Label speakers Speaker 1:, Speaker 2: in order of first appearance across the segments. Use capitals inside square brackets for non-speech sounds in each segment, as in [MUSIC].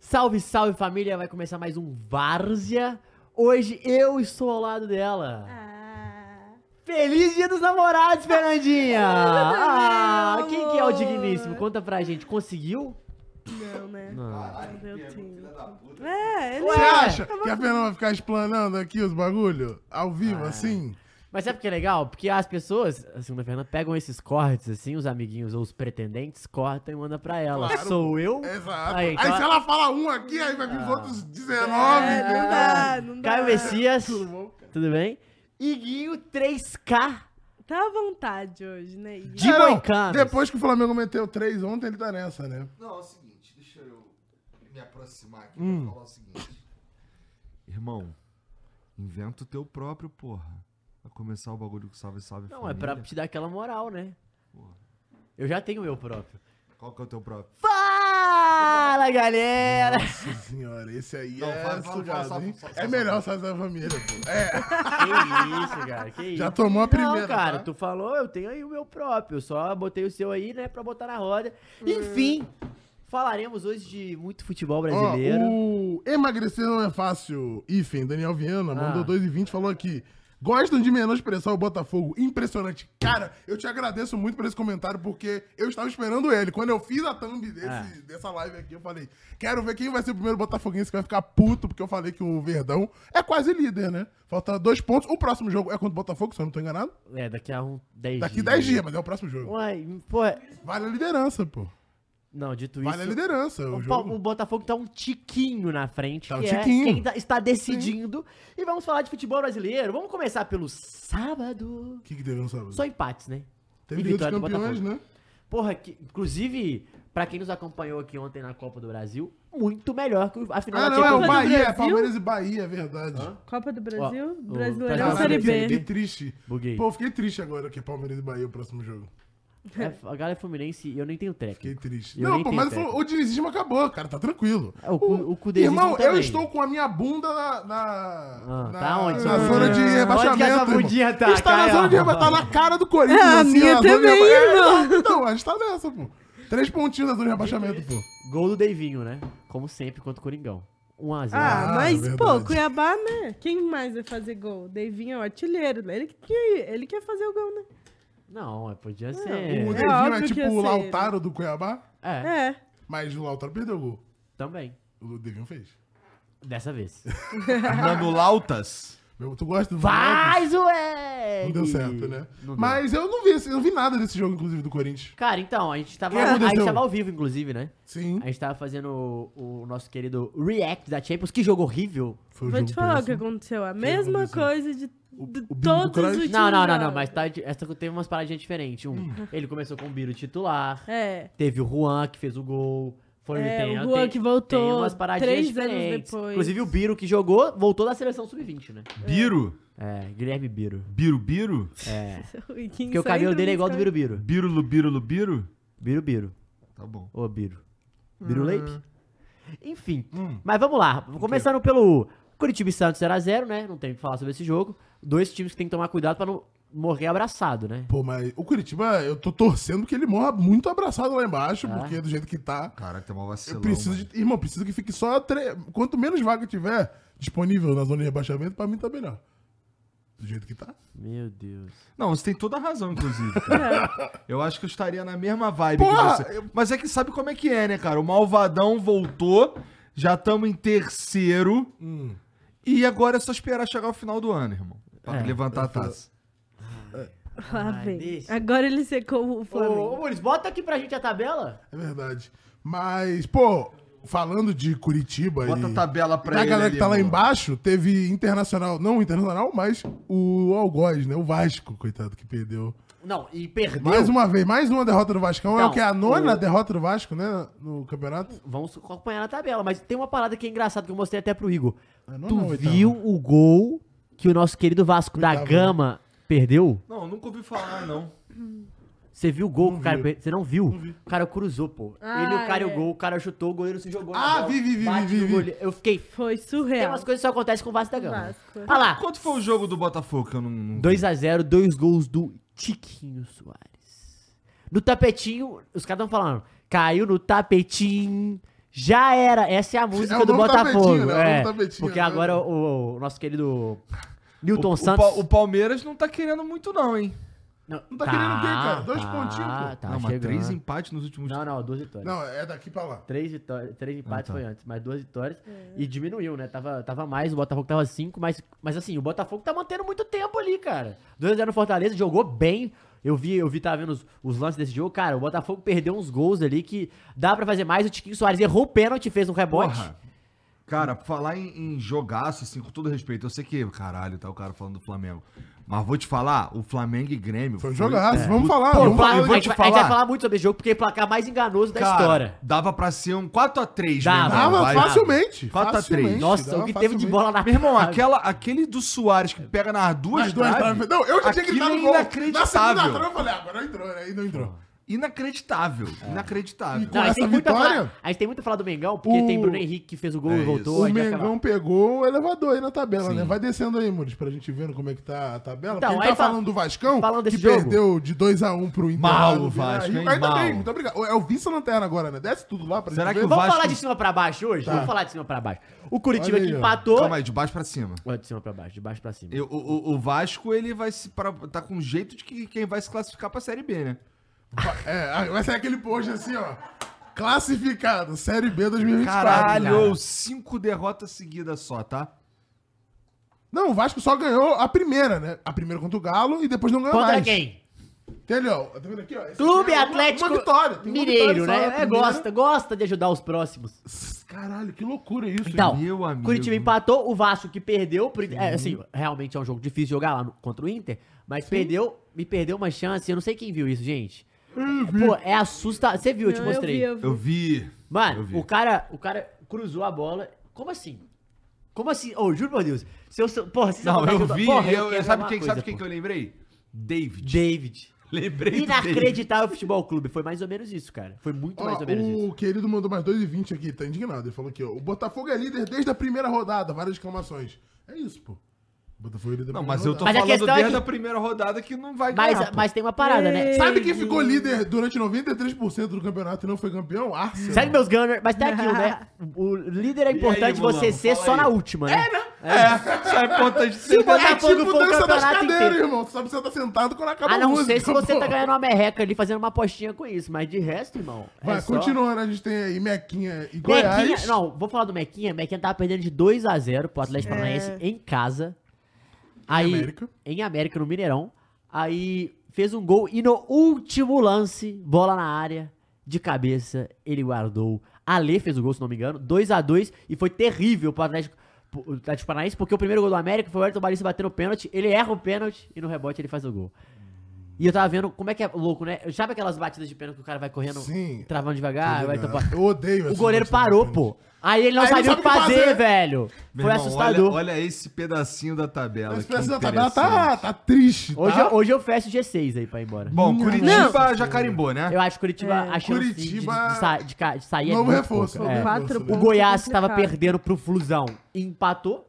Speaker 1: Salve, salve família! Vai começar mais um Várzea. Hoje eu estou ao lado dela.
Speaker 2: Ah,
Speaker 1: Feliz Dia dos Namorados,
Speaker 3: [LAUGHS]
Speaker 1: Fernandinha! ah,
Speaker 2: meu
Speaker 1: quem que é o
Speaker 2: amor.
Speaker 1: digníssimo? Conta pra gente. Conseguiu?
Speaker 2: não, né?
Speaker 1: Não.
Speaker 2: Não deu tempo.
Speaker 3: Filha da puta.
Speaker 2: É, ele
Speaker 3: Você acha que a Fernanda vai ficar explanando aqui os bagulho? Ao vivo, assim?
Speaker 1: Mas sabe o que é legal? Porque as pessoas, a segunda Fernanda, pegam esses cortes assim, os amiguinhos ou os pretendentes, cortam e mandam pra ela.
Speaker 3: Claro.
Speaker 1: Sou eu?
Speaker 3: Exato.
Speaker 1: Aí,
Speaker 3: Aí,
Speaker 1: então-
Speaker 3: se ela fala um aqui, aí vai vir os outros 19.
Speaker 2: É,
Speaker 3: entendeu?
Speaker 2: não dá, não dá.
Speaker 1: Caio Messias,
Speaker 3: É. Tudo bom, cara?
Speaker 1: tudo bem? Iguinho 3K
Speaker 2: Tá à vontade hoje, né? Igor?
Speaker 1: de
Speaker 3: É, não.
Speaker 1: Moicanos.
Speaker 3: Depois que o Flamengo meteu três ontem, ele tá nessa, né? [LAUGHS]
Speaker 4: Não, é o seguinte, deixa eu me aproximar aqui
Speaker 3: Hum.
Speaker 4: pra falar o seguinte. Irmão, inventa o teu próprio, porra. Vai começar o bagulho com salve, salve,
Speaker 1: Não, é
Speaker 4: família.
Speaker 1: pra te dar aquela moral, né?
Speaker 4: Porra.
Speaker 1: Eu já tenho o meu próprio.
Speaker 4: Qual que é o teu
Speaker 3: [LAUGHS]
Speaker 4: próprio?
Speaker 1: Fala, galera!
Speaker 3: Nossa senhora, esse aí
Speaker 4: Não,
Speaker 3: é
Speaker 4: fala, fala,
Speaker 3: sugado,
Speaker 4: fala,
Speaker 3: hein?
Speaker 4: fala, fala,
Speaker 3: É
Speaker 4: fala.
Speaker 3: melhor sair da família, pô. É,
Speaker 1: Que isso, cara, que isso.
Speaker 3: já tomou a primeira,
Speaker 1: Não, cara,
Speaker 3: tá?
Speaker 1: tu falou, eu tenho aí o meu próprio. Eu só botei o seu aí, né, pra botar na roda. Enfim, falaremos hoje de muito futebol
Speaker 3: Ó,
Speaker 1: brasileiro.
Speaker 3: o emagrecer não é fácil, Ifen, Daniel Viana,
Speaker 1: Ah.
Speaker 3: mandou 2,20 e falou aqui. Gostam de menosprezar o Botafogo. Impressionante. Cara, eu te agradeço muito por esse comentário, porque eu estava esperando ele. Quando eu fiz a thumb desse-
Speaker 1: Ah.
Speaker 3: dessa live aqui, eu falei, quero ver quem vai ser o primeiro botafoguense que vai ficar puto, porque eu falei que o Verdão é quase líder, né? Falta dois pontos. O próximo jogo é contra o Botafogo, se eu não tô enganado.
Speaker 1: É, daqui a um 10
Speaker 3: Daqui
Speaker 1: dias.
Speaker 3: 10 dias, mas é o próximo jogo.
Speaker 1: Uai, pô, é-
Speaker 3: Vale a liderança, pô.
Speaker 1: não, dito isso.
Speaker 3: Vale a liderança. é O
Speaker 1: O,
Speaker 3: jogo.
Speaker 1: Pa- o Botafogo tá um tiquinho na frente,
Speaker 3: Tá um
Speaker 1: que
Speaker 3: tiquinho.
Speaker 1: é quem tá- está decidindo. E vamos falar de futebol brasileiro. Vamos começar pelo sábado.
Speaker 3: O que, que teve no sábado?
Speaker 1: Só empates, né?
Speaker 3: Teve
Speaker 1: E
Speaker 3: Liga dos
Speaker 1: vitória do
Speaker 3: Campeões,
Speaker 1: Botafogo.
Speaker 3: né?
Speaker 1: Porra, que, inclusive, pra quem nos acompanhou aqui ontem na Copa do Brasil, muito melhor que o- a final
Speaker 3: Ah,
Speaker 1: da
Speaker 3: não, é o
Speaker 1: Champions League.
Speaker 2: Bahia,
Speaker 3: Bahia,
Speaker 2: é
Speaker 3: Palmeiras e Bahia, é verdade.
Speaker 2: Copa do
Speaker 1: Ó,
Speaker 2: Brasil,
Speaker 1: o-
Speaker 2: Brasileirão,
Speaker 1: Caralho,
Speaker 2: Série
Speaker 3: que, que
Speaker 2: B.
Speaker 3: triste.
Speaker 1: Buguei.
Speaker 3: Pô, eu fiquei triste agora que é Palmeiras e Bahia o próximo jogo.
Speaker 1: É, a galera Fluminense, eu não entendo
Speaker 3: Fiquei
Speaker 1: técnico.
Speaker 3: triste.
Speaker 1: Eu
Speaker 3: não,
Speaker 1: nem
Speaker 3: pô,
Speaker 1: tenho
Speaker 3: mas
Speaker 1: técnica.
Speaker 3: o, o dinizismo acabou, cara, tá tranquilo.
Speaker 1: É, o cu- o cudezismo
Speaker 3: Irmão, eu
Speaker 1: também.
Speaker 3: estou com a minha bunda na. na,
Speaker 1: Ah,
Speaker 3: na-
Speaker 1: tá onde?
Speaker 3: Na zona de
Speaker 1: Onde que a
Speaker 3: rebaixamento.
Speaker 1: sua
Speaker 3: irmão.
Speaker 1: bundinha tá,
Speaker 3: A gente tá na
Speaker 1: Caio?
Speaker 3: zona de rebaixamento, tá na cara do Corinthians.
Speaker 2: É, a
Speaker 3: assim,
Speaker 2: minha
Speaker 3: na zona de
Speaker 2: também,
Speaker 3: reba- É, Então, a gente tá nessa, pô. Três pontinhos na zona de rebaixamento, pô.
Speaker 2: É
Speaker 1: Gol do Deivinho, né? Como sempre, contra o Coringão. 1x0.
Speaker 2: Ah,
Speaker 3: Ah,
Speaker 2: mas, pô,
Speaker 3: verdade.
Speaker 2: Cuiabá, né? Quem mais vai fazer gol? Davinho é o artilheiro. né? Ele que, que- ele quer fazer o gol, né?
Speaker 1: Não, é, podia ser.
Speaker 3: O
Speaker 2: É
Speaker 3: Devinho é,
Speaker 2: óbvio que
Speaker 3: tipo
Speaker 2: ia
Speaker 3: o
Speaker 2: ser
Speaker 3: Lautaro do Cuiabá,
Speaker 1: É,
Speaker 2: É.
Speaker 3: mas o Lautaro perdeu o gol.
Speaker 1: também.
Speaker 3: O Devinho fez.
Speaker 1: Dessa
Speaker 3: [LAUGHS]
Speaker 1: vez.
Speaker 4: Mano Lautas.
Speaker 3: Meu, tu gosta do
Speaker 1: Faz, ué!
Speaker 3: Não deu certo, né?
Speaker 1: Não deu.
Speaker 3: Mas eu não vi, esse- eu não vi nada desse jogo, inclusive, do Corinthians.
Speaker 1: Cara, então, a gente tava,
Speaker 3: O que
Speaker 1: a gente
Speaker 3: aconteceu?
Speaker 1: tava ao vivo, inclusive, né?
Speaker 3: Sim.
Speaker 1: A gente tava fazendo o, o nosso querido react da Champions. Que jogo horrível.
Speaker 3: Foi o
Speaker 2: Vou
Speaker 3: jogo
Speaker 2: te falar o que
Speaker 3: péssimo.
Speaker 2: aconteceu. A mesma
Speaker 3: aconteceu?
Speaker 2: coisa de,
Speaker 3: O-
Speaker 2: de
Speaker 3: o Bingo
Speaker 2: todos os
Speaker 3: Cruyff?
Speaker 2: últimos
Speaker 1: Não, não, não, não.
Speaker 2: jogos.
Speaker 1: Mas tá, essa teve umas paradinhas diferentes. Um,
Speaker 2: Hum.
Speaker 1: ele começou com o Biro titular.
Speaker 2: É.
Speaker 1: Teve o Juan, que fez o gol. Foi
Speaker 2: É,
Speaker 1: tem-
Speaker 2: o Juan
Speaker 1: tem-
Speaker 2: que voltou
Speaker 1: Tem umas paradinhas
Speaker 2: três anos
Speaker 1: diferentes.
Speaker 2: depois.
Speaker 1: Inclusive, o
Speaker 2: [LAUGHS]
Speaker 1: Biro, que jogou, voltou da seleção sub-20, né?
Speaker 4: Biro.
Speaker 1: É, Guilherme Biro.
Speaker 4: Biro Biro.
Speaker 1: É.
Speaker 2: Porque
Speaker 1: Porque o cabelo dele é igual ao do Biro Biro.
Speaker 4: Biro Lubiro Lubiro.
Speaker 1: Biro Biro.
Speaker 4: Tá bom.
Speaker 1: Ô, Biro. Biro Leip. Enfim,
Speaker 3: Hum.
Speaker 1: mas vamos lá. Começando pelo Curitiba e Santos 0x0, né? Não tem o que falar sobre esse jogo. Dois times que tem que tomar cuidado pra não morrer abraçado, né?
Speaker 3: Pô, mas o Curitiba, eu tô torcendo que ele morra muito abraçado lá embaixo,
Speaker 2: É.
Speaker 1: Ah.
Speaker 3: porque do jeito que tá.
Speaker 4: Caraca, tá mal
Speaker 3: Eu
Speaker 4: vacilão.
Speaker 3: preciso
Speaker 4: mano.
Speaker 3: de. Irmão, preciso que fique só. Tre... Quanto menos vaga tiver disponível na zona de rebaixamento, pra mim tá melhor. Do jeito que tá.
Speaker 1: Meu Deus.
Speaker 4: Não, você tem toda a
Speaker 1: [LAUGHS]
Speaker 4: razão, inclusive.
Speaker 1: É.
Speaker 4: cara. eu acho que eu estaria na mesma vibe
Speaker 3: Porra,
Speaker 4: que você. Mas é que sabe como é que é, né, cara? O Malvadão voltou, já estamos em terceiro.
Speaker 3: Hum.
Speaker 4: E agora é só esperar chegar o final do ano, irmão. Pra
Speaker 1: É.
Speaker 4: levantar a taça.
Speaker 2: Lá
Speaker 1: Ai,
Speaker 2: vem.
Speaker 1: deixa.
Speaker 2: Agora ele secou o
Speaker 1: Ô,
Speaker 2: Flamengo.
Speaker 1: ô, Muniz, bota aqui pra gente a tabela.
Speaker 3: É verdade. Mas, pô, falando de Curitiba
Speaker 4: Bota a
Speaker 3: e.
Speaker 4: tabela pra
Speaker 3: da
Speaker 4: ele
Speaker 3: galera
Speaker 4: ali,
Speaker 3: que tá lá
Speaker 4: irmão.
Speaker 3: embaixo, teve internacional, não internacional, mas o Algoz, né? O Vasco, coitado, que perdeu.
Speaker 1: Não, e perdeu.
Speaker 3: Mais uma vez, mais uma derrota do Vascão. é
Speaker 1: Então,
Speaker 3: o que? A nona
Speaker 1: o-
Speaker 3: derrota do Vasco, né? No campeonato.
Speaker 1: Vamos acompanhar na tabela, mas tem uma parada que é engraçada que eu mostrei até pro Igor.
Speaker 3: É, não,
Speaker 1: tu
Speaker 3: não, oitava.
Speaker 1: viu o gol que o nosso querido Vasco da
Speaker 3: Oitava, né?
Speaker 1: Gama perdeu?
Speaker 4: Não, nunca ouvi falar, não.
Speaker 1: Você viu o gol
Speaker 3: Não
Speaker 1: que o cara
Speaker 3: vi.
Speaker 1: perdeu? Você não viu? O cara cruzou, pô.
Speaker 2: Ah,
Speaker 1: Ele, o cara e o
Speaker 2: é.
Speaker 1: gol, o cara chutou, o goleiro se jogou.
Speaker 3: Ah,
Speaker 1: na bola,
Speaker 3: vi, vi, vi,
Speaker 1: bate
Speaker 3: vi,
Speaker 1: no
Speaker 3: vi.
Speaker 1: goleiro. Eu fiquei.
Speaker 2: Foi
Speaker 1: Tem
Speaker 2: surreal.
Speaker 1: umas coisas que só acontecem com o Vasco da Gama.
Speaker 2: Então. Vasco.
Speaker 1: Olha lá.
Speaker 4: Quanto foi o jogo do Botafogo que eu não. não...
Speaker 1: 2x0, dois gols do Tiquinho Soares. No tapetinho, os caras estão falando, caiu no tapetinho Já era. Essa é a música
Speaker 3: É o
Speaker 1: do
Speaker 3: novo
Speaker 1: Botafogo.
Speaker 3: tapetinho, né? É o
Speaker 1: é.
Speaker 3: novo tapetinho,
Speaker 1: porque
Speaker 3: né?
Speaker 1: agora o, o nosso querido
Speaker 4: O,
Speaker 1: Newton
Speaker 4: o
Speaker 1: Santos.
Speaker 4: Pa- o Palmeiras não tá querendo muito, não, hein?
Speaker 3: Não tá querendo o quê, cara? Dois pontinhos,
Speaker 1: Tá
Speaker 3: pô.
Speaker 4: não, mas
Speaker 1: chegando.
Speaker 4: três empates nos últimos.
Speaker 1: Não, não, duas vitórias.
Speaker 3: Não, é daqui pra lá.
Speaker 1: Três, vitórias, três empates
Speaker 4: Ah, tá.
Speaker 1: foi antes, mas duas vitórias. E diminuiu, né? Tava, tava mais, o Botafogo tava cinco, mas, mas assim, o Botafogo tá mantendo muito tempo ali, cara. 2x0 no Fortaleza, jogou bem. Eu vi, eu vi, tava vendo os, os lances desse jogo. Cara, o Botafogo perdeu uns gols ali que dá pra fazer mais. O Tiquinho Soares errou o pênalti, fez um rebote.
Speaker 4: Porra. Cara, falar em, em jogaço, assim, com todo respeito, eu sei que, caralho, tá o cara falando do Flamengo. Mas vou te falar, o Flamengo e Grêmio. é.
Speaker 3: Foi um jogaço, vamos falar.
Speaker 1: Pô, o
Speaker 3: vamos
Speaker 1: Fla-
Speaker 3: falar
Speaker 1: a,
Speaker 4: eu vou
Speaker 1: gente vai,
Speaker 4: te
Speaker 1: a gente vai
Speaker 4: falar.
Speaker 1: falar muito sobre esse jogo, porque é o placar mais enganoso da
Speaker 4: Cara,
Speaker 1: história.
Speaker 4: Dava pra ser um 4x3,
Speaker 1: Dava.
Speaker 4: meu irmão.
Speaker 3: Dava
Speaker 4: Vai-
Speaker 3: facilmente.
Speaker 4: Quatro a três.
Speaker 3: facilmente,
Speaker 1: Nossa,
Speaker 3: dava
Speaker 1: o que teve de
Speaker 3: facilmente.
Speaker 1: bola na [LAUGHS]
Speaker 4: Meu irmão, aquela, aquele do Soares que pega nas duas,
Speaker 3: Nas duas
Speaker 4: traves,
Speaker 3: traves. Não, eu já tinha
Speaker 4: aquilo
Speaker 3: gritado
Speaker 4: é
Speaker 3: gol. Na
Speaker 4: inacreditável.
Speaker 3: segunda trave eu falei, agora entrou, né? E não entrou.
Speaker 4: Inacreditável.
Speaker 1: É.
Speaker 4: Inacreditável.
Speaker 1: Não, a, gente
Speaker 3: essa
Speaker 1: tem muito a falar-
Speaker 3: vitória-
Speaker 1: a gente tem muito a falar do Mengão, porque
Speaker 3: O-
Speaker 1: tem Bruno Henrique que fez o gol
Speaker 4: É
Speaker 1: e voltou.
Speaker 4: isso.
Speaker 1: a
Speaker 3: O
Speaker 1: gente vai falar.
Speaker 3: Mengão pegou o elevador aí na tabela,
Speaker 4: Sim.
Speaker 3: né? Vai descendo aí, Mures, pra gente vendo como é que tá a tabela.
Speaker 1: Então,
Speaker 3: Porque a
Speaker 1: aí
Speaker 3: gente tá
Speaker 1: fa-
Speaker 3: falando do Vascão,
Speaker 1: falando
Speaker 3: que
Speaker 1: desse jogo.
Speaker 3: perdeu de 2x1 pro Inter.
Speaker 4: Mal
Speaker 3: lá no
Speaker 4: o
Speaker 3: Beira
Speaker 4: Vasco,
Speaker 3: Rio.
Speaker 4: hein?
Speaker 3: Ainda
Speaker 4: Mal.
Speaker 3: bem, muito obrigado. É o vice-lanterna agora, né? Desce tudo lá pra
Speaker 4: Será
Speaker 3: gente
Speaker 4: que
Speaker 3: ver.
Speaker 4: o
Speaker 1: Vamos
Speaker 4: Vasco-
Speaker 1: falar de cima pra baixo hoje? Vamos falar de cima pra baixo. O Curitiba
Speaker 3: Tá. Olha
Speaker 1: que
Speaker 3: aí, ó.
Speaker 1: empatou.
Speaker 4: Calma aí, de baixo pra cima.
Speaker 1: Ó, De cima pra baixo, de baixo pra cima.
Speaker 4: Eu- o, o- o Vasco, ele vai se. Pra, tá com jeito de que quem vai se classificar pra Série B, né?
Speaker 3: É, vai ser aquele post assim, ó. Classificado, Série B 2024.
Speaker 4: Caralho, cinco derrotas seguidas só, tá?
Speaker 3: Não, o Vasco só ganhou a primeira, né? A primeira contra o Galo e depois não ganhou
Speaker 1: Contra
Speaker 3: mais.
Speaker 1: quem?
Speaker 3: Tem ali, ó. Tá vendo aqui, ó? Esse
Speaker 1: Clube
Speaker 3: aqui é uma-
Speaker 1: Atlético
Speaker 3: uma vitória. Tem uma
Speaker 1: Mineiro,
Speaker 3: vitória só, a
Speaker 1: né? É,
Speaker 3: primeira.
Speaker 1: gosta, gosta de ajudar os próximos.
Speaker 3: Caralho, que loucura isso.
Speaker 1: Então,
Speaker 4: meu amigo.
Speaker 1: Curitiba empatou, o Vasco que perdeu. pro- é, assim, realmente é um jogo difícil jogar lá no- contra o Inter, mas perdeu, me perdeu uma chance. Eu não sei quem viu isso, gente. Pô, é assustador. Você viu, eu te
Speaker 2: Não, eu
Speaker 1: mostrei.
Speaker 2: vi, eu vi.
Speaker 4: Eu vi. eu vi.
Speaker 1: Mano, o cara, o cara cruzou a bola. Como assim? Como assim? Ô, juro por Deus. Se eu, se eu- porra, se você
Speaker 4: Não,
Speaker 1: botar
Speaker 4: eu
Speaker 1: junto-
Speaker 4: vi.
Speaker 1: porra,
Speaker 4: eu,
Speaker 1: quero
Speaker 4: sabe
Speaker 1: uma
Speaker 4: quem,
Speaker 1: coisa,
Speaker 4: sabe quem
Speaker 1: pô.
Speaker 4: que eu lembrei? David. [LAUGHS]
Speaker 1: David.
Speaker 4: Lembrei do David.
Speaker 1: Inacreditável Futebol Clube. Foi mais ou menos isso, cara. Foi muito
Speaker 3: Ó,
Speaker 1: Então, mais ou menos
Speaker 3: o
Speaker 1: isso.
Speaker 3: querido mandou mais 2,20 aqui, tá indignado. Ele falou aqui, ó. O Botafogo é líder desde a primeira rodada, várias exclamações. É isso, pô. O Botafogo é líder da
Speaker 4: Não,
Speaker 3: primeira
Speaker 4: mas eu tô
Speaker 3: rodada.
Speaker 1: Mas a
Speaker 4: falando
Speaker 1: questão é
Speaker 4: desde
Speaker 1: que-
Speaker 4: a primeira rodada que não vai ganhar.
Speaker 1: Mas,
Speaker 4: [LAUGHS] pô.
Speaker 1: mas tem uma parada, né? Sabe,
Speaker 3: Sabe quem ficou líder durante 93% do campeonato e não foi campeão? Arsenal.
Speaker 1: sabe meus Gunners? Mas tem aquilo,
Speaker 4: [LAUGHS]
Speaker 1: né? O líder é
Speaker 4: aí,
Speaker 1: importante
Speaker 4: Mulano,
Speaker 1: você ser
Speaker 4: fala
Speaker 1: só
Speaker 4: aí.
Speaker 1: na última, né? É,
Speaker 4: É, só é ponta de
Speaker 1: Se o Botafogo
Speaker 3: tipo
Speaker 1: for o
Speaker 3: dança das
Speaker 1: campeonato
Speaker 3: cadeiras,
Speaker 1: inteiro.
Speaker 3: irmão. Tu sabe que você tá sentado quando acaba
Speaker 1: A
Speaker 3: a
Speaker 1: não
Speaker 3: música.
Speaker 1: ser se você
Speaker 3: pô.
Speaker 1: tá ganhando uma merreca ali, fazendo uma apostinha com isso. Mas de resto, irmão, é
Speaker 3: Vai,
Speaker 1: só-
Speaker 3: continuando, a gente tem aí Mequinha e Goiás.
Speaker 1: Mequinha, não, vou falar do Mequinha. Mequinha tava perdendo de 2x0 pro Atlético Paranaense em casa. Aí,
Speaker 3: América.
Speaker 1: Em América, no Mineirão. Aí fez um gol e no último lance, bola na área, de cabeça, ele guardou. Ale fez o gol, se não me engano, 2x2 e foi terrível pro Atlético, pro Atlético Paranaense, porque o primeiro gol do América foi o Ayrton Balista batendo o pênalti, ele erra o pênalti e no rebote ele faz o gol. E eu tava vendo como é que é louco, né? Sabe aquelas batidas de pênalti que o cara vai correndo,
Speaker 3: Sim.
Speaker 1: travando devagar, Ah, vai tampando.
Speaker 3: Eu odeio
Speaker 1: O
Speaker 3: essas
Speaker 1: goleiro
Speaker 3: coisas
Speaker 1: parou,
Speaker 3: diferentes.
Speaker 1: pô. Aí ele não
Speaker 3: Aí ele
Speaker 1: sabia o
Speaker 3: sabe
Speaker 1: que fazer,
Speaker 3: fazer.
Speaker 1: velho.
Speaker 4: Meu
Speaker 1: Foi
Speaker 4: irmão,
Speaker 1: assustador.
Speaker 4: Olha, olha esse pedacinho da tabela.
Speaker 3: Mas
Speaker 4: que
Speaker 3: parece que a tabela tá,
Speaker 4: interessante.
Speaker 3: tá triste, tá?
Speaker 1: hoje, eu- hoje eu fecho o G6 aí pra ir embora.
Speaker 4: Bom,
Speaker 3: Não.
Speaker 4: Curitiba já carimbou, né?
Speaker 1: Eu acho que Curitiba,
Speaker 2: é,
Speaker 1: a chance de-
Speaker 3: Curitiba-
Speaker 1: de, de sa- de ca- de sair é
Speaker 3: Novo
Speaker 1: muito
Speaker 3: reforço.
Speaker 1: pouca.
Speaker 3: novo
Speaker 1: É.
Speaker 3: reforço,
Speaker 2: Quatro
Speaker 3: né?
Speaker 1: O
Speaker 2: pontos.
Speaker 1: Goiás que tava
Speaker 2: Complicado.
Speaker 1: perdendo pro Flusão empatou.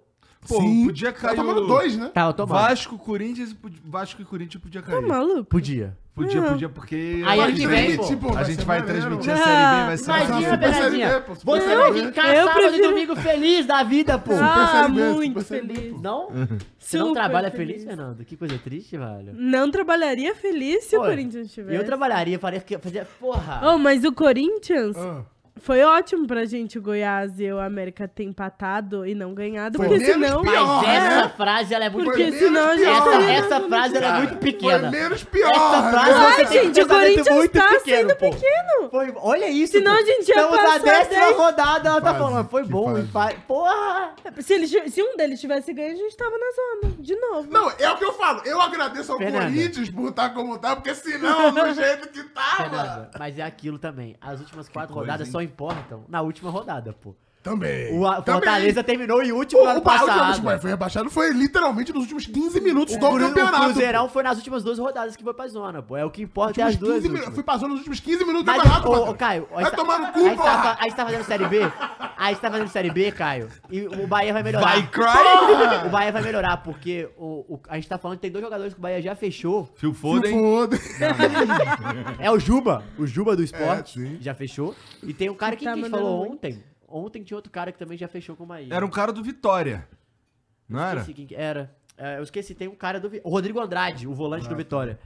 Speaker 4: Pô,
Speaker 3: Sim.
Speaker 4: podia cair
Speaker 3: Tá tomando
Speaker 4: o-
Speaker 3: dois, né?
Speaker 1: Tava tomando.
Speaker 4: Vasco, Corinthians, e pod- Vasco e Corinthians podia
Speaker 2: Tá
Speaker 4: cair.
Speaker 2: maluco?
Speaker 1: Podia.
Speaker 4: Podia,
Speaker 2: Não.
Speaker 4: podia, porque.
Speaker 1: Aí
Speaker 4: a
Speaker 1: ano
Speaker 4: gente
Speaker 1: que vem,
Speaker 4: vai-
Speaker 1: pô. Ah,
Speaker 3: Pô,
Speaker 4: A
Speaker 3: É. vai
Speaker 4: gente
Speaker 3: ser
Speaker 4: vai
Speaker 3: maneiro.
Speaker 4: transmitir a série B, vai ser
Speaker 3: Imagina,
Speaker 1: Imagina,
Speaker 4: maravilhoso.
Speaker 3: Super é Série
Speaker 1: Bernardinha.
Speaker 3: B, pô, Super
Speaker 1: Você
Speaker 3: Série
Speaker 1: vai
Speaker 3: B.
Speaker 1: ficar
Speaker 2: Eu
Speaker 1: sábado e
Speaker 2: prefiro-
Speaker 1: domingo feliz da vida, pô.
Speaker 2: Ah,
Speaker 3: Super
Speaker 1: né?
Speaker 3: Série B,
Speaker 2: muito
Speaker 1: é
Speaker 3: Super Série B,
Speaker 2: feliz.
Speaker 1: Não?
Speaker 3: Uhum.
Speaker 1: Você
Speaker 2: Super
Speaker 1: não trabalha feliz,
Speaker 2: feliz.
Speaker 1: Fernando? Que coisa triste, velho.
Speaker 2: Não trabalharia feliz se
Speaker 1: Pô,
Speaker 2: o Corinthians tivesse.
Speaker 1: Eu trabalharia, faria... faria porra.
Speaker 2: Oh, mas o Corinthians
Speaker 3: Ah.
Speaker 2: foi ótimo pra gente, o Goiás e o América ter empatado e não ganhado,
Speaker 3: Foi
Speaker 2: porque
Speaker 3: menos
Speaker 2: senão.
Speaker 3: pior.
Speaker 1: Mas
Speaker 3: Porra,
Speaker 1: essa
Speaker 3: né?
Speaker 1: frase, ela é muito...
Speaker 2: Porque
Speaker 3: menos
Speaker 2: senão a gente
Speaker 3: pior.
Speaker 1: Essa,
Speaker 2: estaria.
Speaker 1: essa frase, ela é muito
Speaker 3: Ah, Foi
Speaker 1: pequena.
Speaker 3: menos pior.
Speaker 1: Essa frase
Speaker 3: né?
Speaker 1: você tem
Speaker 2: gente,
Speaker 1: um
Speaker 2: o Corinthians
Speaker 1: pensamento muito
Speaker 2: tá
Speaker 1: pequeno,
Speaker 2: sendo
Speaker 1: pô.
Speaker 2: pequeno.
Speaker 1: Foi- olha isso.
Speaker 2: Senão
Speaker 1: pô.
Speaker 2: a gente ia
Speaker 1: Estamos na
Speaker 2: passar
Speaker 1: décima
Speaker 2: dez.
Speaker 1: rodada, ela tá
Speaker 3: fase,
Speaker 1: falando. Foi
Speaker 3: que
Speaker 1: bom,
Speaker 3: fase.
Speaker 1: empate. Porra!
Speaker 2: Se, eles ti- se um deles tivesse ganho, a gente tava na zona, de novo.
Speaker 3: Não, é o que eu falo. Eu agradeço ao
Speaker 1: Fernanda.
Speaker 3: Corinthians por estar como tá, porque senão,
Speaker 1: [LAUGHS]
Speaker 3: do jeito que tava.
Speaker 1: Fernanda, mas é aquilo também. As últimas quatro
Speaker 4: coisa,
Speaker 1: rodadas
Speaker 4: hein?
Speaker 1: só importam na última rodada, pô.
Speaker 3: Também.
Speaker 1: O a-
Speaker 3: Também.
Speaker 1: Fortaleza terminou em último
Speaker 3: O,
Speaker 1: no ano
Speaker 3: o Bahia que
Speaker 1: passado.
Speaker 3: foi- foi rebaixado foi literalmente nos últimos 15 minutos do
Speaker 1: O Cru-
Speaker 3: campeonato.
Speaker 1: O Cruzeirão foi nas últimas duas rodadas que foi pra zona, pô. É o que importa é as
Speaker 3: Últimos
Speaker 1: duas
Speaker 3: 15 minutos.
Speaker 1: últimas.
Speaker 3: Fui passando nos últimos 15 minutos do
Speaker 1: Mas,
Speaker 3: campeonato,
Speaker 1: ô, ô,
Speaker 3: Matheus.
Speaker 1: Caio, ó,
Speaker 3: Vai
Speaker 1: está-
Speaker 3: tomar no
Speaker 1: aí
Speaker 3: cu,
Speaker 1: você tá,
Speaker 3: porra!
Speaker 1: fa- aí você tá fazendo Série B, aí você tá fazendo Série B, Caio, e o Bahia vai melhorar.
Speaker 4: Vai, cry!
Speaker 1: O Bahia vai melhorar, porque o, o- a gente tá falando que tem dois jogadores que o Bahia já fechou.
Speaker 4: Fio
Speaker 3: Se
Speaker 4: Foden.
Speaker 3: foda.
Speaker 1: É o Juba, o Juba do esporte,
Speaker 3: Uhum. É, sim.
Speaker 1: já fechou. E tem um cara que,
Speaker 2: Tá
Speaker 1: a gente
Speaker 2: mandando
Speaker 1: falou
Speaker 2: muito.
Speaker 1: ontem, ontem tinha outro cara que também já fechou com o Bahia.
Speaker 4: Era um cara do Vitória. Não era?
Speaker 1: Esqueci quem que era. É, eu esqueci, tem um cara do... Vi- O Rodrigo Andrade, o volante
Speaker 3: Ah, tá.
Speaker 1: do Vitória.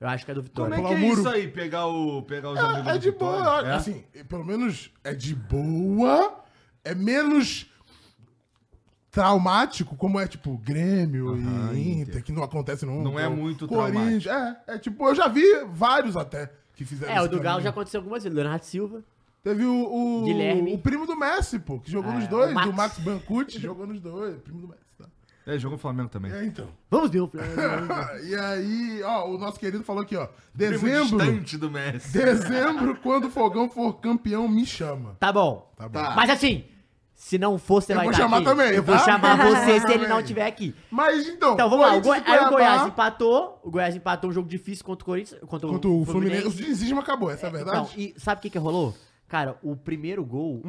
Speaker 1: Eu acho que é do Vitória.
Speaker 4: Como é
Speaker 3: Pular
Speaker 4: que
Speaker 3: o
Speaker 4: é
Speaker 3: muro.
Speaker 4: isso aí? Pegar o. Pegar os amigos
Speaker 3: É, é
Speaker 4: do
Speaker 3: de
Speaker 4: Vitória?
Speaker 3: boa.
Speaker 4: Ah, É?
Speaker 3: Assim, pelo menos é de boa. É menos traumático, como é tipo Grêmio
Speaker 4: Aham,
Speaker 3: e Inter,
Speaker 4: Inter.
Speaker 3: que não acontece nunca.
Speaker 4: Não é
Speaker 3: ou
Speaker 4: muito
Speaker 3: Corinthians. É, é tipo, eu já vi vários até que fizeram
Speaker 1: É, o
Speaker 3: esse
Speaker 1: do Galo
Speaker 3: caminho.
Speaker 1: já aconteceu algumas vezes. Leonardo Silva.
Speaker 3: Teve o, o,
Speaker 1: Guilherme.
Speaker 3: o primo do Messi, pô, que jogou
Speaker 1: Ah,
Speaker 3: nos
Speaker 1: é,
Speaker 3: dois.
Speaker 1: o
Speaker 3: O
Speaker 1: Max.
Speaker 3: Max, Bancucci
Speaker 1: [LAUGHS]
Speaker 3: jogou nos dois. Primo do Messi, tá?
Speaker 4: É, jogou no Flamengo também.
Speaker 3: É, então. [LAUGHS]
Speaker 1: Vamos ver o plano.
Speaker 3: e aí, ó, o nosso querido falou aqui, ó.
Speaker 4: Primo
Speaker 3: Dezembro,
Speaker 4: distante do Messi.
Speaker 3: dezembro, quando o Fogão for campeão, me chama.
Speaker 1: Tá bom.
Speaker 3: Tá bom.
Speaker 4: Tá.
Speaker 1: Mas assim, se não for, você
Speaker 3: Eu
Speaker 1: vai
Speaker 3: vou
Speaker 1: estar
Speaker 3: chamar
Speaker 1: aqui.
Speaker 3: também,
Speaker 1: Eu vou
Speaker 3: tá?
Speaker 1: chamar
Speaker 3: Eu vou
Speaker 1: você se
Speaker 3: chamar
Speaker 1: ele não
Speaker 3: também.
Speaker 1: estiver aqui.
Speaker 3: Mas então.
Speaker 1: Então vamos lá. O Goi-
Speaker 3: Corinthians e
Speaker 1: aí o Goiás
Speaker 3: Cuiabá
Speaker 1: empatou. O Goiás empatou um jogo difícil contra o Então. Corinthians. Contra,
Speaker 3: Contra o Fluminense. O desismo acabou, essa é a
Speaker 1: Não,
Speaker 3: verdade? Hum.
Speaker 1: e sabe o que que rolou? Cara, o primeiro gol...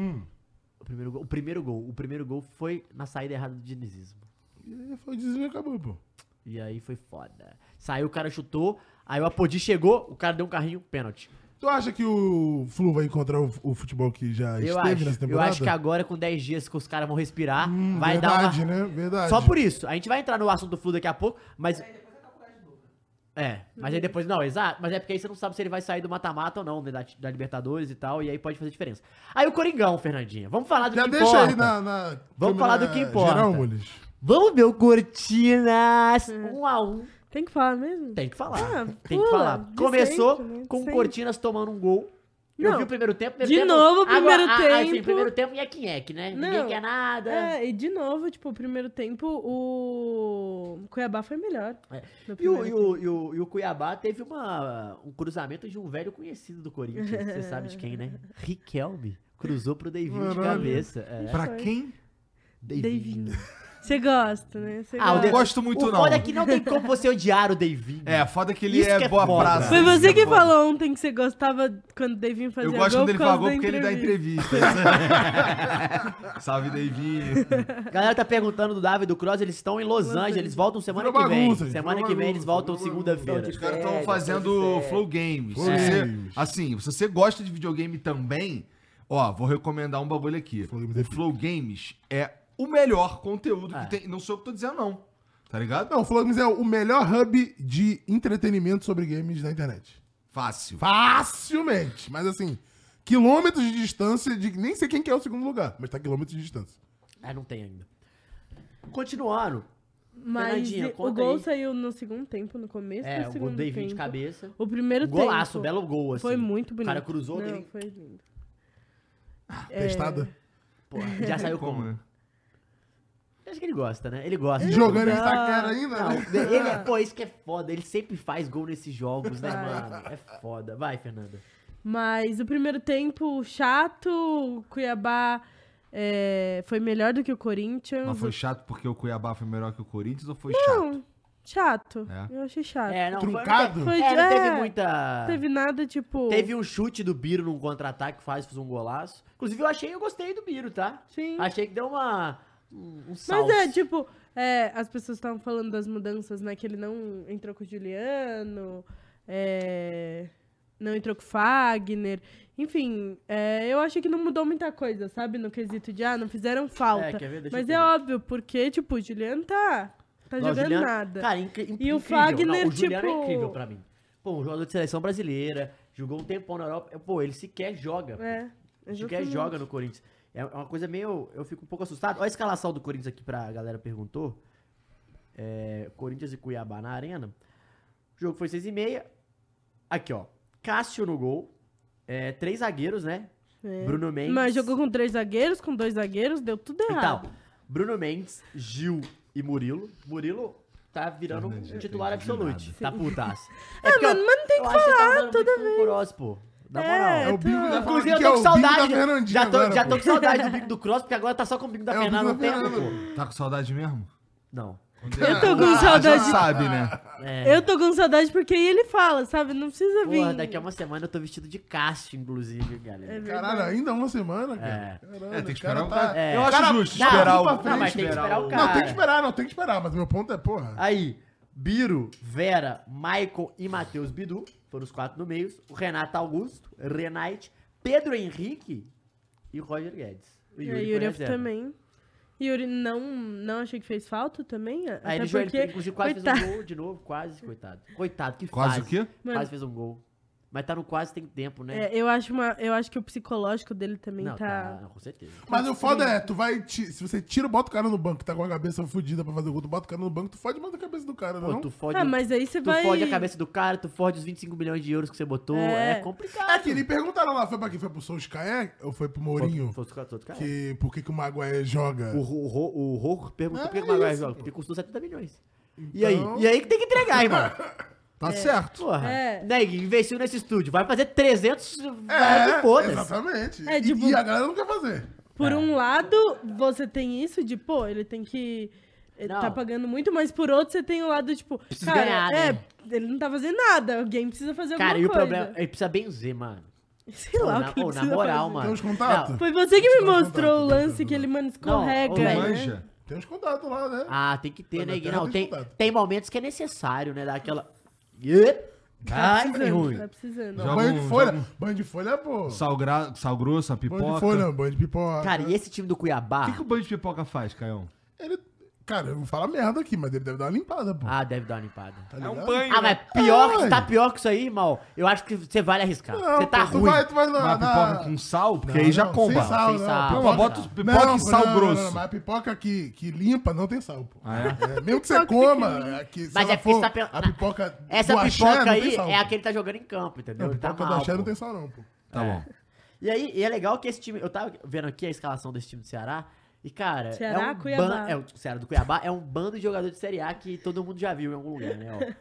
Speaker 1: O primeiro gol, o primeiro gol, o primeiro gol foi na saída errada do dinizismo.
Speaker 3: É, Foi o desismo acabou, pô.
Speaker 1: E aí foi foda. Saiu, o cara chutou, aí o Apodi chegou, o cara deu um carrinho, pênalti.
Speaker 3: Tu acha que o Flu vai encontrar o, o futebol que já
Speaker 1: Eu
Speaker 3: esteve
Speaker 1: acho,
Speaker 3: nessa
Speaker 1: eu
Speaker 3: temporada?
Speaker 1: acho que agora com 10 dias que os caras vão respirar,
Speaker 3: Hum,
Speaker 1: vai
Speaker 3: verdade,
Speaker 1: dar uma...
Speaker 3: né? Verdade.
Speaker 1: Só por isso. A gente vai entrar no assunto do Flu daqui a pouco, mas.
Speaker 2: tá né?
Speaker 1: É, mas aí depois, não, exato, mas é porque aí você não sabe se ele vai sair do mata-mata ou não, né, da, da Libertadores e tal, e aí pode fazer diferença. Aí o Coringão, Fernandinha, vamos falar do
Speaker 3: Já
Speaker 1: que
Speaker 3: deixa
Speaker 1: importa.
Speaker 3: aí na. na
Speaker 1: Vamos
Speaker 3: câmera é,
Speaker 1: falar do que importa.
Speaker 3: Geral, Mules.
Speaker 1: Vamos ver o Cortinas, um a um,
Speaker 2: Tem que falar mesmo?
Speaker 1: tem que falar,
Speaker 2: Hum. Ah,
Speaker 1: tem que
Speaker 2: pula,
Speaker 1: falar.
Speaker 2: de
Speaker 1: Começou
Speaker 2: sempre, né, de
Speaker 1: com o
Speaker 2: sempre.
Speaker 1: Cortinas tomando um gol, eu
Speaker 2: Não.
Speaker 1: vi o primeiro tempo, primeiro
Speaker 2: De
Speaker 1: tempo,
Speaker 2: novo o primeiro
Speaker 1: a- a- assim,
Speaker 2: tempo.
Speaker 1: primeiro tempo e é quem é que, né, ninguém
Speaker 2: Não.
Speaker 1: quer nada.
Speaker 2: É, e de novo, tipo, o primeiro tempo, o Cuiabá foi melhor.
Speaker 1: É. E
Speaker 2: No
Speaker 1: o,
Speaker 2: primeiro
Speaker 1: e o- e o- e o Cuiabá teve uma, um cruzamento de um velho conhecido do Corinthians, você sabe de quem, né? Riquelme cruzou pro Davinho de
Speaker 3: Caralho.
Speaker 1: cabeça. É.
Speaker 4: Pra quem?
Speaker 1: Davinho.
Speaker 2: Você gosta, né? Você
Speaker 1: Ah, o
Speaker 2: gosta.
Speaker 1: de-
Speaker 4: Não gosto muito,
Speaker 1: o
Speaker 4: não.
Speaker 1: foda é que não tem como você odiar o Davinho.
Speaker 4: É, foda que ele
Speaker 1: Isso
Speaker 4: é,
Speaker 1: que é
Speaker 4: boa
Speaker 1: foda.
Speaker 4: praça.
Speaker 2: Foi você
Speaker 4: Isso
Speaker 2: que
Speaker 4: é foda.
Speaker 2: falou ontem que você gostava quando o Devinho fazia
Speaker 4: Eu
Speaker 2: gol.
Speaker 4: gosto quando ele
Speaker 2: por
Speaker 4: fala
Speaker 2: causa
Speaker 4: gol
Speaker 2: da
Speaker 4: porque ele dá entrevista. Salve, Davinho.
Speaker 1: Galera tá perguntando do Davi e do Cross, eles estão em Los Angeles, eles voltam semana
Speaker 3: Virou
Speaker 1: que vem.
Speaker 3: bagunça, gente,
Speaker 1: semana
Speaker 3: virou
Speaker 1: que vem eles
Speaker 3: bagunça,
Speaker 1: voltam
Speaker 3: virou
Speaker 1: segunda-feira.
Speaker 4: Os caras estão fazendo Flow Games.
Speaker 3: Flow
Speaker 4: Se você-
Speaker 3: Games.
Speaker 4: assim, se você gosta de videogame também, ó, vou recomendar um bagulho aqui.
Speaker 3: Flow Games é
Speaker 4: o Flow Games é o melhor conteúdo
Speaker 1: Ah.
Speaker 4: que tem. Não sou eu que tô dizendo, não. Tá ligado?
Speaker 3: Não, o Flamengo é o melhor hub de entretenimento sobre games na internet.
Speaker 4: Fácil.
Speaker 3: Facilmente. Mas assim, quilômetros de distância de. Nem sei quem que é o segundo lugar, mas tá quilômetros de distância.
Speaker 1: Ah, não tem ainda. Continuando.
Speaker 2: Mas
Speaker 1: Fernandinha,
Speaker 2: e- o
Speaker 1: conta
Speaker 2: gol
Speaker 1: aí.
Speaker 2: saiu no segundo tempo, no começo
Speaker 1: É,
Speaker 2: do
Speaker 1: o gol
Speaker 2: segundo
Speaker 1: do Davinho
Speaker 2: tempo.
Speaker 1: de cabeça.
Speaker 2: O primeiro
Speaker 1: Golaço,
Speaker 2: tempo
Speaker 1: belo gol, assim.
Speaker 2: foi muito
Speaker 1: O
Speaker 2: bonito.
Speaker 1: cara cruzou,
Speaker 2: Não,
Speaker 1: dele,
Speaker 2: foi lindo.
Speaker 1: É.
Speaker 3: Testada.
Speaker 1: pô, já
Speaker 3: [LAUGHS]
Speaker 1: saiu como? é.
Speaker 4: né?
Speaker 1: Acho que ele gosta, né? Ele gosta. de
Speaker 3: Jogando
Speaker 1: gol.
Speaker 3: em Itaquera ainda, [LAUGHS]
Speaker 1: Não,
Speaker 3: né?
Speaker 1: ele é, pô, isso que é foda. Ele sempre faz gol nesses jogos, né, mano? É foda. Vai, Fernanda.
Speaker 2: Mas o primeiro tempo chato, o Cuiabá é, foi melhor do que o Corinthians.
Speaker 4: é. Mas foi chato porque o Cuiabá foi melhor que o Corinthians ou foi chato?
Speaker 2: Não, chato.
Speaker 4: É.
Speaker 2: Eu achei chato.
Speaker 1: É, não, foi-
Speaker 3: Truncado?
Speaker 1: Foi, é, não teve muita.
Speaker 2: Não Ah, teve nada, tipo...
Speaker 1: Teve um chute do Biro num contra-ataque, faz, fez um golaço. Inclusive, eu achei, eu gostei do Biro, tá?
Speaker 2: Sim.
Speaker 1: Achei que deu uma. Um um
Speaker 2: Mas
Speaker 1: salto.
Speaker 2: é, tipo, é, as pessoas estavam falando das mudanças, né? Que ele não entrou com o Juliano, é, não entrou com o Fagner. Enfim, é, eu acho que não mudou muita coisa, sabe? No quesito de, ah, não fizeram falta.
Speaker 1: É, quer ver? Deixa eu
Speaker 2: Mas é
Speaker 1: pegar.
Speaker 2: óbvio, porque, tipo, o Juliano tá, tá
Speaker 1: Não, o
Speaker 2: jogando
Speaker 1: Juliano-
Speaker 2: nada.
Speaker 1: Cara, incri- inc-
Speaker 2: E o
Speaker 1: incrível.
Speaker 2: Fagner,
Speaker 1: Não, o Juliano é
Speaker 2: tipo-
Speaker 1: incrível pra mim. Pô, um jogador de seleção brasileira, jogou um tempão na Europa. Pô, ele sequer joga. pô.
Speaker 2: é,
Speaker 1: Sequer
Speaker 2: exatamente.
Speaker 1: joga no Corinthians. É uma coisa meio. Eu fico um pouco assustado. Olha a escalação do Corinthians aqui pra a galera perguntou. É, Corinthians e Cuiabá na arena. O jogo foi 6 e meia. Aqui, ó. Cássio no gol. É, três zagueiros, né?
Speaker 2: É.
Speaker 1: Bruno Mendes.
Speaker 2: Mas jogou com três zagueiros, com dois zagueiros, deu tudo errado.
Speaker 1: Então, Bruno Mendes, Gil e Murilo. Murilo tá virando um
Speaker 4: Fernandinho,
Speaker 1: titular
Speaker 4: entendi é de
Speaker 1: absoluto.
Speaker 2: [LAUGHS]
Speaker 4: nada.
Speaker 1: Tá putaço. É, porque,
Speaker 2: mano,
Speaker 1: ó,
Speaker 2: Ah, mas não tem
Speaker 1: eu
Speaker 2: que
Speaker 1: acho você tá
Speaker 2: falar
Speaker 1: usando muito
Speaker 2: toda
Speaker 1: Cucuroz, pô. Na moral.
Speaker 2: É,
Speaker 3: É o Bigo
Speaker 2: então-
Speaker 3: da
Speaker 1: Inclusive, eu
Speaker 3: que
Speaker 1: tô com
Speaker 3: é o Bigo da
Speaker 1: saudade.
Speaker 3: Fernandinha
Speaker 1: já, tô,
Speaker 3: agora,
Speaker 1: já
Speaker 3: pô.
Speaker 1: tô com saudade do bico do Cross, porque agora tá só com o bico da
Speaker 3: É o bico
Speaker 1: Fernanda há um
Speaker 3: da
Speaker 1: tempo,
Speaker 3: Fernanda.
Speaker 1: pô.
Speaker 4: Tá com saudade de mesmo?
Speaker 1: Não.
Speaker 2: [LAUGHS] Eu tô com
Speaker 4: Ah,
Speaker 2: saudade.
Speaker 4: Já sabe, né?
Speaker 1: É.
Speaker 2: Eu tô com saudade porque aí ele fala, sabe? Não precisa vir.
Speaker 1: Porra, daqui a uma semana eu tô vestido de Cássio, inclusive,
Speaker 2: É
Speaker 1: galera.
Speaker 3: Caralho, ainda uma semana, cara. Caralho,
Speaker 4: É, tem que
Speaker 3: o cara
Speaker 4: esperar o
Speaker 3: tá-
Speaker 4: cara. Eu
Speaker 1: Cara,
Speaker 4: acho justo
Speaker 1: dá-
Speaker 4: esperar o.
Speaker 3: Não, mas
Speaker 1: tem que esperar o cara.
Speaker 3: Não, tem que esperar, não, tem que esperar, mas meu ponto é, porra.
Speaker 1: Aí, Biro, Vera, Michael e Matheus Bidu foram os quatro no meio. O Renato Augusto, Renate, Pedro Henrique e o Roger Guedes. O
Speaker 2: E a
Speaker 1: foi
Speaker 2: É, Yuri
Speaker 1: reserva.
Speaker 2: também. Yuri não, não achei que fez falta também.
Speaker 1: Aí
Speaker 2: até
Speaker 1: ele, jogou,
Speaker 2: porque,
Speaker 1: ele inclusive quase
Speaker 2: coitado.
Speaker 1: fez um gol de novo, quase, coitado. Coitado, que
Speaker 4: Quase
Speaker 1: fase.
Speaker 4: o quê?
Speaker 1: Quase
Speaker 2: Mano.
Speaker 1: fez um gol. Mas tá no quase tem tempo, né?
Speaker 2: É, eu, acho uma, eu acho que o psicológico dele também
Speaker 1: Não,
Speaker 2: tá...
Speaker 1: tá, com certeza.
Speaker 3: Mas o foda é, tu vai. Te, se você tira, bota o cara no banco, tá com a cabeça fudida pra fazer gol, tu bota o cara no banco, tu fode manda a cabeça do cara,
Speaker 1: Pô,
Speaker 3: não?
Speaker 1: tu fode,
Speaker 2: Ah, mas aí você
Speaker 1: tu
Speaker 2: vai...
Speaker 1: fode a cabeça do cara, tu fode os 25 milhões de euros que você botou. É,
Speaker 2: É.
Speaker 1: complicado.
Speaker 3: É que nem perguntaram lá, foi pra quem? Foi pro Solskjaer ou foi pro Mourinho?
Speaker 1: Foi, foi, foi, foi, foi,
Speaker 3: que, por que, que o Maguire joga?
Speaker 1: o Ro- o Ro- o Rojo perguntou
Speaker 3: É
Speaker 1: por que o Maguire
Speaker 3: isso,
Speaker 1: joga. Porque custou 70 milhões. E aí?
Speaker 3: Então-
Speaker 1: E aí que tem que entregar,
Speaker 3: [LAUGHS]
Speaker 1: irmão.
Speaker 4: Tá certo.
Speaker 1: Porra.
Speaker 2: É.
Speaker 1: Né, investiu nesse estúdio. Vai fazer 300. vai que
Speaker 3: É,
Speaker 1: foda-se.
Speaker 3: exatamente.
Speaker 2: É,
Speaker 3: E-
Speaker 2: tipo-
Speaker 3: e, a galera não quer fazer.
Speaker 2: Por um lado, você tem isso de, pô, ele tem que... Ele
Speaker 1: Não.
Speaker 2: tá pagando muito, mas por outro você tem o lado, tipo...
Speaker 1: Precisa ganhar,
Speaker 2: é,
Speaker 1: né?
Speaker 2: ele não tá fazendo nada. Alguém precisa fazer
Speaker 1: Cara, e o
Speaker 2: alguma coisa.
Speaker 1: problema. Ele precisa benzer, mano.
Speaker 2: [LAUGHS] Sei
Speaker 1: Pô,
Speaker 2: lá
Speaker 1: na,
Speaker 2: o que
Speaker 1: pô,
Speaker 2: ele
Speaker 1: na
Speaker 2: precisa
Speaker 1: moral,
Speaker 2: fazer.
Speaker 1: mano.
Speaker 3: Tem uns contatos?
Speaker 1: Não,
Speaker 2: Foi você que me
Speaker 3: Não, não dá,
Speaker 2: mostrou o
Speaker 3: não dá,
Speaker 2: lance
Speaker 3: não
Speaker 2: que
Speaker 3: dá.
Speaker 2: ele, mano,
Speaker 1: Ô,
Speaker 2: escorrega.
Speaker 1: velho.
Speaker 2: né?
Speaker 4: Manja.
Speaker 3: Tem uns contatos lá, né?
Speaker 1: Ah, tem que ter,
Speaker 3: Mas
Speaker 1: né,
Speaker 3: na
Speaker 1: Gui?
Speaker 3: Terra
Speaker 1: Não,
Speaker 3: tem
Speaker 1: tem,
Speaker 3: dificuldade.
Speaker 1: tem momentos que é necessário, né? Dar aquela. Ih,
Speaker 4: é
Speaker 1: Ai, que
Speaker 2: precisando,
Speaker 1: ruim.
Speaker 2: Tá precisando.
Speaker 4: Joga
Speaker 3: banho
Speaker 4: um-
Speaker 3: de folha.
Speaker 4: joga um-
Speaker 3: Banho de folha é pô.
Speaker 4: Sal, gra... Sal grosso, a
Speaker 3: Banho de
Speaker 4: pipoca.
Speaker 3: folha, banho né? de pipoca.
Speaker 1: Cara, e esse time do Cuiabá?
Speaker 4: O que, que o banho de pipoca faz, Caião?
Speaker 3: Ele. Cara, eu vou falar merda aqui, mas ele deve dar uma limpada, pô.
Speaker 1: Ah, deve dar uma limpada.
Speaker 3: tá ligado?
Speaker 1: Ah, mas pior, que
Speaker 3: Ai.
Speaker 1: tá pior que isso aí, mal. Eu acho que você vale arriscar.
Speaker 3: Não,
Speaker 1: Você tá
Speaker 3: pô, tu
Speaker 1: ruim.
Speaker 3: Vai, tu vai na,
Speaker 4: Uma
Speaker 3: na-
Speaker 4: pipoca com sal, porque
Speaker 3: Não,
Speaker 4: aí já
Speaker 3: não,
Speaker 4: comba.
Speaker 3: Sem sal,
Speaker 1: Sem
Speaker 3: não.
Speaker 1: sal.
Speaker 4: Não,
Speaker 1: Pipoca-
Speaker 4: mas bota os pipoca
Speaker 3: Não,
Speaker 4: e sal
Speaker 3: não, não,
Speaker 4: grosso.
Speaker 3: Não, não, mas a pipoca que, que limpa não tem sal, pô.
Speaker 4: Ah, é?
Speaker 3: É, mesmo que você
Speaker 2: Pipoca que
Speaker 3: coma, a que, se
Speaker 1: Mas
Speaker 3: ela
Speaker 1: é porque
Speaker 3: for
Speaker 1: você tá pe-
Speaker 3: a pipoca
Speaker 1: Essa
Speaker 3: do axé,
Speaker 1: pipoca
Speaker 3: não tem
Speaker 1: aí
Speaker 3: sal,
Speaker 1: é
Speaker 3: pô.
Speaker 1: a que ele tá jogando em campo, entendeu?
Speaker 3: Não, a
Speaker 1: Ele tá
Speaker 3: pipoca do
Speaker 1: mal,
Speaker 3: axé
Speaker 1: pô.
Speaker 3: não tem sal, não, pô.
Speaker 4: Tá bom.
Speaker 1: E aí, e é legal que esse time. Eu tava vendo aqui a escalação desse time do Ceará. E, cara,
Speaker 2: Ceará,
Speaker 1: é um
Speaker 2: Cuiabá.
Speaker 1: ban- é, o Ceará do Cuiabá é um bando de jogador de Série A que todo mundo já viu em algum lugar, né?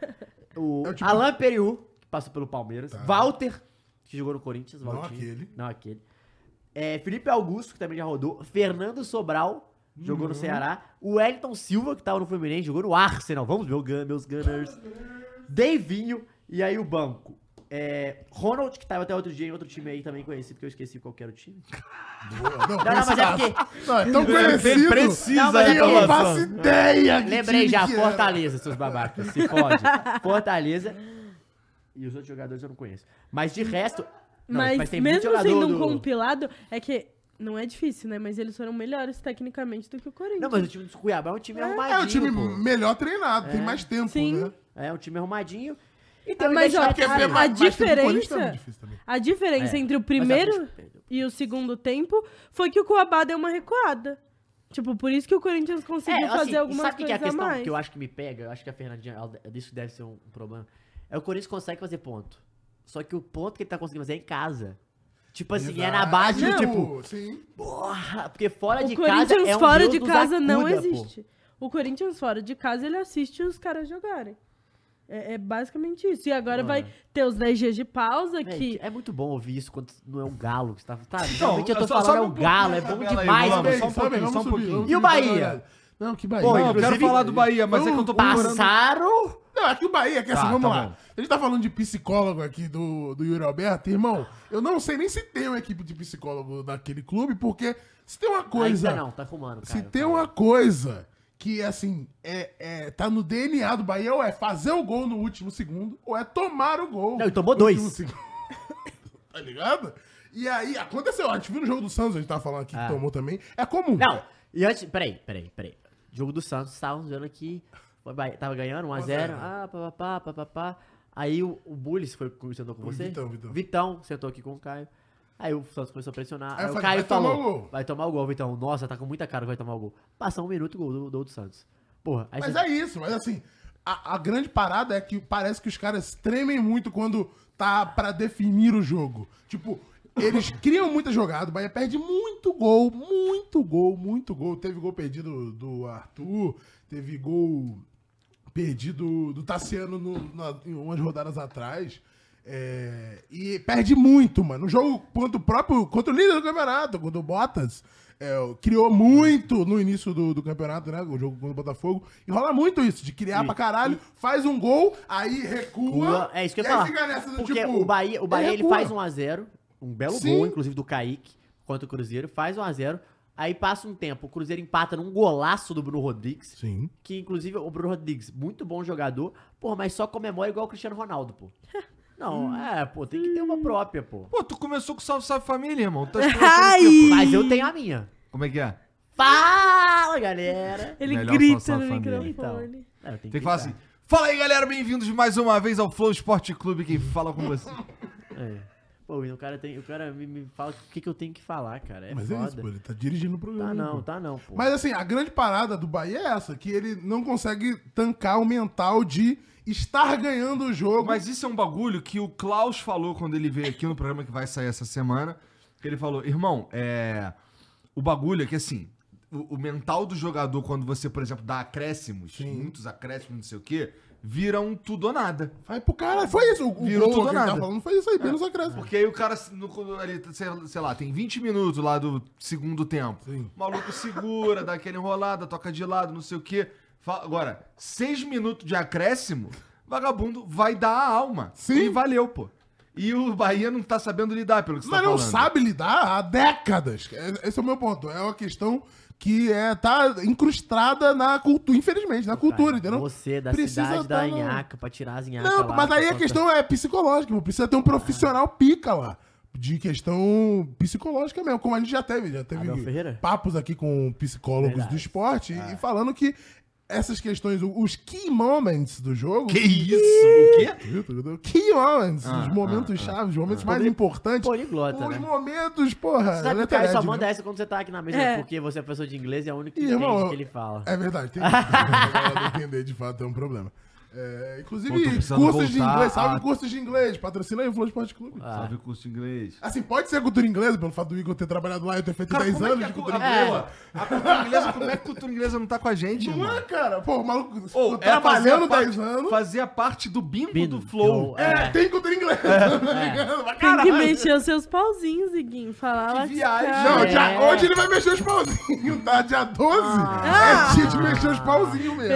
Speaker 1: ó. O
Speaker 3: [LAUGHS] É o Tá. tipo-
Speaker 1: Alain Periu, que passou pelo Palmeiras. Walter, que jogou no Corinthians.
Speaker 3: Não
Speaker 1: Valtinho.
Speaker 3: aquele.
Speaker 1: Não aquele. É, Felipe Augusto, que também já rodou. Fernando Sobral, jogou
Speaker 2: Uhum.
Speaker 1: no Ceará. O Wellington Silva, que tava no Fluminense, jogou no Arsenal. Vamos ver o Gun- meus Gunners. Deivinho e aí o banco. É, Ronald, que tava até outro dia em outro time aí também conhecido, que eu esqueci qual que era o time.
Speaker 3: Boa. Não,
Speaker 1: Não, não, mas é
Speaker 3: precisaço.
Speaker 1: porque-
Speaker 3: Não, é tão
Speaker 4: Pre-
Speaker 3: conhecido.
Speaker 1: Não,
Speaker 4: Precisa
Speaker 1: mas
Speaker 3: que
Speaker 1: é
Speaker 3: eu não
Speaker 1: porque-
Speaker 3: faço ideia. que
Speaker 1: Lembrei
Speaker 3: time
Speaker 1: já,
Speaker 3: que é. era.
Speaker 1: Fortaleza, seus babacas. Se fode. Fortaleza. E os outros jogadores eu não conheço. Mas de resto. não,
Speaker 2: mas,
Speaker 1: muito
Speaker 2: mesmo sendo um
Speaker 1: do-
Speaker 2: compilado, é que não é difícil, né? Mas eles foram melhores tecnicamente do que o Corinthians.
Speaker 1: Não, mas o time do Cuiabá é um time
Speaker 3: É
Speaker 1: arrumadinho.
Speaker 3: o time
Speaker 1: pô.
Speaker 3: melhor treinado, tem mais tempo,
Speaker 2: Sim.
Speaker 3: né?
Speaker 1: É um time arrumadinho. E
Speaker 2: Ah,
Speaker 1: tem
Speaker 2: mas, ó,
Speaker 1: identidade
Speaker 2: porque
Speaker 1: clara.
Speaker 2: a
Speaker 3: mas- mas tem do
Speaker 2: diferença-
Speaker 3: Corinthians tá muito difícil também.
Speaker 2: A diferença
Speaker 1: É,
Speaker 2: entre o
Speaker 1: mas a
Speaker 2: primeiro
Speaker 1: gente perdeu.
Speaker 2: e o segundo tempo foi que o Cuiabá deu uma recuada. Tipo, por isso que o Corinthians conseguiu
Speaker 1: É, assim,
Speaker 2: fazer
Speaker 1: e
Speaker 2: algumas
Speaker 1: sabe o que que é a
Speaker 2: coisas a
Speaker 1: questão
Speaker 2: mais.
Speaker 1: que eu acho que me pega? Eu acho que a Fernandinha, ela- isso deve ser um problema. É o Corinthians consegue fazer ponto. Só que o ponto que ele tá conseguindo fazer é em casa. Tipo assim, é na base do
Speaker 3: Exato.
Speaker 1: tipo,
Speaker 3: Sim.
Speaker 1: porra, porque fora de
Speaker 2: O
Speaker 1: casa
Speaker 2: Corinthians
Speaker 1: é um
Speaker 2: fora
Speaker 1: Deus
Speaker 2: de
Speaker 1: nos
Speaker 2: casa não
Speaker 1: acuda, pô.
Speaker 2: existe. O Corinthians fora de casa, ele assiste os caras jogarem. É, é basicamente isso. E agora
Speaker 1: Mano.
Speaker 2: vai ter os 10 dias de pausa,
Speaker 1: É,
Speaker 2: que
Speaker 1: É muito bom ouvir isso quando não é um galo que você tá. tá
Speaker 4: Não,
Speaker 1: realmente eu tô
Speaker 4: só-
Speaker 1: falando,
Speaker 4: sobe
Speaker 1: é
Speaker 4: um
Speaker 1: um
Speaker 4: pouquinho
Speaker 1: galo, é
Speaker 4: essa
Speaker 1: bom
Speaker 4: tabela aí,
Speaker 1: demais,
Speaker 4: vamos.
Speaker 1: velho.
Speaker 4: Só um pouquinho,
Speaker 3: vamos
Speaker 4: só um
Speaker 3: subir,
Speaker 4: pouquinho.
Speaker 3: vamos
Speaker 1: E o
Speaker 3: subir, vamos
Speaker 1: Bahia?
Speaker 3: olhar. Não, que Bahia.
Speaker 1: Pô,
Speaker 4: Não,
Speaker 3: Não,
Speaker 4: eu quero
Speaker 1: inclusive-
Speaker 4: falar do Bahia, mas é que eu tô procurando.
Speaker 1: Passaram.
Speaker 3: Não, aqui o Bahia,
Speaker 1: Ah,
Speaker 3: que assim,
Speaker 4: Tá,
Speaker 3: vamos
Speaker 4: tá
Speaker 3: lá.
Speaker 4: bom.
Speaker 3: A gente tá falando de psicólogo aqui do, do Yuri Alberto, irmão. Eu não sei nem se tem uma equipe de psicólogo daquele clube, porque se tem uma coisa.
Speaker 1: Ainda não, tá arrumando, cara.
Speaker 3: se tem uma coisa que, assim, é, é- tá no DNA do Bahia, ou é fazer o gol no último segundo, ou é tomar o gol.
Speaker 1: Não, e tomou
Speaker 3: no
Speaker 1: dois.
Speaker 3: último segundo. [LAUGHS] tá ligado? E aí, aconteceu, a gente viu no jogo do Santos, a gente tava falando aqui
Speaker 1: Ah.
Speaker 3: que tomou também. É comum.
Speaker 1: Não, e antes. Peraí, peraí, peraí. Jogo do Santos, tava jogando aqui. o Bahia Tava ganhando 1x0.
Speaker 3: 1 a 0.
Speaker 1: Ah, papapá, papapá. Aí o, o Bullis foi, sentou com
Speaker 3: O
Speaker 1: você?
Speaker 3: Vitão, Vitão.
Speaker 1: sentou aqui com o Caio. Aí o Santos começou a pressionar. Aí,
Speaker 3: eu
Speaker 1: o
Speaker 3: falei,
Speaker 1: Caio
Speaker 3: vai tomar
Speaker 1: falou:
Speaker 3: o gol.
Speaker 1: Vai tomar o gol, Vitão. Nossa, tá com muita cara que vai tomar o gol. Passar um minuto, gol do, do, do Santos. Porra, aí
Speaker 3: Mas
Speaker 1: você-
Speaker 3: é isso, mas assim, a, a grande parada é que parece que os caras tremem muito quando tá pra definir o jogo. Tipo, eles
Speaker 1: [LAUGHS]
Speaker 3: criam muita jogada, o Bahia perde muito gol, muito gol, muito gol. Teve gol perdido do Arthur, teve gol perdido do Tassiano no, na, em umas rodadas atrás. É, e perde muito, mano. O jogo contra o próprio, contra o líder do campeonato, contra o Bottas, é, criou muito no início do, do campeonato, né? O jogo contra o Botafogo. E rola muito isso, de criar pra caralho, faz um gol, aí recua.
Speaker 1: É isso que eu
Speaker 3: e
Speaker 1: ia
Speaker 3: aí
Speaker 1: falar.
Speaker 3: fica nessa do
Speaker 1: Porque
Speaker 3: tipo,
Speaker 1: o Bahia, o Bahia ele
Speaker 3: recua.
Speaker 1: faz 1x0, um belo
Speaker 3: Sim.
Speaker 1: gol, inclusive, do Kaique contra o Cruzeiro, faz 1x0. Aí passa um tempo, o Cruzeiro empata num golaço do Bruno Rodrigues,
Speaker 3: Sim.
Speaker 1: que inclusive o Bruno Rodrigues, muito bom jogador, pô, mas só comemora igual o Cristiano Ronaldo, pô. Não, é, pô, tem que ter uma própria, pô.
Speaker 4: Pô, tu começou com Salve Salve Família, irmão. Tu tá esperando
Speaker 2: Ai!
Speaker 4: o quê,
Speaker 1: Mas eu tenho a minha.
Speaker 4: pô? Como é que é?
Speaker 1: Fala, galera!
Speaker 2: Ele
Speaker 4: Melhor
Speaker 2: grita
Speaker 4: salsa
Speaker 2: no
Speaker 4: família.
Speaker 2: microfone.
Speaker 1: É, eu tenho
Speaker 4: Tem que falar assim. Fala aí, galera, bem-vindos mais uma vez ao Flow Esporte Clube, que fala com [LAUGHS] você.
Speaker 3: assim.
Speaker 1: É. Pô, e o cara, tem, o cara me, me fala o que, que eu tenho que falar, cara. É
Speaker 3: Mas
Speaker 1: foda.
Speaker 3: é isso, pô, ele tá dirigindo o programa.
Speaker 1: Tá
Speaker 3: pô.
Speaker 1: não, tá não, pô.
Speaker 3: Mas assim, a grande parada do Bahia é essa, que ele não consegue tancar o mental de estar ganhando o jogo.
Speaker 4: Mas isso é um bagulho que o Klaus falou quando ele veio aqui no programa que vai sair essa semana. Que ele falou, irmão, é. O bagulho é que assim, o, o mental do jogador, quando você, por exemplo, dá acréscimos, muitos acréscimos, não sei o quê, vira um tudo ou nada.
Speaker 3: Vai pro cara, foi isso. O, o
Speaker 4: Virou
Speaker 3: gol
Speaker 4: tudo
Speaker 3: que ele tá
Speaker 4: nada.
Speaker 3: falando foi isso aí, menos acréscimo.
Speaker 4: Porque aí o cara, no, quando ele, sei, sei lá, tem 20 minutos lá do segundo tempo.
Speaker 3: Sim.
Speaker 4: O maluco segura, dá aquela enrolada, toca de lado, não sei o quê. Fa- Agora, seis minutos de acréscimo, vagabundo vai dar a alma.
Speaker 3: Sim.
Speaker 4: E valeu, pô. E o Bahia não tá sabendo lidar, pelo que você
Speaker 3: Mas
Speaker 4: tá
Speaker 3: não
Speaker 4: falando.
Speaker 3: sabe lidar há décadas. É- Esse é o meu ponto. É uma questão que é, tá incrustada na cultura, infelizmente, na cultura, entendeu?
Speaker 1: Tá Você, da
Speaker 3: Precisa
Speaker 1: cidade
Speaker 3: tá
Speaker 1: da
Speaker 3: no-
Speaker 1: Anhaca, pra tirar as Anhacas
Speaker 3: Não,
Speaker 1: lá,
Speaker 3: mas aí
Speaker 1: pra
Speaker 3: a questão é psicológica. pô. Precisa ter um profissional pica lá. De questão psicológica mesmo, como a gente já teve. Já teve
Speaker 1: Abel Ferreira?
Speaker 3: papos aqui com psicólogos
Speaker 1: Verdade.
Speaker 3: do esporte e- e falando que essas questões, os key moments do jogo.
Speaker 4: Que isso? O quê?
Speaker 3: Viu, Tugudu? Key moments,
Speaker 4: Ah,
Speaker 3: os momentos
Speaker 4: ah,
Speaker 3: chaves, os momentos mais importantes.
Speaker 1: Poliglota,
Speaker 3: Os
Speaker 1: né?
Speaker 3: momentos, porra.
Speaker 1: Você sabe que o cara
Speaker 3: letra
Speaker 1: só
Speaker 3: Ed,
Speaker 1: manda
Speaker 3: né?
Speaker 1: essa quando você tá aqui na mesa,
Speaker 2: É.
Speaker 1: porque você é professor de inglês e é o único que
Speaker 3: Ih,
Speaker 1: entende
Speaker 3: irmão,
Speaker 1: o que ele fala.
Speaker 3: É verdade, tem que entender de fato, é um problema. É,
Speaker 4: Pô, tô
Speaker 3: inclusive, cursos
Speaker 4: precisando
Speaker 3: de
Speaker 4: voltar
Speaker 3: inglês, salve
Speaker 4: a-
Speaker 3: cursos de inglês, patrocina aí o Flow Esporte Clube.
Speaker 1: Ah.
Speaker 4: Sabe o curso de inglês.
Speaker 3: Assim, pode ser cultura inglesa, pelo fato do Igor ter trabalhado lá e ter feito
Speaker 4: Cara,
Speaker 3: 10
Speaker 4: como é
Speaker 3: anos
Speaker 4: que
Speaker 3: de
Speaker 4: a,
Speaker 3: cultura
Speaker 4: cultura
Speaker 3: inglesa.
Speaker 4: inglesa? A cultura inglesa, como é que a cultura inglesa não tá com a gente,
Speaker 3: Não é,
Speaker 4: mano?
Speaker 3: cara? Pô, o maluco
Speaker 4: Ou
Speaker 3: ficou
Speaker 4: é fazer a
Speaker 3: trabalhando
Speaker 4: parte-
Speaker 3: 10 anos.
Speaker 4: Fazia parte do bimbo,
Speaker 1: Bimbo,
Speaker 4: do Flow.
Speaker 1: que é o-
Speaker 3: tipo É, tem cultura inglesa. [LAUGHS] tá ligado? Mas caralho.
Speaker 2: Tem que mexer os seus pauzinhos, Iguinho. Falar lá
Speaker 4: Que viagem.
Speaker 3: Não,
Speaker 1: É.
Speaker 3: dia, hoje ele vai mexer os pauzinhos, tá? Dia 12 é dia de mexer os pauzinhos mesmo.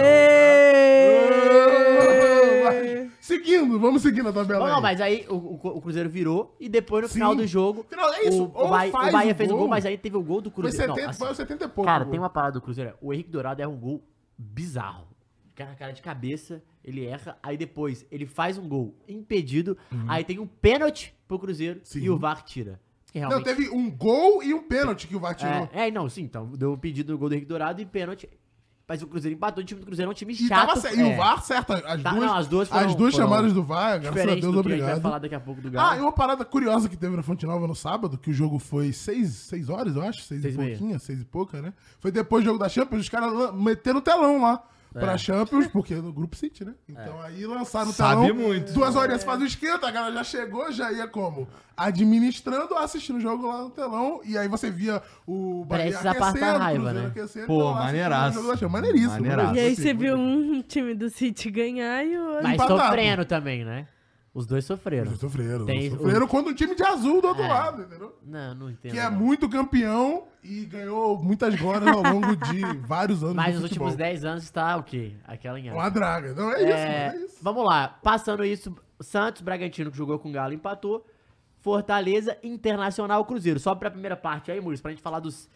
Speaker 3: Vai. Seguindo, vamos seguindo a tabela
Speaker 1: Não,
Speaker 3: aí.
Speaker 1: não, mas aí o, o- o Cruzeiro virou e depois no
Speaker 3: Sim.
Speaker 1: final do jogo.
Speaker 3: Final, é isso.
Speaker 1: O, o
Speaker 3: Ou
Speaker 1: Bahia,
Speaker 3: faz
Speaker 1: o Bahia
Speaker 3: o
Speaker 1: fez o
Speaker 3: gol.
Speaker 1: gol, mas aí teve o gol do
Speaker 3: Foi
Speaker 1: Cruzeiro.
Speaker 3: 70,
Speaker 1: não, assim,
Speaker 3: foi 70 e pouco.
Speaker 1: Cara,
Speaker 3: pô.
Speaker 1: tem uma parada do Cruzeiro. é, O Henrique Dourado erra um gol bizarro. Cara, cara de cabeça, ele erra, aí depois ele faz um gol impedido, aí tem um pênalti pro Cruzeiro
Speaker 3: Uhum. Sim.
Speaker 1: e o VAR tira. Que
Speaker 3: Não,
Speaker 1: realmente
Speaker 3: teve um gol e um pênalti que o VAR tirou.
Speaker 1: é, é, não, sim, então deu um pedido no gol do Henrique Dourado e pênalti. Mas o Cruzeiro empatou, o time do Cruzeiro é um time
Speaker 3: E,
Speaker 1: chato.
Speaker 3: tava certo. E
Speaker 1: é,
Speaker 3: o VAR, certo? As
Speaker 1: Tá,
Speaker 3: duas,
Speaker 1: não, as duas foram-
Speaker 3: as duas
Speaker 1: foram
Speaker 3: chamadas do VAR, graças a
Speaker 1: Diferente
Speaker 3: Deus,
Speaker 1: do né? que a gente vai
Speaker 3: obrigado.
Speaker 1: falar daqui a pouco do
Speaker 3: Ah, e
Speaker 1: Galo.
Speaker 3: uma parada curiosa que teve na Fonte Nova no sábado, que o jogo foi seis, seis horas, eu acho, seis,
Speaker 1: Seis
Speaker 3: e
Speaker 1: e meia.
Speaker 3: pouquinha, seis e pouca, né? Foi depois do jogo da Champions, os caras lan- meteram o telão lá pra Champions, porque é no Grupo City, né? Então aí lançaram o telão.
Speaker 4: Sabe muito.
Speaker 3: Duas horinhas faz o esquenta, a galera já chegou, já ia como? Administrando, assistindo o jogo lá no telão, e aí você via o Bahia
Speaker 1: Prestes a passar
Speaker 3: aquecendo,
Speaker 1: raiva,
Speaker 3: Cruzeiro
Speaker 1: né?
Speaker 3: aquecendo,
Speaker 4: Pô,
Speaker 3: então lá assistindo o
Speaker 4: maneiraço.
Speaker 3: jogo da Champions. Maneiríssimo.
Speaker 4: Maneiraço.
Speaker 2: E aí
Speaker 3: maneiríssimo.
Speaker 2: você viu um time do City ganhar e o outro.
Speaker 1: Mas
Speaker 3: empatado.
Speaker 1: sofrendo também, né? Os dois sofreram.
Speaker 3: Eles Sofreram,
Speaker 1: Tem
Speaker 3: sofreram contra um time de azul do outro
Speaker 1: É.
Speaker 3: lado, entendeu?
Speaker 1: Não, não entendo.
Speaker 3: que é
Speaker 1: não.
Speaker 3: muito campeão e ganhou muitas glórias ao longo
Speaker 1: [LAUGHS]
Speaker 3: de vários anos
Speaker 1: Mas
Speaker 3: de
Speaker 1: nos
Speaker 3: futebol.
Speaker 1: últimos 10 anos está o quê? Aquela em
Speaker 3: Uma draga. Não, é,
Speaker 1: É,
Speaker 3: isso, é isso.
Speaker 1: Vamos lá. Passando isso, Santos, Bragantino, que jogou com o Galo, empatou. Fortaleza, Internacional, Cruzeiro. Sobe pra primeira parte aí, Muris, pra gente falar dos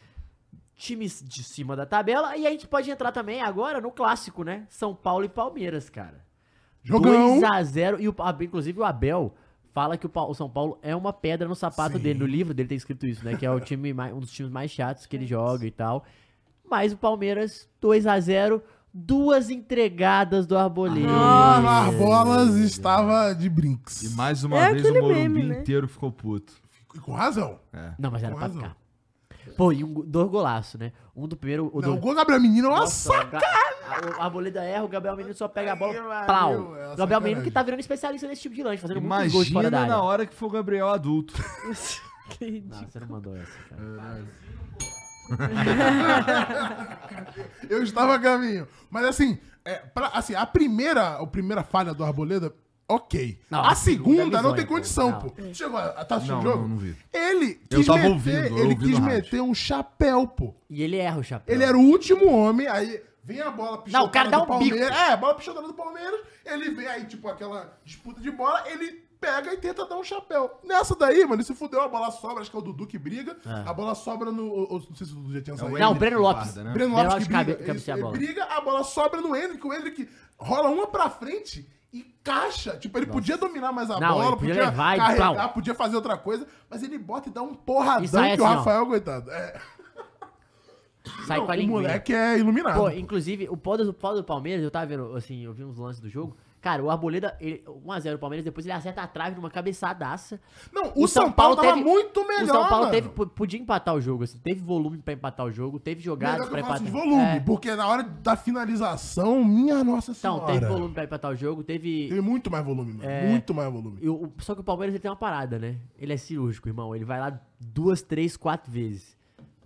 Speaker 1: times de cima da tabela. E a gente pode entrar também agora no clássico, né? São Paulo e Palmeiras, cara.
Speaker 3: Jogão.
Speaker 1: 2x0. E o, ah, inclusive o Abel fala que o, Pa- o São Paulo é uma pedra no sapato
Speaker 3: Sim.
Speaker 1: dele. No livro dele tem escrito isso, né? Que
Speaker 3: [LAUGHS]
Speaker 1: é o time mais- um dos times mais chatos que ele joga e tal. Mas o Palmeiras, 2x0. Duas entregadas do Arboleda.
Speaker 3: Ah, Marbolas estava de brinks.
Speaker 4: E mais uma
Speaker 2: É
Speaker 4: vez o
Speaker 2: aquele
Speaker 4: Morumbi
Speaker 2: meme, né?
Speaker 4: inteiro ficou puto.
Speaker 3: E com razão.
Speaker 4: É.
Speaker 1: Não, mas era pra
Speaker 3: Quase.
Speaker 1: ficar. Pô, e um, go- dois golaços, né? Um do primeiro. O
Speaker 3: Não, o
Speaker 1: do...
Speaker 3: gol do Gabriel Menino é uma
Speaker 1: Nossa,
Speaker 3: saca.
Speaker 1: a- O Arboleda erra, o Gabriel Menino só pega a bola.
Speaker 3: Aí, valeu,
Speaker 1: Plau.
Speaker 3: é uma
Speaker 1: O Gabriel
Speaker 3: sacanagem.
Speaker 1: Menino que tá virando especialista nesse tipo de lanche, fazendo muitos gols de fora da
Speaker 4: Imagina
Speaker 1: área.
Speaker 4: na hora que for o Gabriel adulto.
Speaker 1: Não, você não mandou essa, cara.
Speaker 3: Eu estava a caminho. Mas assim, é, pra- assim a, primeira, a primeira falha do Arboleda ok.
Speaker 1: Não,
Speaker 3: a
Speaker 1: a segunda é
Speaker 3: segunda não
Speaker 1: bizonha,
Speaker 3: tem
Speaker 1: pô.
Speaker 3: condição,
Speaker 1: Não.
Speaker 3: pô. Chegou, a- tá assistindo
Speaker 4: Não,
Speaker 3: o jogo?
Speaker 4: não, não vi.
Speaker 3: Ele
Speaker 4: Eu
Speaker 3: quis
Speaker 4: tava
Speaker 3: meter,
Speaker 4: ouvindo, eu
Speaker 3: ele
Speaker 4: ouvi
Speaker 3: quis
Speaker 4: no rádio.
Speaker 3: meter um chapéu, pô.
Speaker 1: E ele erra o chapéu.
Speaker 3: Ele era o último homem, aí vem a bola
Speaker 1: Não, o cara dá
Speaker 3: do
Speaker 1: um bico.
Speaker 3: Palmeiras. É, a bola pichotada do Palmeiras, ele vem aí, tipo, aquela disputa de bola, ele pega e tenta dar um chapéu. Nessa daí, mano, ele se fudeu, a bola sobra, acho que é o Dudu que briga, a bola sobra no... o- o- Não sei se o Dudu já tinha saído.
Speaker 1: Não, É o
Speaker 4: Hendrick
Speaker 1: Breno
Speaker 4: que
Speaker 1: Lopes.
Speaker 4: guarda, né?
Speaker 3: Breno
Speaker 1: Breno
Speaker 3: Lopes que
Speaker 1: Lopes
Speaker 3: briga,
Speaker 1: cabe- cabeceia
Speaker 3: isso,
Speaker 1: a
Speaker 3: ele
Speaker 1: bola.
Speaker 3: briga, a bola sobra no Hendrick, o Hendrick rola uma pra frente e caixa. Tipo, ele podia dominar mais a
Speaker 1: Não,
Speaker 3: bola,
Speaker 1: ele podia levar e
Speaker 3: carregar,
Speaker 1: pau.
Speaker 3: podia fazer outra coisa, mas ele bota e dá um porradão
Speaker 1: E
Speaker 3: que
Speaker 1: sai
Speaker 3: o
Speaker 1: assim, ó.
Speaker 3: Rafael, coitado. É,
Speaker 1: Sai
Speaker 3: não,
Speaker 1: com a
Speaker 3: o
Speaker 1: linguinha.
Speaker 3: moleque é iluminado.
Speaker 1: Pô, inclusive, o pau do, o pau do Palmeiras, eu tava vendo, assim, eu vi uns lances do jogo. Cara, o Arboleda, ele- 1x0 o Palmeiras, depois ele acerta a trave numa cabeçadaça.
Speaker 3: Não, o, São Paulo, tava muito melhor,
Speaker 1: O São Paulo
Speaker 3: mano.
Speaker 1: teve, po- podia empatar o jogo, assim. Teve volume pra empatar o jogo, teve jogadas
Speaker 3: melhor que
Speaker 1: pra
Speaker 3: eu falo
Speaker 1: empatar.
Speaker 3: assim, de volume,
Speaker 1: É,
Speaker 3: porque na hora da finalização, minha nossa senhora.
Speaker 1: então, teve volume pra empatar o jogo, teve...
Speaker 3: Teve muito mais volume, mano. Muito mais volume.
Speaker 1: e o- só que o Palmeiras ele tem uma parada, né? Ele é cirúrgico, irmão. Ele vai lá duas, três, quatro vezes.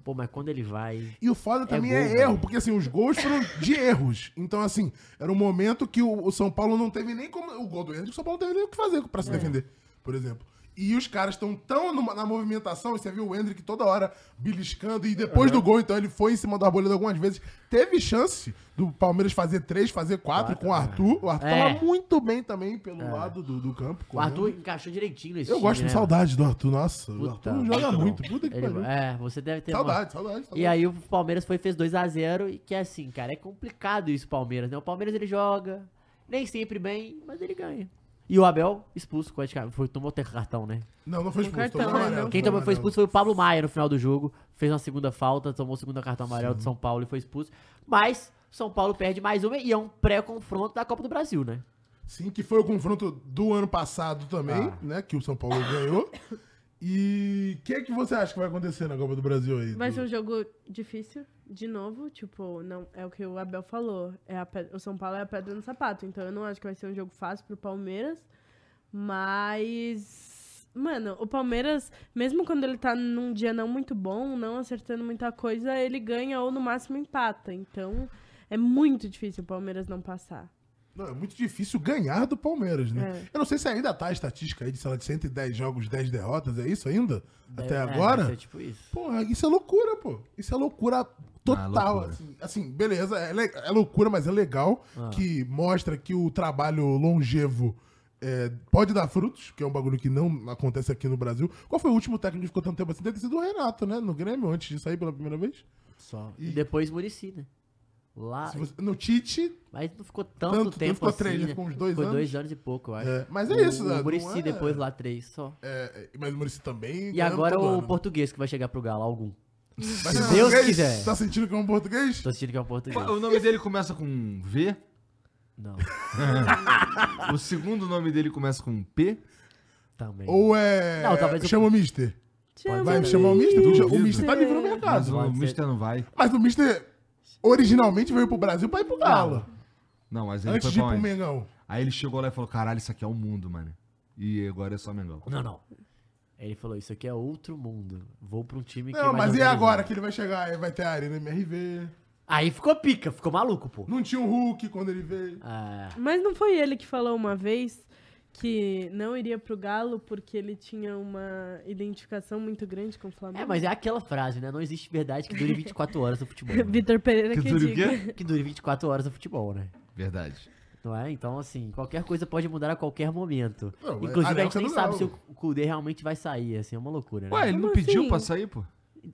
Speaker 1: Pô, mas quando ele vai...
Speaker 3: E o foda também
Speaker 1: gol,
Speaker 3: é,
Speaker 1: velho.
Speaker 3: erro, porque assim, os gols foram de erros. Então, assim, era um momento que o, o São Paulo não teve nem como. O gol do Hendrick, o São Paulo não teve nem o que fazer pra
Speaker 1: É.
Speaker 3: se defender, por exemplo. E os caras estão tão, numa- na movimentação, e você viu o Hendrick toda hora beliscando, e depois do gol, então ele foi em cima do Arboleda algumas vezes. Teve chance do Palmeiras fazer três, fazer quatro, com o Arthur. O Arthur
Speaker 1: É.
Speaker 3: tava muito bem também pelo lado do, do campo.
Speaker 1: O Arthur encaixou direitinho nesse
Speaker 3: Eu gosto de
Speaker 1: de
Speaker 3: saudade do Arthur, nossa. o
Speaker 1: Puta,
Speaker 3: Arthur joga
Speaker 1: muito
Speaker 3: muito. Puta que pariu.
Speaker 1: Ele, é, você deve ter uma-
Speaker 3: Saudade, saudade, saudade.
Speaker 1: E aí o Palmeiras foi fez 2 a 0 e que é assim, cara, é complicado isso Palmeiras, né? O Palmeiras ele joga nem sempre bem, mas ele ganha. E o Abel expulso com a cara, foi tomou ter cartão, né?
Speaker 3: Não, não foi expulso.
Speaker 2: cartão,
Speaker 3: tomou
Speaker 2: né,
Speaker 3: amarelo,
Speaker 2: não.
Speaker 1: Quem tomou, foi
Speaker 3: amarelo.
Speaker 1: expulso foi o Pablo Maia no final do jogo, fez uma segunda falta, tomou o segundo cartão amarelo do São Paulo e foi expulso. Mas São Paulo perde mais uma e é um pré-confronto da Copa do Brasil, né?
Speaker 3: Sim, que foi o confronto do ano passado também,
Speaker 1: Ah.
Speaker 3: né? Que o São Paulo
Speaker 1: [COUGHS]
Speaker 3: ganhou. E o que, que você acha que vai acontecer na Copa do Brasil aí?
Speaker 2: Vai
Speaker 3: Du?
Speaker 2: ser
Speaker 1: Uhum.
Speaker 2: um jogo difícil, de novo, tipo, não é o que o Abel falou. É a pe- o São Paulo é a pedra no sapato, então eu não acho que vai ser um jogo fácil pro Palmeiras, mas mano, o Palmeiras, mesmo quando ele tá num dia não muito bom, não acertando muita coisa, ele ganha ou no máximo empata. Então, é muito difícil o Palmeiras não passar.
Speaker 3: Não, é muito difícil ganhar do Palmeiras, né? Eu não sei se ainda tá a estatística aí de, sei lá, de 110 jogos, 10 derrotas, é isso ainda? Até
Speaker 1: É,
Speaker 3: agora?
Speaker 1: vai ser tipo isso.
Speaker 3: Porra, isso é loucura, pô. Isso é loucura total,
Speaker 4: Ah, loucura. Ah.
Speaker 3: Assim, Assim, beleza, é, le- é loucura, mas é legal que mostra que o trabalho longevo é, pode dar frutos, que é um bagulho que não acontece aqui no Brasil. Qual foi o último técnico que ficou tanto tempo assim? Deve ter sido o Renato, né? No Grêmio, antes de sair pela primeira vez.
Speaker 1: Só. E depois Murici, né? Lá,
Speaker 3: Se você- no Tite,
Speaker 1: Mas não ficou tanto,
Speaker 3: Tanto,
Speaker 1: tempo
Speaker 3: ficou
Speaker 1: assim,
Speaker 3: três, né?
Speaker 1: né?
Speaker 3: Ficou uns dois
Speaker 1: Ficou
Speaker 3: anos.
Speaker 1: dois anos e pouco, eu acho.
Speaker 3: É, mas é
Speaker 1: O-
Speaker 3: isso, né?
Speaker 1: O Murici
Speaker 3: Não é-
Speaker 1: depois lá três só.
Speaker 3: é, é, mas o Muricy também.
Speaker 1: E
Speaker 3: ganhou
Speaker 1: agora
Speaker 3: todo
Speaker 1: o
Speaker 3: ano.
Speaker 1: português que vai chegar pro Galo, algum.
Speaker 3: Mas é
Speaker 1: Deus
Speaker 3: português?
Speaker 1: quiser.
Speaker 3: Tá sentindo que é um português?
Speaker 1: Tô sentindo que é um português.
Speaker 4: O nome dele começa com V,
Speaker 1: Não,
Speaker 4: o segundo nome dele começa com P.
Speaker 1: também.
Speaker 3: Ou é.
Speaker 1: Não, talvez o-
Speaker 3: Chama o Mister.
Speaker 2: Chama
Speaker 3: Vai
Speaker 2: aí.
Speaker 3: chamar o Mister?
Speaker 4: Duvido.
Speaker 3: O Mister tá livre no
Speaker 4: Mas
Speaker 3: mercado.
Speaker 4: o
Speaker 1: Pode ser.
Speaker 4: Mister não vai.
Speaker 3: Mas o Mister originalmente veio pro Brasil pra ir pro Galo.
Speaker 4: Não, mas É. ele
Speaker 3: Antes de
Speaker 4: foi
Speaker 3: ir
Speaker 4: pra
Speaker 3: pro
Speaker 4: onde?
Speaker 3: Mengão.
Speaker 4: Aí ele chegou lá e falou: caralho, isso aqui é o mundo, mano. E agora é só Mengão.
Speaker 1: Não, não. Ele falou, isso aqui é outro mundo. Vou pra um time que
Speaker 3: Não,
Speaker 1: vai
Speaker 3: mas e
Speaker 1: organizar.
Speaker 3: agora que ele vai chegar? Aí Vai ter a Arena MRV.
Speaker 1: Aí ficou pica, ficou maluco, pô.
Speaker 3: Não tinha o Hulk quando ele veio.
Speaker 1: Ah,
Speaker 2: Mas não foi ele que falou uma vez que não iria pro Galo porque ele tinha uma identificação muito grande com o Flamengo?
Speaker 1: é, mas é aquela frase, né? Não existe verdade que dure 24 horas no futebol. né?
Speaker 2: [LAUGHS] Vitor Pereira
Speaker 4: Que
Speaker 2: que,
Speaker 4: dure o
Speaker 2: diga.
Speaker 4: quê?
Speaker 1: Que dure 24 horas no futebol, né?
Speaker 4: Verdade.
Speaker 1: Não é? Então, assim, qualquer coisa pode mudar a qualquer momento.
Speaker 3: Não,
Speaker 1: Inclusive, a
Speaker 3: Ariel
Speaker 1: gente nem
Speaker 3: tá no
Speaker 1: sabe se
Speaker 3: Galo.
Speaker 1: o Kudê realmente vai sair, assim, é uma loucura, né?
Speaker 4: Ué, ele
Speaker 2: Como
Speaker 4: não pediu
Speaker 2: assim?
Speaker 4: pra sair, pô?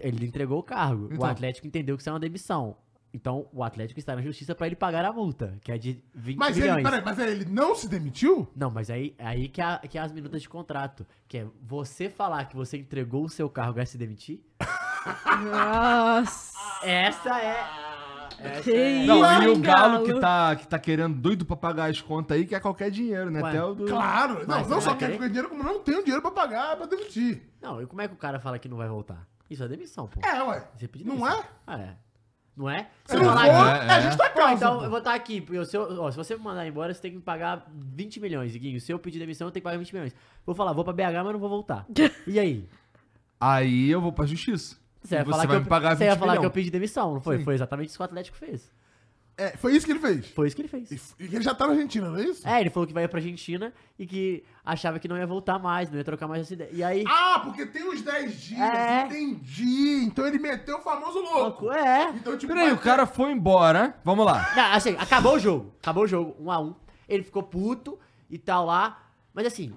Speaker 1: Ele entregou o cargo. O
Speaker 4: Então.
Speaker 1: Atlético entendeu que isso é uma demissão. Então, o Atlético está na justiça pra ele pagar a multa, que é de 20
Speaker 3: Mas
Speaker 1: milhões.
Speaker 3: ele, peraí, mas é, ele não se demitiu?
Speaker 1: Não, mas aí, aí que, é, que é as minutas de contrato. Que é você falar que você entregou o seu cargo e vai se demitir.
Speaker 2: Nossa!
Speaker 1: Essa é. Essa
Speaker 2: Que
Speaker 1: é.
Speaker 2: isso,
Speaker 4: Não, e o
Speaker 2: hein,
Speaker 4: Galo que tá, que tá querendo doido pra pagar as contas aí, que é qualquer dinheiro, né?
Speaker 1: Ué,
Speaker 4: Até o do.
Speaker 3: Claro. Não,
Speaker 1: Mas é
Speaker 3: não
Speaker 1: ele
Speaker 3: só
Speaker 1: vai
Speaker 3: quer
Speaker 1: querer?
Speaker 3: ganhar dinheiro, como não tem o dinheiro pra pagar, pra demitir.
Speaker 1: Não, e como é que o cara fala que não vai voltar? Isso é demissão, pô.
Speaker 3: É, ué.
Speaker 1: Você pediu
Speaker 3: Não
Speaker 1: demissão.
Speaker 3: é?
Speaker 1: Ah, é. Não é?
Speaker 3: Se
Speaker 1: Você
Speaker 3: não for,
Speaker 1: falar que-
Speaker 4: É,
Speaker 3: é,
Speaker 4: é.
Speaker 3: justa
Speaker 1: Pô,
Speaker 3: causa.
Speaker 1: então
Speaker 3: pô.
Speaker 1: eu vou estar aqui. porque se, eu- ó, se você me mandar embora, você tem que me pagar 20 milhões, Iguinho. Se eu pedir demissão, eu tenho que pagar 20 milhões. Vou falar, vou pra BH, mas não vou voltar. E aí?
Speaker 4: Aí eu vou pra justiça.
Speaker 1: Você
Speaker 4: E
Speaker 1: vai falar,
Speaker 4: vai
Speaker 1: que,
Speaker 4: me
Speaker 1: eu,
Speaker 4: pagar
Speaker 1: você ia
Speaker 4: 20
Speaker 1: falar que eu
Speaker 4: milhão.
Speaker 1: pedi demissão, não foi? Foi exatamente isso que o Atlético fez.
Speaker 3: É, foi isso que ele fez.
Speaker 1: Foi isso que ele fez.
Speaker 3: E f- e ele já tá na Argentina, não é isso?
Speaker 1: É, ele falou que vai pra Argentina e que achava que não ia voltar mais, não ia trocar mais essa ideia. E aí.
Speaker 3: Ah, porque tem os 10 dias,
Speaker 1: É.
Speaker 3: entendi. Então ele meteu o famoso louco.
Speaker 1: É.
Speaker 3: Então, tipo,
Speaker 4: Peraí,
Speaker 3: vai-
Speaker 4: o cara foi embora. Vamos lá.
Speaker 1: Não, assim, acabou o jogo. Acabou o jogo, um a um. Ele ficou puto e tal lá. Mas assim,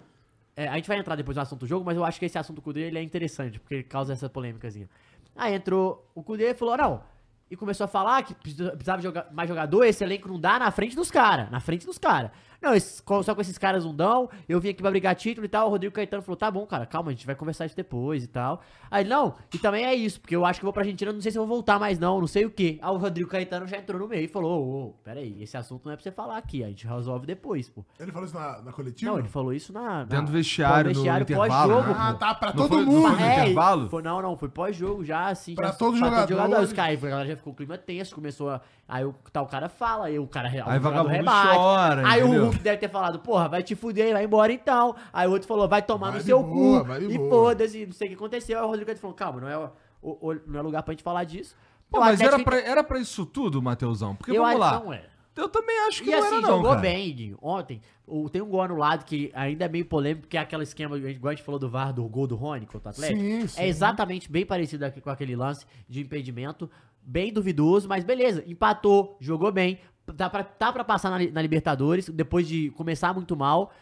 Speaker 1: é, a gente vai entrar depois no assunto do jogo, mas eu acho que esse assunto do Kudê ele é interessante, porque ele causa essa polêmicazinha. Aí entrou o Kudê e falou, não. E começou a falar que precisa- precisava de joga- mais jogador, esse elenco não dá na frente dos caras. Na frente dos caras. Não, esses- co- só com esses caras não dão. Eu vim aqui pra brigar título e tal. O Rodrigo Caetano falou: tá bom, cara, calma, a gente vai conversar isso depois e tal. Aí, não, e também é isso, porque eu acho que eu vou pra Argentina, não sei se eu vou voltar mais, não, não sei o quê. Aí o Rodrigo Caetano já entrou no meio e falou: ô, ô, peraí, esse assunto não é pra você falar aqui, a gente resolve depois, pô.
Speaker 3: Ele falou isso na, na coletiva?
Speaker 1: Não, ele falou isso na. na-
Speaker 4: Dentro do vestiário,
Speaker 1: no
Speaker 4: no
Speaker 1: vestiário
Speaker 4: intervalo,
Speaker 1: pós-jogo,
Speaker 4: né?
Speaker 1: pô.
Speaker 3: Ah, tá, pra
Speaker 4: Não
Speaker 3: todo
Speaker 4: foi- não foi
Speaker 3: mundo.
Speaker 4: no
Speaker 1: É,
Speaker 4: intervalo?
Speaker 1: Foi, não, não, foi pós-jogo já, assim.
Speaker 3: Pra
Speaker 1: já,
Speaker 3: todos os jogadores.
Speaker 1: jogadores. Os caras, a galera já ficou o clima tenso, começou a. Aí o tal cara fala, aí o cara re-
Speaker 4: Aí
Speaker 1: o jogador
Speaker 4: vagabundo chora,
Speaker 1: aí o
Speaker 4: entendeu?
Speaker 1: Hulk deve ter falado, porra, vai te fuder, vai embora então. Aí o outro falou, vai tomar
Speaker 3: Vai
Speaker 1: no
Speaker 3: de
Speaker 1: seu
Speaker 3: boa,
Speaker 1: cu.
Speaker 3: vai de
Speaker 1: E
Speaker 3: boa.
Speaker 1: foda-se, não sei o que aconteceu. Aí o Rodrigo Caetano falou, calma, não é, o- o- o- não é lugar pra gente falar disso.
Speaker 4: Pô,
Speaker 1: O
Speaker 4: mas
Speaker 1: Atlético
Speaker 4: era
Speaker 1: tem-
Speaker 4: pra, era pra isso tudo, Mateusão? Porque
Speaker 1: Eu
Speaker 4: vamos
Speaker 1: acho
Speaker 4: lá.
Speaker 1: que não é.
Speaker 4: Eu também acho que
Speaker 1: E
Speaker 4: não
Speaker 1: assim,
Speaker 4: era não,
Speaker 1: jogou
Speaker 4: cara.
Speaker 1: bem, Gui. Ontem, o- tem um gol anulado que ainda é meio polêmico, que é aquele esquema, igual a gente falou do VAR, do gol do Rony contra o Atlético.
Speaker 3: Sim, sim.
Speaker 1: É exatamente bem parecido aqui com aquele lance de impedimento, bem duvidoso, mas beleza, empatou, jogou bem, dá pra, tá pra passar na, Li- na Libertadores, depois de começar muito mal.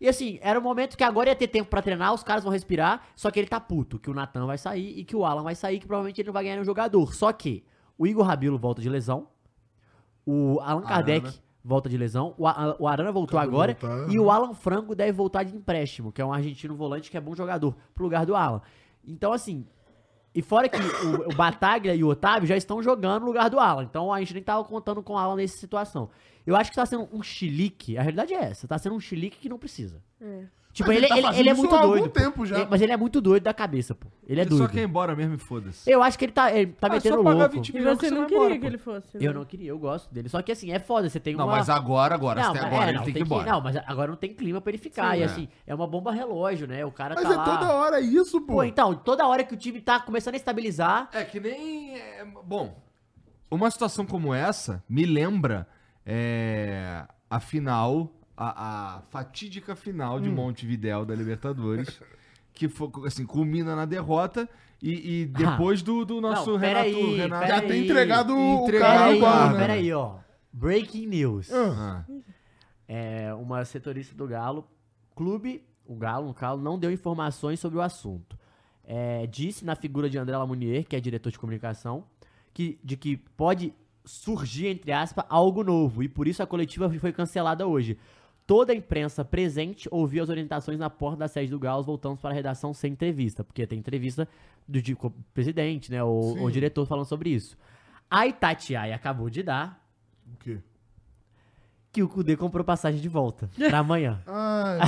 Speaker 1: E assim, era um momento que agora ia ter tempo pra treinar, os caras vão respirar, só que ele tá puto, que o Natan vai sair e que o Alan vai sair, que provavelmente ele não vai ganhar nenhum jogador. Só que o Igor Rabelo volta de lesão, o Allan
Speaker 4: Arana.
Speaker 1: Kardec volta de lesão, o, A- o Arana voltou
Speaker 3: Acabou
Speaker 1: agora
Speaker 3: de voltar.
Speaker 1: e o Alan Franco deve voltar de empréstimo, que é um argentino volante que é bom jogador, pro lugar do Alan. Então assim, e fora que o, o Bataglia e o Otávio já estão jogando no lugar do Alan. Então a gente nem tava contando com o Alan nessa situação. Eu acho que tá sendo um chilique. A realidade é essa. Tá sendo um chilique que não precisa.
Speaker 2: É.
Speaker 1: Tipo,
Speaker 3: Mas
Speaker 1: ele,
Speaker 3: ele tá
Speaker 1: ele,
Speaker 3: fazendo
Speaker 1: ele é
Speaker 3: isso
Speaker 1: muito
Speaker 3: há algum
Speaker 1: doido. pô.
Speaker 3: tempo já.
Speaker 1: É, mas ele é muito doido da cabeça, pô. Ele é
Speaker 4: Ele só
Speaker 1: doido.
Speaker 4: quer ir embora mesmo e foda-se.
Speaker 1: Eu acho que ele tá, ele tá
Speaker 4: Ah,
Speaker 1: metendo
Speaker 4: só pagar
Speaker 1: louco.
Speaker 4: 20
Speaker 2: E
Speaker 4: Melhor que
Speaker 2: você
Speaker 4: você
Speaker 2: não
Speaker 4: vai
Speaker 2: queria
Speaker 4: embora,
Speaker 2: que
Speaker 4: pô.
Speaker 2: ele fosse.
Speaker 1: Eu
Speaker 2: né?
Speaker 1: não queria, eu gosto dele. Só que assim, é foda, você tem
Speaker 4: Não,
Speaker 1: uma...
Speaker 4: mas agora, agora,
Speaker 1: Não,
Speaker 4: até
Speaker 1: mas-
Speaker 4: agora
Speaker 1: é,
Speaker 4: ele
Speaker 1: não,
Speaker 4: né? tem que ir embora.
Speaker 1: Não, mas agora não tem clima pra ele ficar.
Speaker 4: Sim,
Speaker 1: e
Speaker 4: é.
Speaker 1: assim, é uma bomba relógio, né? O cara
Speaker 3: Mas
Speaker 1: tá
Speaker 3: é
Speaker 1: lá...
Speaker 3: toda hora isso, pô.
Speaker 1: Pô, então, toda hora que o time tá começando a estabilizar...
Speaker 4: É que nem. é, bom, uma situação como essa me lembra é, a final, a, a fatídica final
Speaker 1: Hum.
Speaker 4: de Montevidéu da Libertadores, que foi, assim, culmina na derrota e, e depois do, do nosso
Speaker 1: Não,
Speaker 4: Renato.
Speaker 1: peraí,
Speaker 4: Renato
Speaker 3: Já
Speaker 1: peraí.
Speaker 3: tem entregado o
Speaker 4: Entregado,
Speaker 3: cara
Speaker 1: Peraí,
Speaker 3: no pau,
Speaker 1: ó,
Speaker 4: Claro,
Speaker 3: né?
Speaker 1: peraí, ó. Breaking news.
Speaker 4: Ah,
Speaker 1: É, uma setorista do Galo, clube, o Galo, no Galo, não deu informações sobre o assunto. É, disse na figura de André Lamounier, que é diretor de comunicação, que, de que pode surgir, entre aspas, algo novo. E por isso a coletiva foi cancelada hoje. Toda a imprensa presente ouviu as orientações na porta da sede do Galo. Voltamos para a redação sem entrevista, porque tem entrevista do di- co- presidente, né? O, o diretor falando sobre isso. A Itatiaia acabou de dar
Speaker 3: O quê?
Speaker 1: que o Kudê comprou passagem de volta pra amanhã.
Speaker 3: Ai,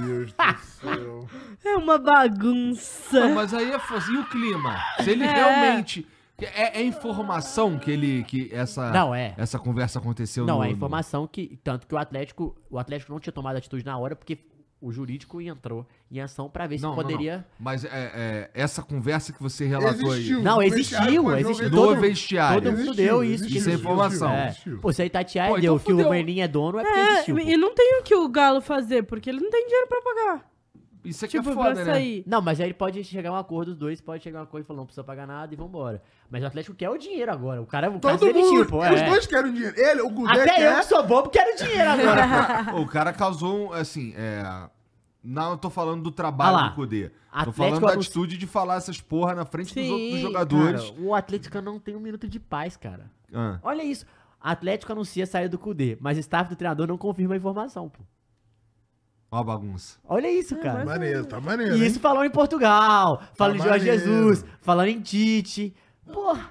Speaker 3: meu
Speaker 1: [LAUGHS]
Speaker 3: Deus do céu.
Speaker 2: É uma bagunça.
Speaker 4: não, mas aí é foda. E o clima? Se ele
Speaker 2: É.
Speaker 4: realmente. É, é informação que ele. que essa,
Speaker 1: Não, é.
Speaker 4: essa conversa aconteceu
Speaker 1: Não,
Speaker 4: no-
Speaker 1: é
Speaker 4: no-
Speaker 1: informação que. Tanto que o Atlético. O Atlético não tinha tomado atitude na hora, porque o jurídico entrou em ação pra ver se
Speaker 4: Não, não,
Speaker 1: poderia.
Speaker 4: não. Mas é, é, essa conversa que você relatou
Speaker 3: Existiu.
Speaker 4: aí.
Speaker 1: Não,
Speaker 3: No vestiário,
Speaker 1: existiu,
Speaker 3: pós-jogo,
Speaker 1: existiu.
Speaker 4: No
Speaker 3: existiu.
Speaker 1: Todo,
Speaker 4: vestiário.
Speaker 1: todo mundo deu isso.
Speaker 4: existiu.
Speaker 1: que
Speaker 4: Isso é informação.
Speaker 1: É.
Speaker 3: Existiu.
Speaker 1: Pô, se a Itatiaia
Speaker 4: Pô, então
Speaker 1: deu que o
Speaker 4: fudeu.
Speaker 1: Merlin é dono, é porque
Speaker 2: É,
Speaker 1: existiu. pô.
Speaker 2: e não tem o que o Galo fazer, porque ele não tem dinheiro pra pagar.
Speaker 4: Isso aqui
Speaker 2: Tipo,
Speaker 4: é
Speaker 2: pra
Speaker 4: foda, né?
Speaker 2: sair.
Speaker 1: Não, mas aí pode chegar um acordo dos dois, pode chegar um acordo e falar, não precisa pagar nada e vambora. Mas o Atlético quer o dinheiro agora. O cara, o cara
Speaker 3: Todo
Speaker 1: se demitiu,
Speaker 3: mundo.
Speaker 1: pô.
Speaker 3: Os
Speaker 1: é.
Speaker 3: dois querem dinheiro. Ele, o Gudê
Speaker 1: Até eu
Speaker 3: quer.
Speaker 1: que sou bobo quero
Speaker 4: [LAUGHS]
Speaker 1: dinheiro agora.
Speaker 4: O cara causou, um, assim, é... Não, eu tô falando do trabalho
Speaker 1: Ah lá.
Speaker 4: do Cudê. Tô
Speaker 1: Atlético
Speaker 4: falando da
Speaker 1: anun-
Speaker 4: atitude de falar essas porra na frente dos
Speaker 2: Sim,
Speaker 4: outros dos
Speaker 1: Cara,
Speaker 4: jogadores.
Speaker 1: o Atlético não tem um minuto de paz, cara.
Speaker 4: Ah.
Speaker 1: Olha isso. Atlético anuncia a saída do Cudê, mas o staff do treinador não confirma a informação, pô.
Speaker 4: Ó a bagunça.
Speaker 1: Olha isso,
Speaker 4: É,
Speaker 1: cara.
Speaker 3: Maneiro, tá maneiro.
Speaker 1: E
Speaker 3: hein?
Speaker 1: isso falando em Portugal, falando em Jorge
Speaker 3: maneiro.
Speaker 1: Jesus, falando em Tite. Porra.